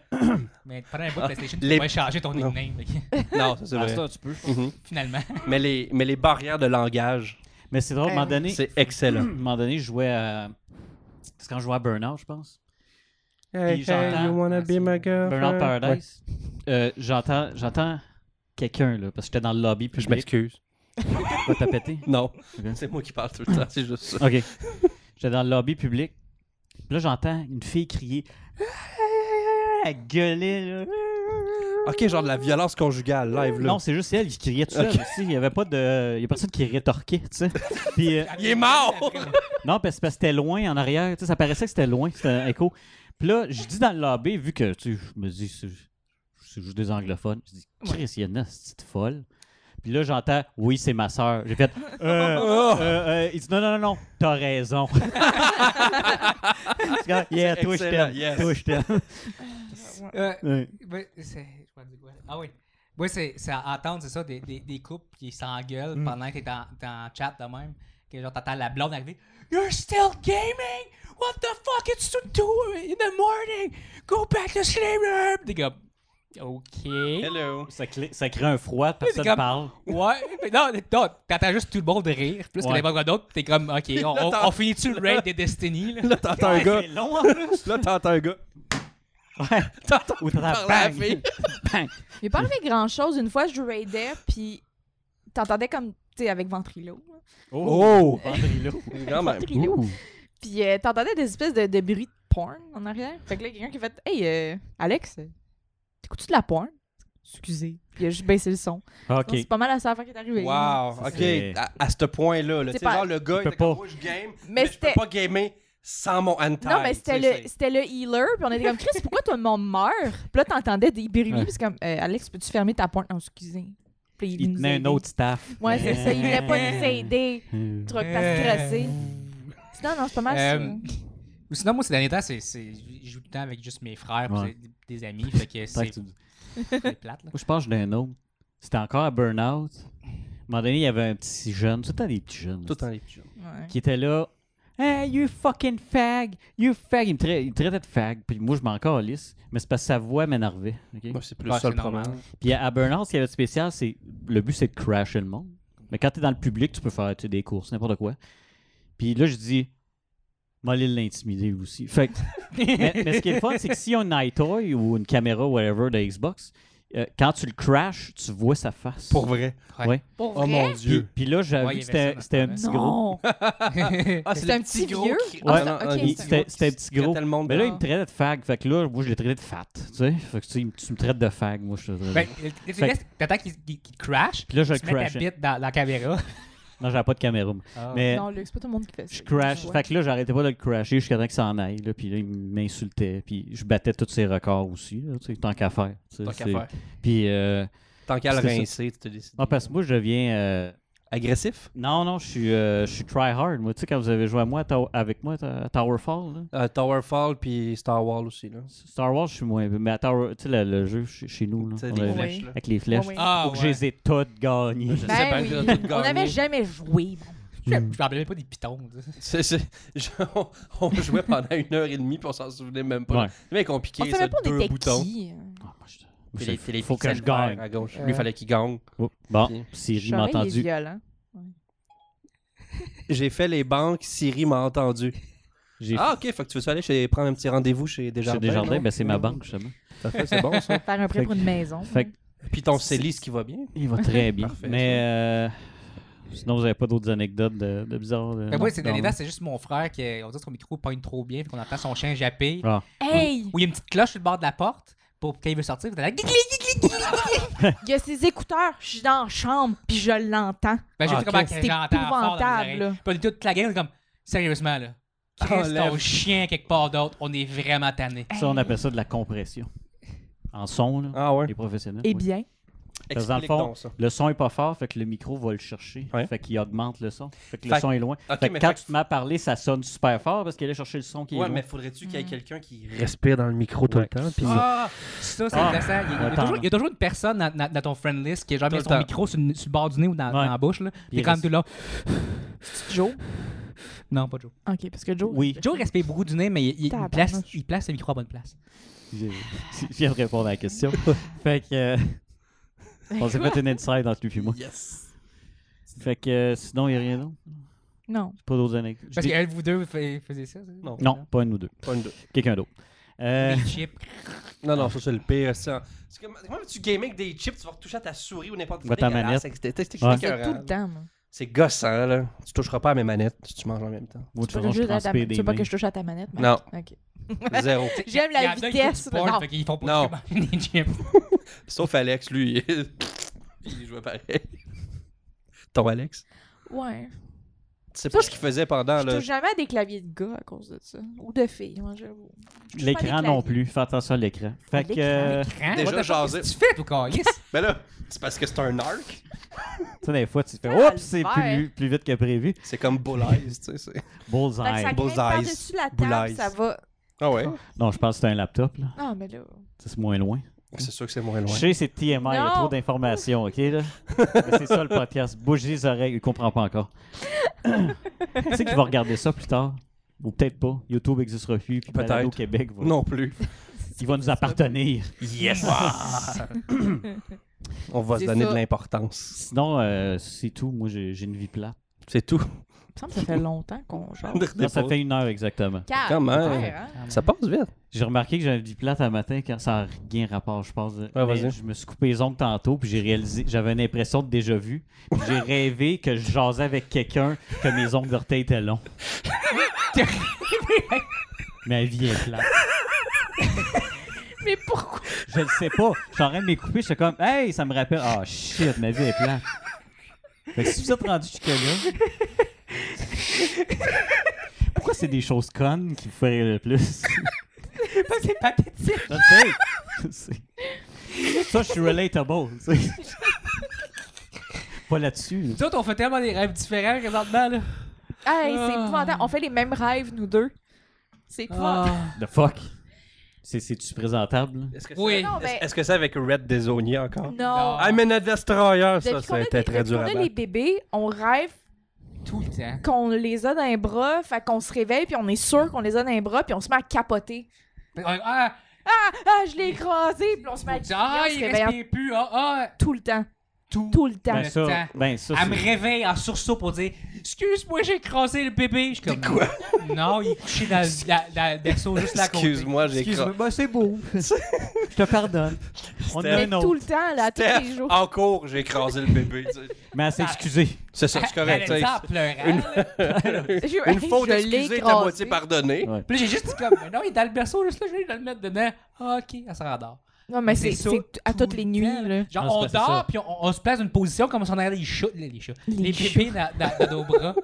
S2: Mais pendant un bout de
S3: Ah,
S2: PlayStation, tu
S3: Les-
S2: pourrais changer ton
S3: Non.
S2: nickname,
S3: (laughs) Non, ça, c'est
S1: Ah,
S3: vrai.
S1: ça, tu peux.
S3: Mhm. (laughs)
S2: finalement.
S3: mais, les, mais les barrières de langage,
S1: Mais c'est drôle, à un moment donné,
S3: c'est
S1: (clears throat) à un
S3: excellent.
S1: moment donné, je jouais à. C'est quand je jouais à Burnout, je pense.
S2: Euh,
S1: Puis j'entends-
S3: wanna be my girl?
S1: Burnout Paradise. Euh, j'entends, j'entends quelqu'un là, parce que j'étais dans le lobby puis
S3: Je m'excuse.
S1: Pourquoi t'as
S3: (laughs)
S1: pété
S3: Non,
S1: Ok.
S3: c'est moi qui parle tout le temps, c'est juste ça.
S1: Ok. j'étais dans le lobby public. Puis là, j'entends une fille crier. Elle gueulait, là.
S3: (laughs) Ok, genre de la violence conjugale live, là.
S1: Non, c'est juste elle qui criait tout seul.
S3: Ok.
S1: aussi. Il n'y avait pas de. Il y a personne qui rétorquait, tu
S3: (laughs)
S1: sais. Puis, euh,
S3: Il est
S4: (laughs)
S3: mort!
S1: non, parce parce que c'était loin en arrière. Tu sais, ça paraissait que c'était loin, c'était un écho. Puis là, je dis dans le lobby, vu que tu sais, je me dis, c'est c'est juste des anglophones. Je dis, Chris, il y en a, c'est folle. Puis là, j'entends, oui, c'est ma soeur. J'ai
S3: (laughs)
S1: fait, euh, euh, euh, il dit, non, non, non, non, t'as raison.
S3: (laughs)
S1: yeah, toi, je
S3: Excellent,
S1: t'aime.
S3: yes.
S1: Toi, je t'aime.
S2: Euh,
S1: Ouais.
S2: ben, c'est- je vais dire quoi? Ah oui. Oui, c'est c'est à entendre, c'est ça, des, des, des couples qui s'engueulent
S3: Mm.
S2: pendant que t'es dans, dans le chat de même. Que genre, t'entends la blonde arriver. You're still gaming? What the fuck? It's 2 in the morning! Go back to sleep! T'es comme. Ok.
S3: Hello!
S1: Ça, clé- ça crée un froid, personne
S2: comme-
S1: parle.
S2: Ouais, mais non, non, t'entends juste tout le monde rire, plus que
S1: Ouais.
S2: les pas d'autres, t'es comme,
S3: (laughs)
S2: ok, on, on-
S3: t'en-
S2: on
S3: (laughs)
S2: finit-tu le raid de Destiny? Là?
S3: Là, t'entends un gars.
S1: C'est long,
S3: (laughs)
S1: en plus.
S3: Là, t'entends un gars.
S1: Ouais. Ou t'entends
S3: parler à la
S1: bang.
S3: fille.
S1: Bang.
S4: J'ai pas enlevé grand chose. Une fois, je raidais, puis t'entendais comme, tu sais, avec ventrilo.
S3: Oh!
S1: Vendrilo.
S3: Quand même.
S4: Ventrilo. Puis euh, t'entendais des espèces de, de bruits de porn en arrière. Fait que là, quelqu'un qui a fait Hey, euh, Alex, euh, t'écoutes-tu de la porn Excusez. Puis il a juste baissé le son.
S1: OK.
S4: Donc, C'est pas mal à ça qui est arrivé.
S3: Wow!
S1: Ça,
S3: Ok,
S1: c'est-
S3: à, à ce point-là, là, tu
S4: C'est
S3: sais,
S4: pas-
S3: genre le gars,
S1: Il
S3: il
S1: peut
S3: était comme,
S1: pas.
S3: moi je game,
S4: Mais
S3: mais, je peux
S4: c'était-
S3: pas gamer sans mon hentai.
S4: Non, mais c'était
S3: Tu sais,
S4: le, c'était le healer, puis on était comme Chris, pourquoi tout le monde meurt Puis là, t'entendais des bruits,
S1: Ouais.
S4: puis c'est comme Euh, Alex, peux-tu fermer ta porn Non, excusez. Puis
S1: Il
S4: nous
S1: tenait un
S4: aidait.
S1: autre staff.
S4: Ouais, c'est ça. Il voulait
S3: (laughs)
S4: pas nous (laughs) aider.
S1: Euh,
S4: Truc, parce que Non, non, c'est pas mal.
S2: Euh,
S4: ça.
S2: Ou sinon, moi, ces derniers temps, c'est, c'est, je joue tout le temps avec juste mes frères pis
S1: Ouais.
S2: c'est des amis. fait que
S1: tant que
S2: c'est,
S1: tu- Moi,
S2: c'est plate. Là.
S1: je pense que j'ai un autre. C'était encore à Burnout. À un moment donné, il y avait un petit jeune. Tout le temps des petits jeunes.
S3: Tout en les pigeons.
S4: Ouais.
S1: Qui était là. Hey, you fucking fag! You fag! Il me, trai- il me traitait de fag. Puis moi, je m'en calisse. Mais c'est parce que sa voix m'énervait. OK?
S3: Moi, c'est plus
S2: Ah,
S3: ça
S2: c'est
S3: le problème.
S2: normal.
S1: Puis à à Burnout, ce qu'il y avait de spécial, c'est le but, c'est de crasher le monde. Mais quand t'es dans le public, tu peux faire tu sais, des courses, n'importe quoi. Puis là, je dis, moi, aller l'intimider aussi. Fait que-
S2: (laughs)
S1: mais, mais ce qui est le fun, c'est que si on a un iToy ou une caméra, whatever, de Xbox, euh, quand tu le crashes, tu vois sa face.
S3: Pour vrai.
S4: Pour
S3: Oh
S4: vrai?
S3: mon
S1: Puis,
S3: dieu.
S1: puis là, j'avais
S2: Ouais, il
S1: vu
S2: y
S1: que
S2: avait ça
S1: c'était
S2: dans
S1: c'était un
S2: ce
S1: petit gros.
S4: Non!
S3: Ah,
S4: c'est un petit vieux?
S3: qui-
S1: Ouais.
S3: Ah,
S4: Ok,
S3: un
S1: Il-
S4: c'est un
S1: C'était
S3: qui-
S1: c'était un petit
S3: qui traitait
S1: gros.
S3: le monde
S1: Mais
S3: de-
S1: là, il me traitait de fag. Fait que là, moi, je l'ai traité de fat. Tu sais, fait que tu sais, il me- tu me traites de fag. Moi, je te traite de-
S2: (laughs)
S1: (laughs)
S2: Ben, le- le-
S1: Fait
S2: le- T'attends qu'il, qu'il, qu'il crash.
S1: Puis là, je le
S2: tu mets ta
S1: crashais.
S2: bite Ah. dans, dans la caméra.
S1: Non, j'avais pas de caméra. moi. Mais
S4: Non, Luc, c'est pas tout le monde qui fait ça.
S1: Euh. Je crash.
S4: Ouais.
S1: Fait que là, j'arrêtais pas de le crasher jusqu'à temps qu'il s'en aille. Là, puis là, il m'insultait. Puis je battais tous ses records aussi. là, tu sais, tant qu'à faire. tu sais,
S3: Tant qu'à
S1: c'est-
S3: faire.
S1: Puis. Euh...
S3: Tant qu'à le
S1: C'était ça.
S3: rincer, tu te décides.
S1: Non, parce que moi, je deviens. euh,
S3: Agressif?
S1: Non, non, je suis, euh, je suis try hard. Moi, tu sais, quand vous avez joué à moi, à Tow- avec moi à Towerfall, là,
S3: Euh, Towerfall puis Star Wars aussi, là.
S1: Star Wars, je suis moins. Mais à Tower, tu sais, le, le jeu chez, chez nous, là,
S3: Tu sais,
S1: on
S3: les
S1: avait-
S4: Ouais.
S3: flèches, là.
S1: avec les flèches,
S4: Ouais, ouais.
S2: Ah,
S1: faut que je les ai toutes gagnées.
S3: Je sais pas
S4: Ben
S3: que
S4: oui.
S3: t'as tout
S4: On
S3: gagné.
S4: n'avait jamais joué. man.
S2: Je
S4: Ben,
S1: Hmm.
S2: me rappelais pas des pitons. ça.
S3: (laughs) C'est- c'est- on, on jouait pendant une heure et demie puis on s'en souvenait même pas.
S1: Ouais.
S3: C'est bien compliqué,
S4: On
S3: ça,
S4: savait pas on
S3: deux
S4: était
S3: boutons.
S4: qui.
S1: Ah, moi, je-
S3: Puis
S1: ça,
S3: les- puis les
S1: faut que je
S3: pixels verts
S1: gagne.
S3: À gauche. Lui,
S2: Ouais.
S3: il fallait qu'il gagne.
S1: Oh, Bon,
S3: Puis-
S1: Siri m'a
S4: Charest, il est
S1: entendu.
S4: violent.
S3: J'ai fait les banques, Siri m'a entendu.
S1: J'ai
S3: Ah, ok, fait que tu veux aller chez, prendre un petit rendez-vous chez
S1: chez
S3: Desjardins.
S1: Desjardins,
S3: non?
S1: ben, c'est ma banque, justement.
S3: Parfait, c'est bon ça.
S4: Faire un prêt
S1: Fait
S4: pour
S1: que-
S4: une maison.
S1: Fait que
S3: Puis ton Célice qui va bien.
S1: (laughs) Il va très bien.
S3: Parfait,
S1: mais euh, sinon, vous n'avez pas d'autres anecdotes de, de bizarres. de-
S2: Mais Ben, moi,
S1: non,
S2: ces
S1: non,
S2: derniers
S1: non.
S2: temps, c'est juste mon frère qui, on dirait que son micro pogne trop bien. Puis qu'on entend son chien japper.
S1: Ah.
S4: Hey!
S2: Ou il y a une petite cloche sur le bord de la porte. Pour quand il veut sortir, t'es là. Gigli, gigli, gigli.
S4: Il y a ses écouteurs, je suis dans la chambre, puis je l'entends.
S2: Ben, j'ai
S3: Ah,
S2: vu comment
S4: Christ,
S2: que
S4: c'est
S2: j'entends fort dans
S4: épouvantable,
S2: mes
S4: là.
S2: oreilles. Puis on est toute la gang, on est comme, sérieusement, là. Christ,
S3: Enlève.
S2: ton chien quelque part d'autre, on est vraiment tanné.
S1: Ça, on appelle ça de la compression. En son, là.
S3: Ah ouais.
S1: Les professionnels.
S4: Eh
S1: oui.
S4: bien,
S1: Parce que dans le
S3: Explique
S1: fond,
S3: donc ça.
S1: Le son est pas fort, fait que le micro va le chercher.
S3: Ouais.
S1: Fait qu'il augmente le son. Fait que le
S3: Fait-
S1: son est loin.
S3: Ok,
S1: fait que
S3: mais
S1: quand
S3: fait-
S1: tu te mets à parler, ça sonne super fort parce qu'il a chercher le son qui est
S3: Ouais,
S1: loin.
S3: mais faudrait-tu qu'il y ait
S4: Mm.
S3: quelqu'un qui
S5: respire dans le micro tout le
S3: Ouais.
S5: temps. Puis
S2: Ah, ça, c'est
S1: Ah.
S2: intéressant. Il y, a- il y a
S1: Attends,
S2: toujours,
S1: là.
S2: il y a toujours une personne dans, dans- dans ton friend list qui est genre
S3: Tout
S2: met
S3: le
S2: son
S3: temps.
S2: micro sur, le- sur le bord du nez ou dans, dans la bouche. Là.
S1: il
S2: T'es quand même
S1: reste-
S2: tout là.
S4: c'est Joe.
S2: Non, pas Joe.
S4: Ok, parce que Joe.
S1: Oui.
S2: Joe respire beaucoup du nez, mais il, il- il
S4: Tabarnak.
S2: place, il place le micro à bonne place.
S1: (laughs) J'ai- Je viens de répondre à la question. fait que. euh, on s'est fait une inside entre lui et moi.
S3: Yes.
S1: Fait que euh, sinon, il n'y a rien d'autre.
S4: Non.
S1: Pas d'autres anecdotes.
S2: Parce qu'elle, vous deux, fa- faisiez ça. ça?
S3: Non.
S1: Non, pas une ou deux.
S3: Pas une deux.
S1: Quelqu'un d'autre. Euh,
S2: Les chips.
S3: Non, non, ça c'est le pire. ça. C'est comme, comment tu gamer avec des chips, tu vas retoucher à ta souris ou n'importe
S1: Ou à ta
S3: dégueulasse.
S1: manette.
S3: C'est- c'est- c'est- c'est
S1: Ouais.
S4: C'est
S3: écœurant.
S4: tout le temps, moi.
S3: C'est gossant, là. Tu toucheras pas à mes manettes si tu manges en même temps.
S1: Moi, de toute
S4: Tu veux
S1: façon, je
S4: juste à ta-
S1: transpire
S4: tu
S1: des
S4: veux pas
S1: mains.
S4: que je touche à ta manette? mais-
S3: Non.
S4: Ok.
S3: Zéro.
S4: (laughs)
S2: Il
S4: (laughs) J'aime la
S2: y en a qui font du
S4: vitesse,
S2: porn,
S4: non.
S2: fait qu'ils font pas
S3: Non.
S2: (laughs) du commandement des gyms.
S3: Sauf Alex, lui. il- (laughs) il jouait pareil. (laughs) Ton Alex.
S4: Ouais.
S3: Tu sais pas ce qu'il faisait
S2: Ah,
S3: pendant,
S4: Je
S3: là.
S4: touche jamais à des claviers de gars à cause de ça. Ou de filles, moi, j'avoue. Je touche pas à des
S1: L'écran non
S4: claviers.
S1: plus. Fais attention à l'écran. Fait que.
S4: L'écran,
S1: euh,
S2: Hein?
S3: Déjà
S2: What the fuck,
S3: jasé.
S2: qu'est-ce que Tu fais, tout calice?
S3: Ben là, c'est parce que c'est un arc.
S1: Tu sais, des fois, tu fais
S4: Ah,
S1: Oups, c'est
S4: le
S1: plus, plus vite que prévu.
S3: C'est comme Bull Eyes, tu sais. c'est-
S4: Fait que
S1: Bullseye.
S3: Bullseye.
S4: ça grimpe par-dessus la table,
S3: Bullseye.
S4: ça va.
S3: Ah
S4: Oh.
S3: ouais?
S1: Non, je pense que c'est un laptop, là.
S4: Ah, mais là.
S1: C'est moins loin.
S3: C'est sûr que c'est moins
S1: Je
S3: loin.
S1: sais, c'est TMI, il y a
S4: Non.
S1: trop d'informations, OK, là?
S4: (laughs)
S1: Mais c'est ça le podcast. Bouge les oreilles, il comprend pas encore. (coughs) tu sais qu'il va regarder ça plus tard. Ou peut-être pas. YouTube existera plus, puis
S3: Peut-être.
S1: peut-être au Québec va,
S3: Non
S4: (laughs)
S3: plus.
S1: il va nous appartenir.
S3: Yes! On va se
S4: C'est
S3: donner
S4: ça.
S3: de l'importance.
S1: Sinon, euh, c'est tout. Moi, j'ai j'ai une vie plate.
S3: C'est
S1: (laughs)
S3: tout.
S4: Il me semble que ça fait longtemps qu'on jase.
S1: Non, ça fait une heure exactement.
S4: Quatre.
S3: Quand même.
S4: Ouais, hein?
S3: Ça passe vite.
S1: J'ai remarqué que j'avais une vie plate un matin quand ça n'a rien rapport, je pense. Mais
S3: vas-y.
S1: je me suis coupé les ongles tantôt, puis j'ai réalisé, j'avais une impression de déjà vu. Puis J'ai rêvé que je jasais avec quelqu'un, que mes ongles d'orteil étaient longs. Ma vie est plate.
S4: Mais pourquoi?
S1: Je le sais pas. Je suis en train de me couper, je suis comme, hey, ça me rappelle. Ah, shit, ma vie est plate. Fait que si vous êtes rendu jusque-là. Pourquoi c'est des choses connes qui vous feraient le plus?
S2: Parce que c'est pathétique.
S1: Je sais. Je sais. (laughs) Ça, je suis (laughs) relatable. tu sais. Pas là-dessus. là.
S2: Nous autres, on fait tellement des rêves différents présentement, là.
S4: Hey, c'est
S2: Ah.
S4: épouvantable. On fait les mêmes rêves, nous deux. C'est épouvantable.
S2: Ah.
S1: The fuck. C'est- C'est-tu présentable? là?
S3: Est-ce que
S2: Oui.
S3: c'est-
S4: Non, mais-
S3: Est-ce que c'est avec Red Desonia encore?
S4: Ben- Non.
S2: Ah.
S3: I'm in a destroyer,
S4: Depuis
S3: ça,
S4: qu'on a
S3: c'était
S4: des-
S3: très hein.
S4: depuis
S3: dur
S4: qu'on
S3: à
S4: a les bébés, on rêve
S2: Tout le temps.
S4: qu'on les a dans les bras, fait qu'on se réveille, puis on est sûr qu'on les a dans les bras, puis on se met à capoter.
S2: Ah,
S4: Ah, je l'ai écrasé, puis on se met à crier,
S2: ah,
S4: on se
S2: il
S4: réveille en-
S2: respire plus. Ah, ah,
S4: tout le temps,
S2: tout.
S4: tout le temps.
S1: Ben
S2: le
S1: ça,
S2: temps.
S1: ben ça,
S2: Elle me
S1: c'est-
S2: réveille en sursaut pour dire Excuse-moi, j'ai écrasé le bébé. Je suis comme quoi Non, il est couché dans le la- la- le berceau juste là à côté.
S3: Excuse-moi, j'ai écrasé.
S1: Ben, c'est
S3: (laughs)
S1: beau. je te pardonne. On en a
S4: Mais
S1: un
S4: tout
S1: autre.
S4: le temps, là, tous les
S3: Steph, Ah,
S4: jours.
S3: en cours, j'ai écrasé le bébé. tu sais.
S1: Mais elle s'est excusée.
S3: (laughs) C'est ça, c'est correct. tu sais.
S2: Elle en pleurant. là.
S3: (laughs)
S4: Je-
S3: Une faute
S4: je l'ai
S3: excusée est à
S4: écrasé.
S3: moitié pardonnée.
S1: Ouais.
S2: Puis là, j'ai juste dit comme Mais Non, il est dans le berceau juste là, je vais le mettre dedans. Ah, ok, elle se rendort.
S4: Non, mais c'est
S2: ça
S4: c'est à
S2: tout
S4: toutes les
S2: le
S4: nuits,
S2: temps,
S4: là.
S1: Ah,
S2: Genre,
S1: c'est
S2: on
S1: parce que c'est
S2: dort,
S1: ça.
S2: puis on, on se place dans une position comme si on regardait les chats, les, les chats, les,
S4: Les
S2: bébés dans, dans- dans nos
S4: (laughs)
S2: bras.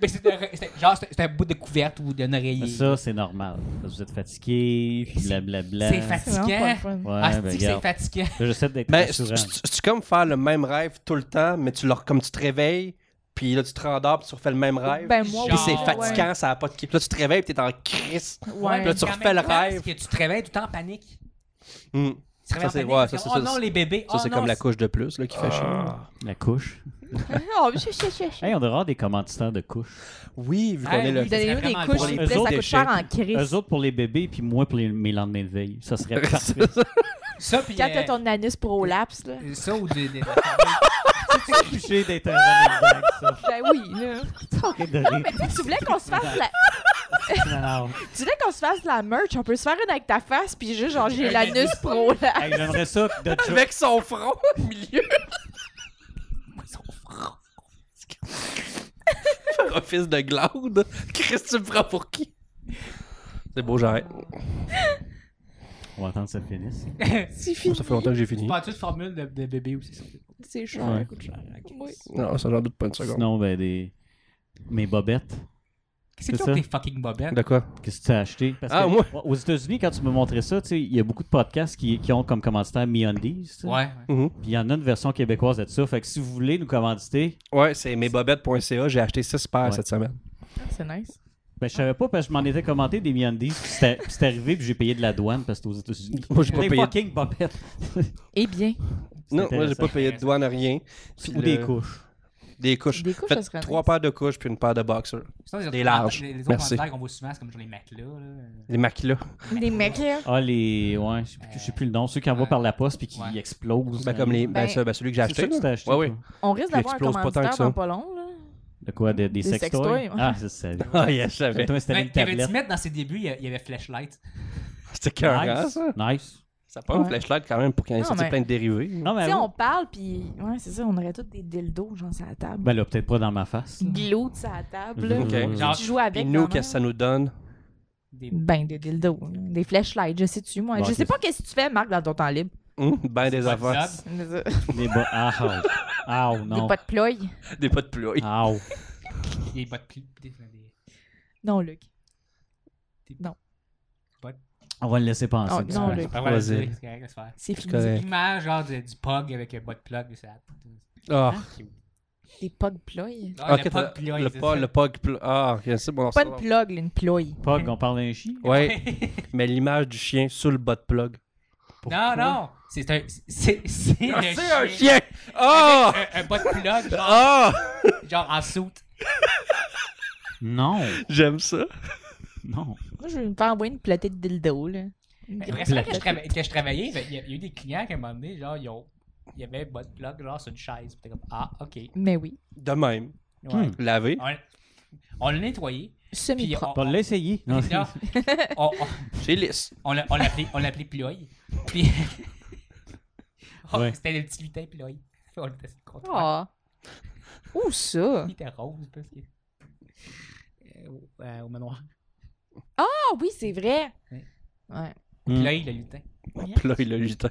S2: Mais c'était c'était- genre, c'était c'était un bout de couverte ou d'un
S1: Mais
S2: oreiller.
S1: Ben Ça, c'est normal. Parce que Vous êtes fatigué, puis blablabla.
S2: C'est fatigant.
S4: C'est vraiment pas le fun.
S1: Ouais,
S2: ah,
S1: ben,
S2: c'est-tu que c'est
S1: regarde.
S2: fatigant.
S1: Là, J'essaie d'être
S3: Mais
S1: rassurant.
S3: tu Ben, comme faire le même rêve tout le temps, mais tu leur, comme tu te réveilles, puis là, tu te rendors, puis tu refais le même rêve.
S4: Ben, moi,
S3: Puis
S2: Genre,
S3: c'est
S4: ouais.
S3: fatigant, ça a pas de... Puis là, tu te réveilles, puis t'es en crise.
S4: Ouais.
S3: Puis là, tu
S2: mais en
S3: refais
S2: même
S3: le
S2: temps, parce
S3: rêve.
S2: que tu te réveilles tout le temps en panique.
S3: Hmm.
S2: Tu te réveilles
S3: Ça,
S2: en
S3: c'est-
S2: panique.
S3: ouais,
S2: parce
S3: ça,
S2: que,
S3: ça,
S2: oh
S3: ça,
S2: non,
S3: c'est-
S2: les bébés.
S3: Ça, c'est
S2: oh,
S3: comme
S2: non,
S3: la couche de plus là, qui fait chier.
S1: La couche.
S4: Oh, je- je- je- je-
S1: Hey, on devrait avoir des commanditaires de couches.
S3: Oui, vu qu'on
S2: Ah,
S3: est le... (laughs)
S2: oui,
S4: Donnez-nous des
S2: vraiment
S4: couches,
S2: drôle.
S4: s'il vous
S1: Eux
S4: plaît,
S1: autres,
S4: ça coûte
S3: des
S4: cher en
S1: Eux
S4: crise.
S1: autres pour les bébés, puis moi pour les- mes lendemains de veille. Ça serait parfait.
S2: Ça, puis.
S4: Quand
S2: euh,
S4: t'as ton anus prolapse, là.
S2: Ça ou des. des-
S4: (laughs)
S2: des-
S1: C'est touché d'être un running gag, ça.
S4: Ben oui, là.
S1: Arrête de
S4: Non,
S1: rire.
S4: mais tu sais, tu voulais qu'on se
S3: (laughs)
S4: fasse la...
S1: Non, non.
S4: tu voulais qu'on se fasse de la merch, on peut se faire une avec ta face, puis juste genre j'ai l'anus prolapse.
S1: Hey, J'aimerais ça que de Joe-
S3: Avec son front au (laughs) milieu. (laughs) Faire office de glande. Chris, tu me prends pour qui? C'est beau, j'arrête.
S1: On va attendre que ça finisse.
S4: C'est fini.
S3: Ça fait longtemps que j'ai fini.
S2: Pas-tu de formule de, de bébé aussi, ça?
S4: C'est cher,
S1: Ouais.
S4: ça coûte cher. Oui.
S3: Non, ça j'en doute pas une seconde.
S1: Sinon, ben, des... mes bobettes.
S2: Qu'est-ce que
S1: C'est
S2: tu
S1: ça.
S2: tes fucking bobettes?
S3: De quoi?
S1: Qu'est-ce que tu as acheté? Parce
S3: Ah,
S1: que
S3: moi?
S1: Aux États-Unis, quand tu me montrais ça, tu sais, il y a beaucoup de podcasts qui, qui ont comme commanditaire MeUndies. tu sais.
S2: Ouais.
S1: Puis il y en a une version québécoise de ça. Fait que si vous voulez nous commanditer,
S3: Ouais, c'est mesbobettes.ca. J'ai acheté 6 paires
S1: Ouais.
S3: cette semaine.
S4: C'est nice.
S1: ben, je savais pas parce que je m'en étais commenté des MeUndies. Puis c'était puis c'est arrivé puis j'ai payé de la douane parce que c'était aux États-Unis.
S3: (laughs) Moi, j'ai pas
S1: Des
S3: payé. de-
S1: fucking bobettes.
S4: Eh bien,
S3: Non, moi, j'ai pas payé de douane, rien. Puis
S1: Ou
S3: le-
S1: des couches.
S3: Des couches.
S4: Des couches,
S3: Faites
S4: ça serait
S3: trois
S4: nice.
S3: paires de couches puis une paire de boxers.
S2: Sinon, les autres
S3: Des
S2: commentaires-
S3: larges.
S2: Les, les autres
S3: Merci.
S2: commentaires qu'on voit souvent, c'est comme genre les matelas. Là.
S3: Les maquilas.
S4: des mecs, là.
S1: Ah, les. Ouais, je sais plus, je sais plus le nom. Ceux qui envoient
S2: Ouais.
S1: par la poste puis qui
S2: Ouais.
S1: explosent.
S3: Ben, comme les. Ben,
S4: Ben,
S3: ça, ben celui que j'ai
S1: C'est
S3: acheté.
S1: ça que
S3: là.
S1: tu t'as acheté.
S3: Ouais, (laughs) ouais.
S1: toi?
S4: On risque d'avoir un
S3: J'explose pas tant
S4: commanditaire
S3: que ça.
S4: dans pas long, là.
S1: De quoi Des, des, sextoys
S4: sextoys, ouais.
S1: Ah, je savais.
S3: Ah, yes, je savais.
S1: Toi, c'était
S2: Ouais,
S1: une
S2: Ben, Kevin
S1: tablette.
S2: Smith, dans ses débuts, il y a- il y avait Flashlight.
S3: C'était cœur, hein,
S1: Nice. Nice.
S3: Ça prend une
S4: Ouais.
S3: flashlight quand même pour qu'il y en ait
S4: Non,
S3: sorti
S4: mais-
S3: plein de dérivés.
S1: Non,
S4: Tu
S1: mais.
S4: sais,
S1: oui.
S4: on parle, puis. Ouais, c'est ça, on aurait tous des dildos, genre, sur la table.
S1: Ben là, peut-être pas dans ma
S4: (laughs)
S1: face.
S4: Glou, de sa table. là.
S3: Ok.
S1: Mhm.
S2: Genre,
S4: Tu joues avec.
S3: Et nous,
S4: maman.
S3: qu'est-ce que ça nous donne?
S2: Des-
S4: Ben, des dildos. là. Des flashlights, je sais-tu, moi.
S1: Bon,
S4: je sais
S1: ok.
S4: pas qu'est-ce que tu fais, Marc, dans ton temps libre.
S3: Hum, Ben des
S2: pas
S3: affaires.
S2: bizarre.
S1: Des bo- Ah, ah, ah, non.
S4: Des pas de ploy.
S3: Des pas de ploie.
S1: Ah, oh.
S2: Des bottes pli- des- des-
S4: Non, Luc.
S1: on va le laisser penser.
S4: Oh,
S1: tu
S4: non,
S1: vois.
S4: le-
S2: C'est pas vrai,
S3: Vas-y.
S2: c'est correct de se faire.
S4: C'est fini.
S3: correct.
S2: L'image genre du, du pug avec un bot plug, ça.
S3: Ah,
S4: Des pas de ploy.
S2: Ah,
S3: ok,
S2: le
S3: t'as-
S2: pug ploy,
S3: le
S2: c'est
S3: pog-
S2: ça.
S3: le pog plo- Ah, ok, c'est bon.
S4: Pas
S3: ça
S4: une
S3: va.
S4: plug, là, une ploy.
S1: Pog, on parle d'un chien.
S3: Ouais, mais l'image du chien sur le bas de plug.
S1: Pourquoi?
S2: (laughs) Non, non, c'est un. C'est c'est
S3: Ah,
S2: le
S3: c'est un chien! Ah!
S2: Avec euh, Un, un bot plug, genre,
S3: Ah!
S2: genre en soute.
S1: Non,
S3: J'aime ça.
S1: non.
S4: Moi, je vais me faire envoyer une platée de dildo, là.
S2: Récemment que je, trava- que je travaillais, ben, il y, a- il y a eu des clients qui, à un moment donné, genre, ils ont- il y avait un bot plug, genre, sur une chaise. Puis t'es comme, ah, ok.
S4: Mais oui.
S3: De même.
S2: Ouais.
S1: Hmm.
S3: Lavé.
S2: On, on l'a nettoyé. Puis
S4: Semi-propre.
S2: on,
S1: On l'a essayé. Non,
S2: puis là, on, on-
S3: C'est lisse.
S2: on l'a- on l'appelait on l'appelait Ploy. Puis. (laughs) Oh,
S1: Ouais.
S2: C'était le petit lutin Ploy. (laughs) On était sur le comptoir.
S4: Ah. Où ça?
S2: Il était rose parce que. Euh, au- euh, au manoir.
S4: Ah oui, c'est vrai.
S2: Ouais.
S4: Ouais.
S1: Hmm.
S2: Ploy, le lutin.
S3: (laughs) Là, il a lutin.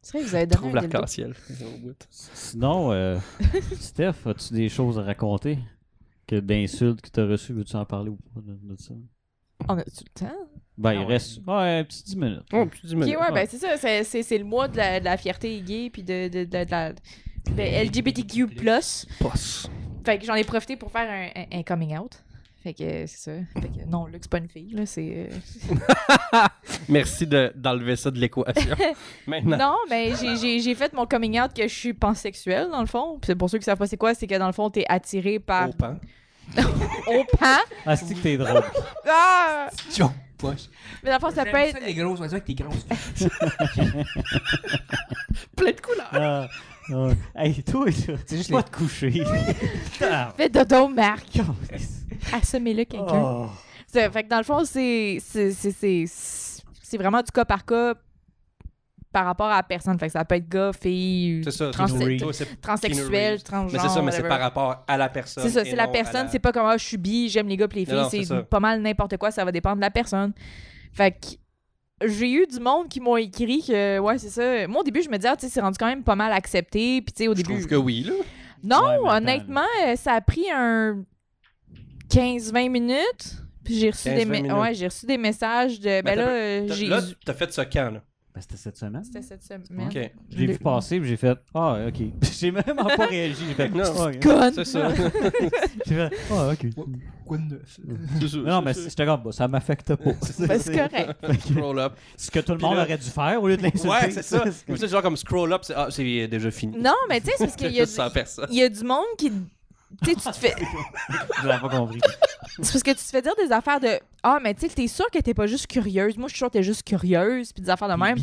S4: C'est vrai, que vous avez
S3: Trouve
S4: donné un dildo.
S3: l'arc-en-ciel.
S1: Sinon,
S4: (laughs)
S1: euh, Steph, as-tu des choses à raconter? Que d'insultes que t'as reçues, veux-tu en parler ou pas de, de ça?
S4: On a tout le temps.
S1: Ben,
S2: Ah
S1: il
S2: ouais.
S1: reste. Ouais, un petit 10 minutes.
S3: Oh, puis dis-moi.
S4: Ok, ouais, ben c'est ça. C'est, c'est, c'est le mois de la, de la fierté gay puis de, de, de, de la de LGBTQ+.
S3: Posse.
S4: Fait que j'en ai profité pour faire un, un- un coming out. Fait que euh, c'est ça. Fait que non, Luc, c'est pas une fille, là. C'est. euh,
S3: Merci de- d'enlever ça de l'équation. Maintenant.
S4: Non, mais j'ai- j'ai j'ai fait mon coming out que je suis pansexuelle, dans le fond. Puis c'est pour ceux qui savent pas c'est quoi, c'est que dans le fond, t'es attiré par.
S3: Au pan.
S4: Au pan.
S1: Ah, c'est que t'es drôle.
S4: Ah!
S2: Joe Poche.
S4: Mais dans le fond, ça peut
S2: J'aime
S4: être.
S2: les gros oiseaux avec des grosses.
S3: Plein de couleurs.
S1: Ah, ouais. Hey, toi, là, tu
S2: juste
S1: pas
S2: les-
S1: te coucher. Ah,
S4: Fais dodo, Marc.
S1: câlisse.
S4: Assommez-le, quelqu'un.
S1: Oh.
S4: C'est- Fait que dans le fond, c'est c'est- c'est- c'est- c'est vraiment du cas par cas par rapport à la personne. Fait que ça peut être gars, fille,
S3: C'est ça.
S4: Trans-
S3: c'est- toi, c'est- Keanu
S4: transsexuel,
S3: Reeves.
S4: transgenre.
S3: Mais c'est ça, mais c'est
S4: whatever.
S3: par rapport à la personne.
S4: C'est ça,
S3: et
S4: c'est la
S3: non à
S4: personne, c'est pas comme ah, je suis bi, j'aime les gars puis les
S3: Non, non,
S4: filles,
S3: c'est ça.
S4: c'est pas mal n'importe quoi, ça va dépendre de la personne. Fait que j'ai eu du monde qui m'ont écrit que ouais, c'est ça. Moi au début, je me disais ah, tu sais, c'est rendu quand même pas mal accepté, puis tu sais au
S3: Je
S4: début
S3: trouve que oui, là.
S1: Ouais,
S4: Non,
S1: mais attends,
S4: honnêtement, euh, ça a pris un 15-20 minutes. Puis j'ai reçu,
S3: 15-20
S4: des me-
S3: minutes.
S4: ouais, j'ai reçu des messages de. Ben
S3: t'as
S4: là,
S3: peu-
S4: euh,
S3: T'as-
S4: j'ai.
S3: Là, t'as fait ce camp, là.
S1: Ben, c'était cette semaine.
S4: C'était cette semaine.
S3: OK.
S1: Je l'ai vu passer, puis j'ai fait Ah, ok. (laughs) j'ai même pas réagi. J'ai fait
S3: Non.
S1: Ah, ok.
S4: Conne!
S3: C'est (laughs)
S1: (laughs)
S3: ça.
S1: J'ai fait Ah, ok.
S2: Quoi de neuf?
S1: Non, mais c'est- j'étais comme Bah, ça m'affecte pas.
S4: Ben, (laughs) c'est correct.
S1: Fait que-
S3: Scroll up.
S1: Ce que tout le
S3: Puis
S1: monde
S3: là-
S1: aurait dû faire au lieu de l'insulter.
S3: Ouais, c'est
S1: (laughs)
S3: ça.
S1: que-
S3: Mais c'est genre comme scroll up, c'est ah, c'est déjà fini.
S4: Non, mais tu sais, c'est parce
S3: (laughs) C'est
S4: qu'il y, a
S3: juste
S4: du-
S3: sans personne.
S4: il y a du monde qui. Tu sais, tu te fais.
S1: J'avais pas compris.
S4: C'est parce que tu te fais dire des affaires de. Ah, mais tu sais, t'es sûr que t'es pas juste curieuse. Moi, je suis sûre que t'es juste curieuse. Puis des affaires de même.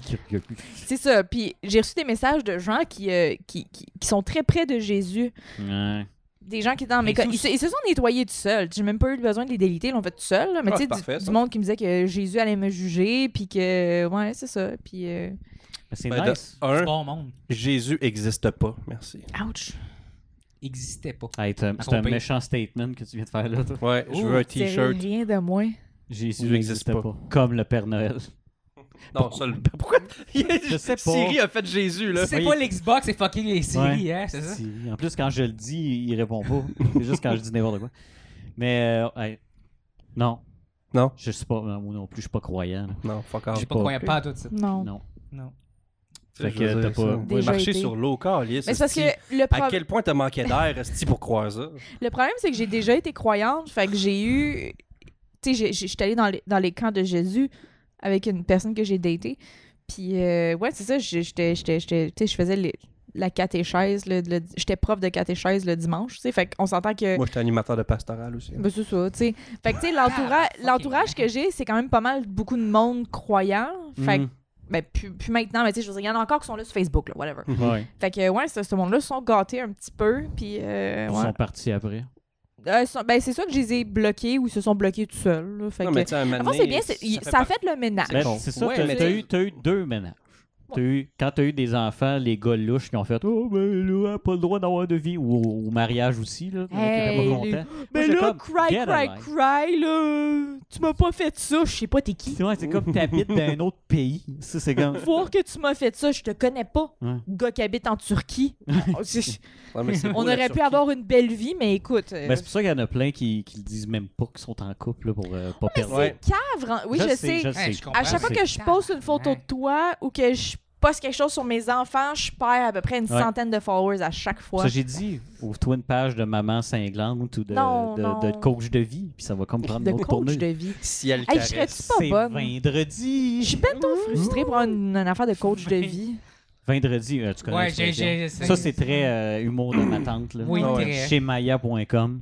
S4: C'est ça. Puis j'ai reçu des messages de gens qui, euh, qui, qui, qui sont très près de Jésus.
S1: Ouais.
S4: des gens qui étaient dans mes
S2: Mais
S4: co-
S2: sous-
S4: Ils, se- ils se sont nettoyés tout seuls. J'ai même pas eu besoin de les déliter, ils l'ont fait tout seul. là. Mais
S3: Ah,
S4: tu
S3: c'est
S4: sais,
S3: parfait,
S4: du,
S3: ça.
S4: du monde qui me disait que Jésus allait me juger, puis que. Ouais, c'est ça. Puis. euh,
S1: Ben, C'est
S3: Ben, de-
S1: nice.
S3: Un,
S2: Bon monde.
S3: Jésus existe pas. Merci.
S4: Ouch!
S2: Existait pas.
S1: Hey, t'as- c'est un
S2: Accompagné.
S1: méchant statement que tu viens de faire là. toi.
S3: Ouais, je veux un t-shirt.
S4: C'est rien de moins.
S1: Jésus
S3: Il
S1: n'existe
S3: n'existe
S1: pas. Comme le Père Noël.
S3: Non, ça, le- (laughs) pourquoi Je
S1: sais pas.
S3: Siri a fait Jésus, là.
S2: C'est
S1: Oui.
S2: pas l'Xbox, c'est fucking les séries, hein, c'est ça?
S1: Si- En plus, quand je le dis, il répond pas. C'est juste quand je dis n'importe quoi. Mais, euh, hey, non.
S3: Non.
S1: Je sais pas, moi non plus, je suis pas croyant. là.
S3: Non, fuck off.
S1: J'ai
S2: J'ai
S1: pas
S2: pas croyant pas à tout ça.
S4: Non.
S1: Non.
S2: Non.
S1: Fait que t'as pas-
S3: Vous
S4: Déjà
S3: marcher
S4: été.
S3: sur l'eau, calice.
S4: Mais c'est parce que
S3: esti.
S4: le, pro-
S3: À quel point t'as manqué d'air, Esti, pour croire ça?
S4: le problème, c'est que j'ai déjà été croyante, fait que j'ai eu. Tu sais, j'ai- j'ai- j'étais allée dans les, dans les camps de Jésus avec une personne que j'ai datée. Puis, euh, ouais, c'est ça, j'ai- j'étais. j'étais- j'étais- Tu sais, je faisais les- la catéchèse, le- le- j'étais prof de catéchèse le dimanche, tu sais, fait qu'on s'entend que.
S3: Moi, j'étais animateur de pastoral aussi.
S4: Ben, c'est ça, tu sais. Fait que, tu sais, l'entoura-
S2: fucking
S4: l'entourage que j'ai, c'est quand même pas mal beaucoup de monde croyant. Fait que,
S1: Mm.
S4: ben, plus, plus maintenant, mais tu sais, je veux dire, il y en a encore qui sont là sur Facebook, là, whatever.
S1: Ouais.
S4: Fait que, ouais, ce, ce monde-là, se sont gâtés un petit peu, puis, euh,
S1: Ils
S4: ouais.
S1: sont partis après.
S4: Euh, ils sont- ben, c'est sûr que je les ai bloqués ou ils se sont bloqués tout seuls, là. Fait
S3: Non,
S4: que,
S3: mais tu sais, à un moment
S4: Enfin,
S3: donné,
S4: c'est bien, c'est- il- ça, a
S3: partie-
S4: fait le ménage.
S1: Ben,
S3: con.
S1: C'est ça,
S3: Ouais,
S1: t'as
S3: mais
S1: t'as
S3: tu-
S1: eu, t'as eu deux ménages. T'as eu- quand tu as eu des enfants, les gars louches qui ont fait Oh, ben là, pas le droit d'avoir de vie, ou au au mariage aussi, là, qui étaient
S4: Hey,
S1: pas contents.
S4: Mais
S1: j'étais
S4: là,
S1: comme,
S4: cry,
S1: get
S4: cry,
S1: alive.
S4: cry, là, tu m'as pas fait ça, je sais pas t'es
S1: (laughs)
S4: qui.
S1: C'est ouais, c'est comme t'habites dans un autre pays. Ça, c'est
S4: (laughs)
S1: comme.
S4: Voir que tu m'as fait ça, je te connais pas.
S1: Ouais.
S4: Gars qui habite en Turquie. Oh, c'est-
S3: Ouais, mais c'est beau,
S4: On
S3: la
S4: aurait pu
S3: Turquie.
S4: avoir une belle vie, mais écoute. euh,
S1: Ben, c'est pour ça qu'il y en a plein qui, qui le disent même pas qu'ils sont en couple là, pour euh, pas perdre.
S3: Ouais.
S4: cave, hein. Oui, je, sais.
S1: Je sais.
S2: je comprends.
S4: À chaque fois
S1: c'est-
S4: que je poste une photo de toi ou que je poste quelque chose sur mes enfants, je perds à peu près une
S1: Ouais.
S4: centaine de followers à chaque fois.
S1: Ça, j'ai dit, ouvre-toi une page de maman cinglante ou de,
S4: Non,
S1: de,
S4: non.
S1: de coach de vie, puis ça va comme prendre
S4: de
S1: une autre
S4: coach
S1: tournure.
S4: de vie.
S3: Si elle
S4: Hey, je
S3: caresse.
S4: serais-tu pas
S1: C'est
S4: bonne? Je suis
S1: vendredi.
S4: ben trop frustrée pour avoir une, une affaire de coach de vie.
S1: Vendredi, euh, tu connais
S2: Ouais, j'ai-
S1: l'expression.
S2: j'ai. j'ai-
S1: Ça, c'est très euh, humour de
S4: (clears throat)
S1: ma tante. Là.
S2: Oui,
S4: Ah
S3: Ouais, ouais.
S2: très.
S1: Chez Maya.com.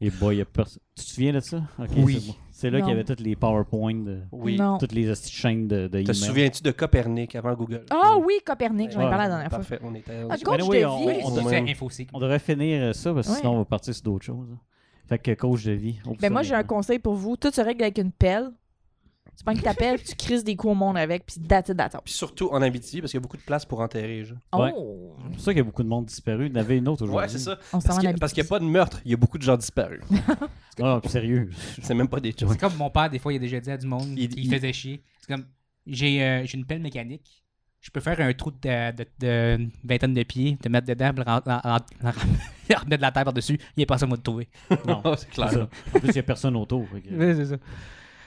S1: Et boy, y a personne. Tu te souviens de ça? Ok,
S3: Oui.
S1: c'est bon. C'est là qu'il y
S4: Non.
S1: avait toutes les PowerPoint, de,
S3: Oui.
S4: Non.
S1: toutes les hosties de chaînes de, de
S3: Te
S1: emails.
S3: souviens-tu de Copernic avant Google?
S4: Ah oui, Copernic, j'en ai
S1: Ouais.
S4: parlé la dernière fois.
S3: Parfait, on était...
S4: Ah,
S1: Ben
S4: coach
S1: oui,
S4: de
S1: on-
S4: vie.
S1: on-
S2: On
S3: Ouais.
S2: fait InfoSeek.
S1: On devrait finir euh, ça parce que
S4: Ouais.
S1: sinon on va partir sur d'autres choses. hein. Fait que coach de vie. on peut
S4: Ben moi,
S1: ça
S4: j'ai un
S1: maintenant.
S4: conseil pour vous. Tout se règle avec une pelle. Tu prends une ta pelle, puis tu crises des coups au monde avec, puis date d'attente.
S3: Puis surtout en Abitibi, parce qu'il y a beaucoup de place pour enterrer. genre.
S1: Ouais.
S4: Oh!
S1: C'est pour ça qu'il y a beaucoup de monde disparu. Il y en avait une autre aujourd'hui.
S3: Ouais, c'est ça.
S4: On s'en
S3: Parce
S4: va en
S3: qu'il parce qu'il n'y a pas de meurtre, il y a beaucoup de gens
S4: (laughs)
S3: disparus.
S1: Non, Ah, puis
S3: (laughs)
S1: sérieux.
S3: C'est même pas des jokes.
S2: C'est comme mon père, des fois, il a déjà dit à du monde,
S3: Il-
S2: il,
S3: il-
S2: faisait chier. C'est comme, j'ai euh, j'ai une pelle mécanique, je peux faire un trou de, de, de vingtaine de pieds, te mettre dedans, puis le ren- ren- ren- (laughs) ren- remettre de la terre par-dessus, il est pas ça, moi, de trouver.
S1: Non.
S3: Ah, c'est
S1: C'est
S3: clair.
S1: ça. En plus, il n'y a personne autour. fait que-
S2: c'est ça.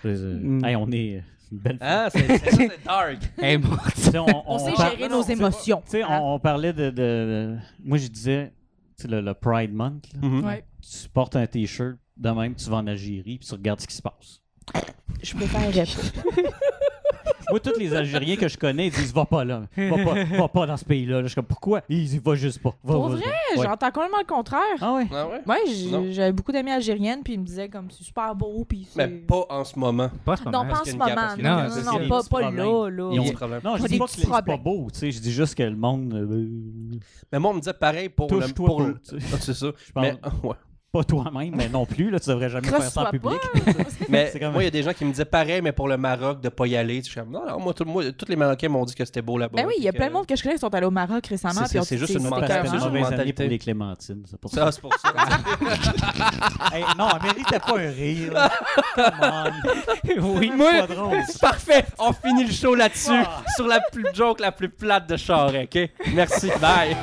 S1: Euh,
S2: Mm.
S1: hey, on est euh, une belle
S3: Ah, c'est ça,
S4: (laughs)
S3: c'est dark.
S2: Hey, mon- (laughs)
S1: Tu sais,
S4: On, sait
S1: par-
S4: gérer
S3: non,
S4: nos
S3: c'est pas-
S4: émotions.
S1: Tu sais,
S4: Hein?
S1: on, on parlait de, de- de- Moi, je disais, tu sais, le, le Pride Month, là,
S3: Mhm.
S4: Ouais.
S1: tu portes un T-shirt, de même, tu vas en Algérie, puis tu regardes ce qui se passe.
S4: Ah, Je préférerais pas.
S1: Moi, tous les Algériens que je connais, ils disent « Va pas là, va pas, va pas dans ce pays-là. là. Je suis comme « Pourquoi? » Ils disent « Va juste pas. Va,
S4: Pour
S1: va,
S4: vrai?
S1: va.
S4: Eh,
S1: Ouais.
S4: J'entends complètement le contraire.
S1: Ah ouais?
S3: Ah ouais?
S4: Moi,
S3: Non.
S4: j'avais beaucoup d'amis algériennes, puis ils me disaient comme c'est super beau, puis c'est.
S3: Mais pas en ce moment.
S2: Pas ce
S4: non,
S2: moment.
S4: pas en
S3: qu'il
S4: ce
S3: y a une
S4: moment.
S3: gap, parce qu'il
S2: y a
S4: Non,
S2: une
S4: non,
S2: gap,
S4: non,
S1: c'est-
S4: pas,
S1: c'est
S4: pas
S1: problème.
S4: là, là.
S3: Ils ont ce problème.
S1: Non, je
S4: Pas
S1: dis
S4: des
S1: pas que
S4: petits
S1: c'est c'est pas
S4: problèmes.
S1: beau, tu sais. Je dis juste que le monde... euh,
S3: Mais moi, on me disait pareil pour le.
S1: Touche-toi
S3: Pour
S1: pas,
S3: le... (laughs)
S1: tu sais.
S3: Ah, c'est ça.
S1: Je
S3: Mais, (laughs)
S1: parle
S3: ouais.
S1: pas toi-même, mais non plus. Là, tu devrais jamais faire ça en
S4: Crosse-toi
S1: public.
S3: mais
S1: C'est quand même-
S3: moi, il y a des gens qui me disaient pareil, mais pour le Maroc, de pas y aller. Je suis comme, non, non, moi, tout- moi, tous les Marocains m'ont dit que c'était beau là-bas.
S4: (laughs) Ben oui, il y a
S3: Puis
S4: plein de
S3: que-
S4: monde que je connais qui sont allés au Maroc récemment.
S3: C'est-
S4: puis
S3: c'est-
S4: ont
S3: c'est
S4: dit,
S3: juste une
S1: Parce que
S3: mentalité.
S1: c'est une
S4: écœurant.
S1: mauvaise année
S3: mentalité.
S1: pour les clémentines. C'est pour ça.
S3: Ça, c'est pour
S4: (laughs)
S3: ça.
S1: Hey, non, elle méritait pas un rire.
S3: (laughs)
S1: là. Come
S2: (laughs)
S1: on.
S3: Oui,
S1: C'est
S3: moi-
S1: pas drôle.
S3: C'est Parfait, on finit le show là-dessus,
S1: Ah.
S3: sur la plus joke, la plus plate de Charest, ok? Merci, bye!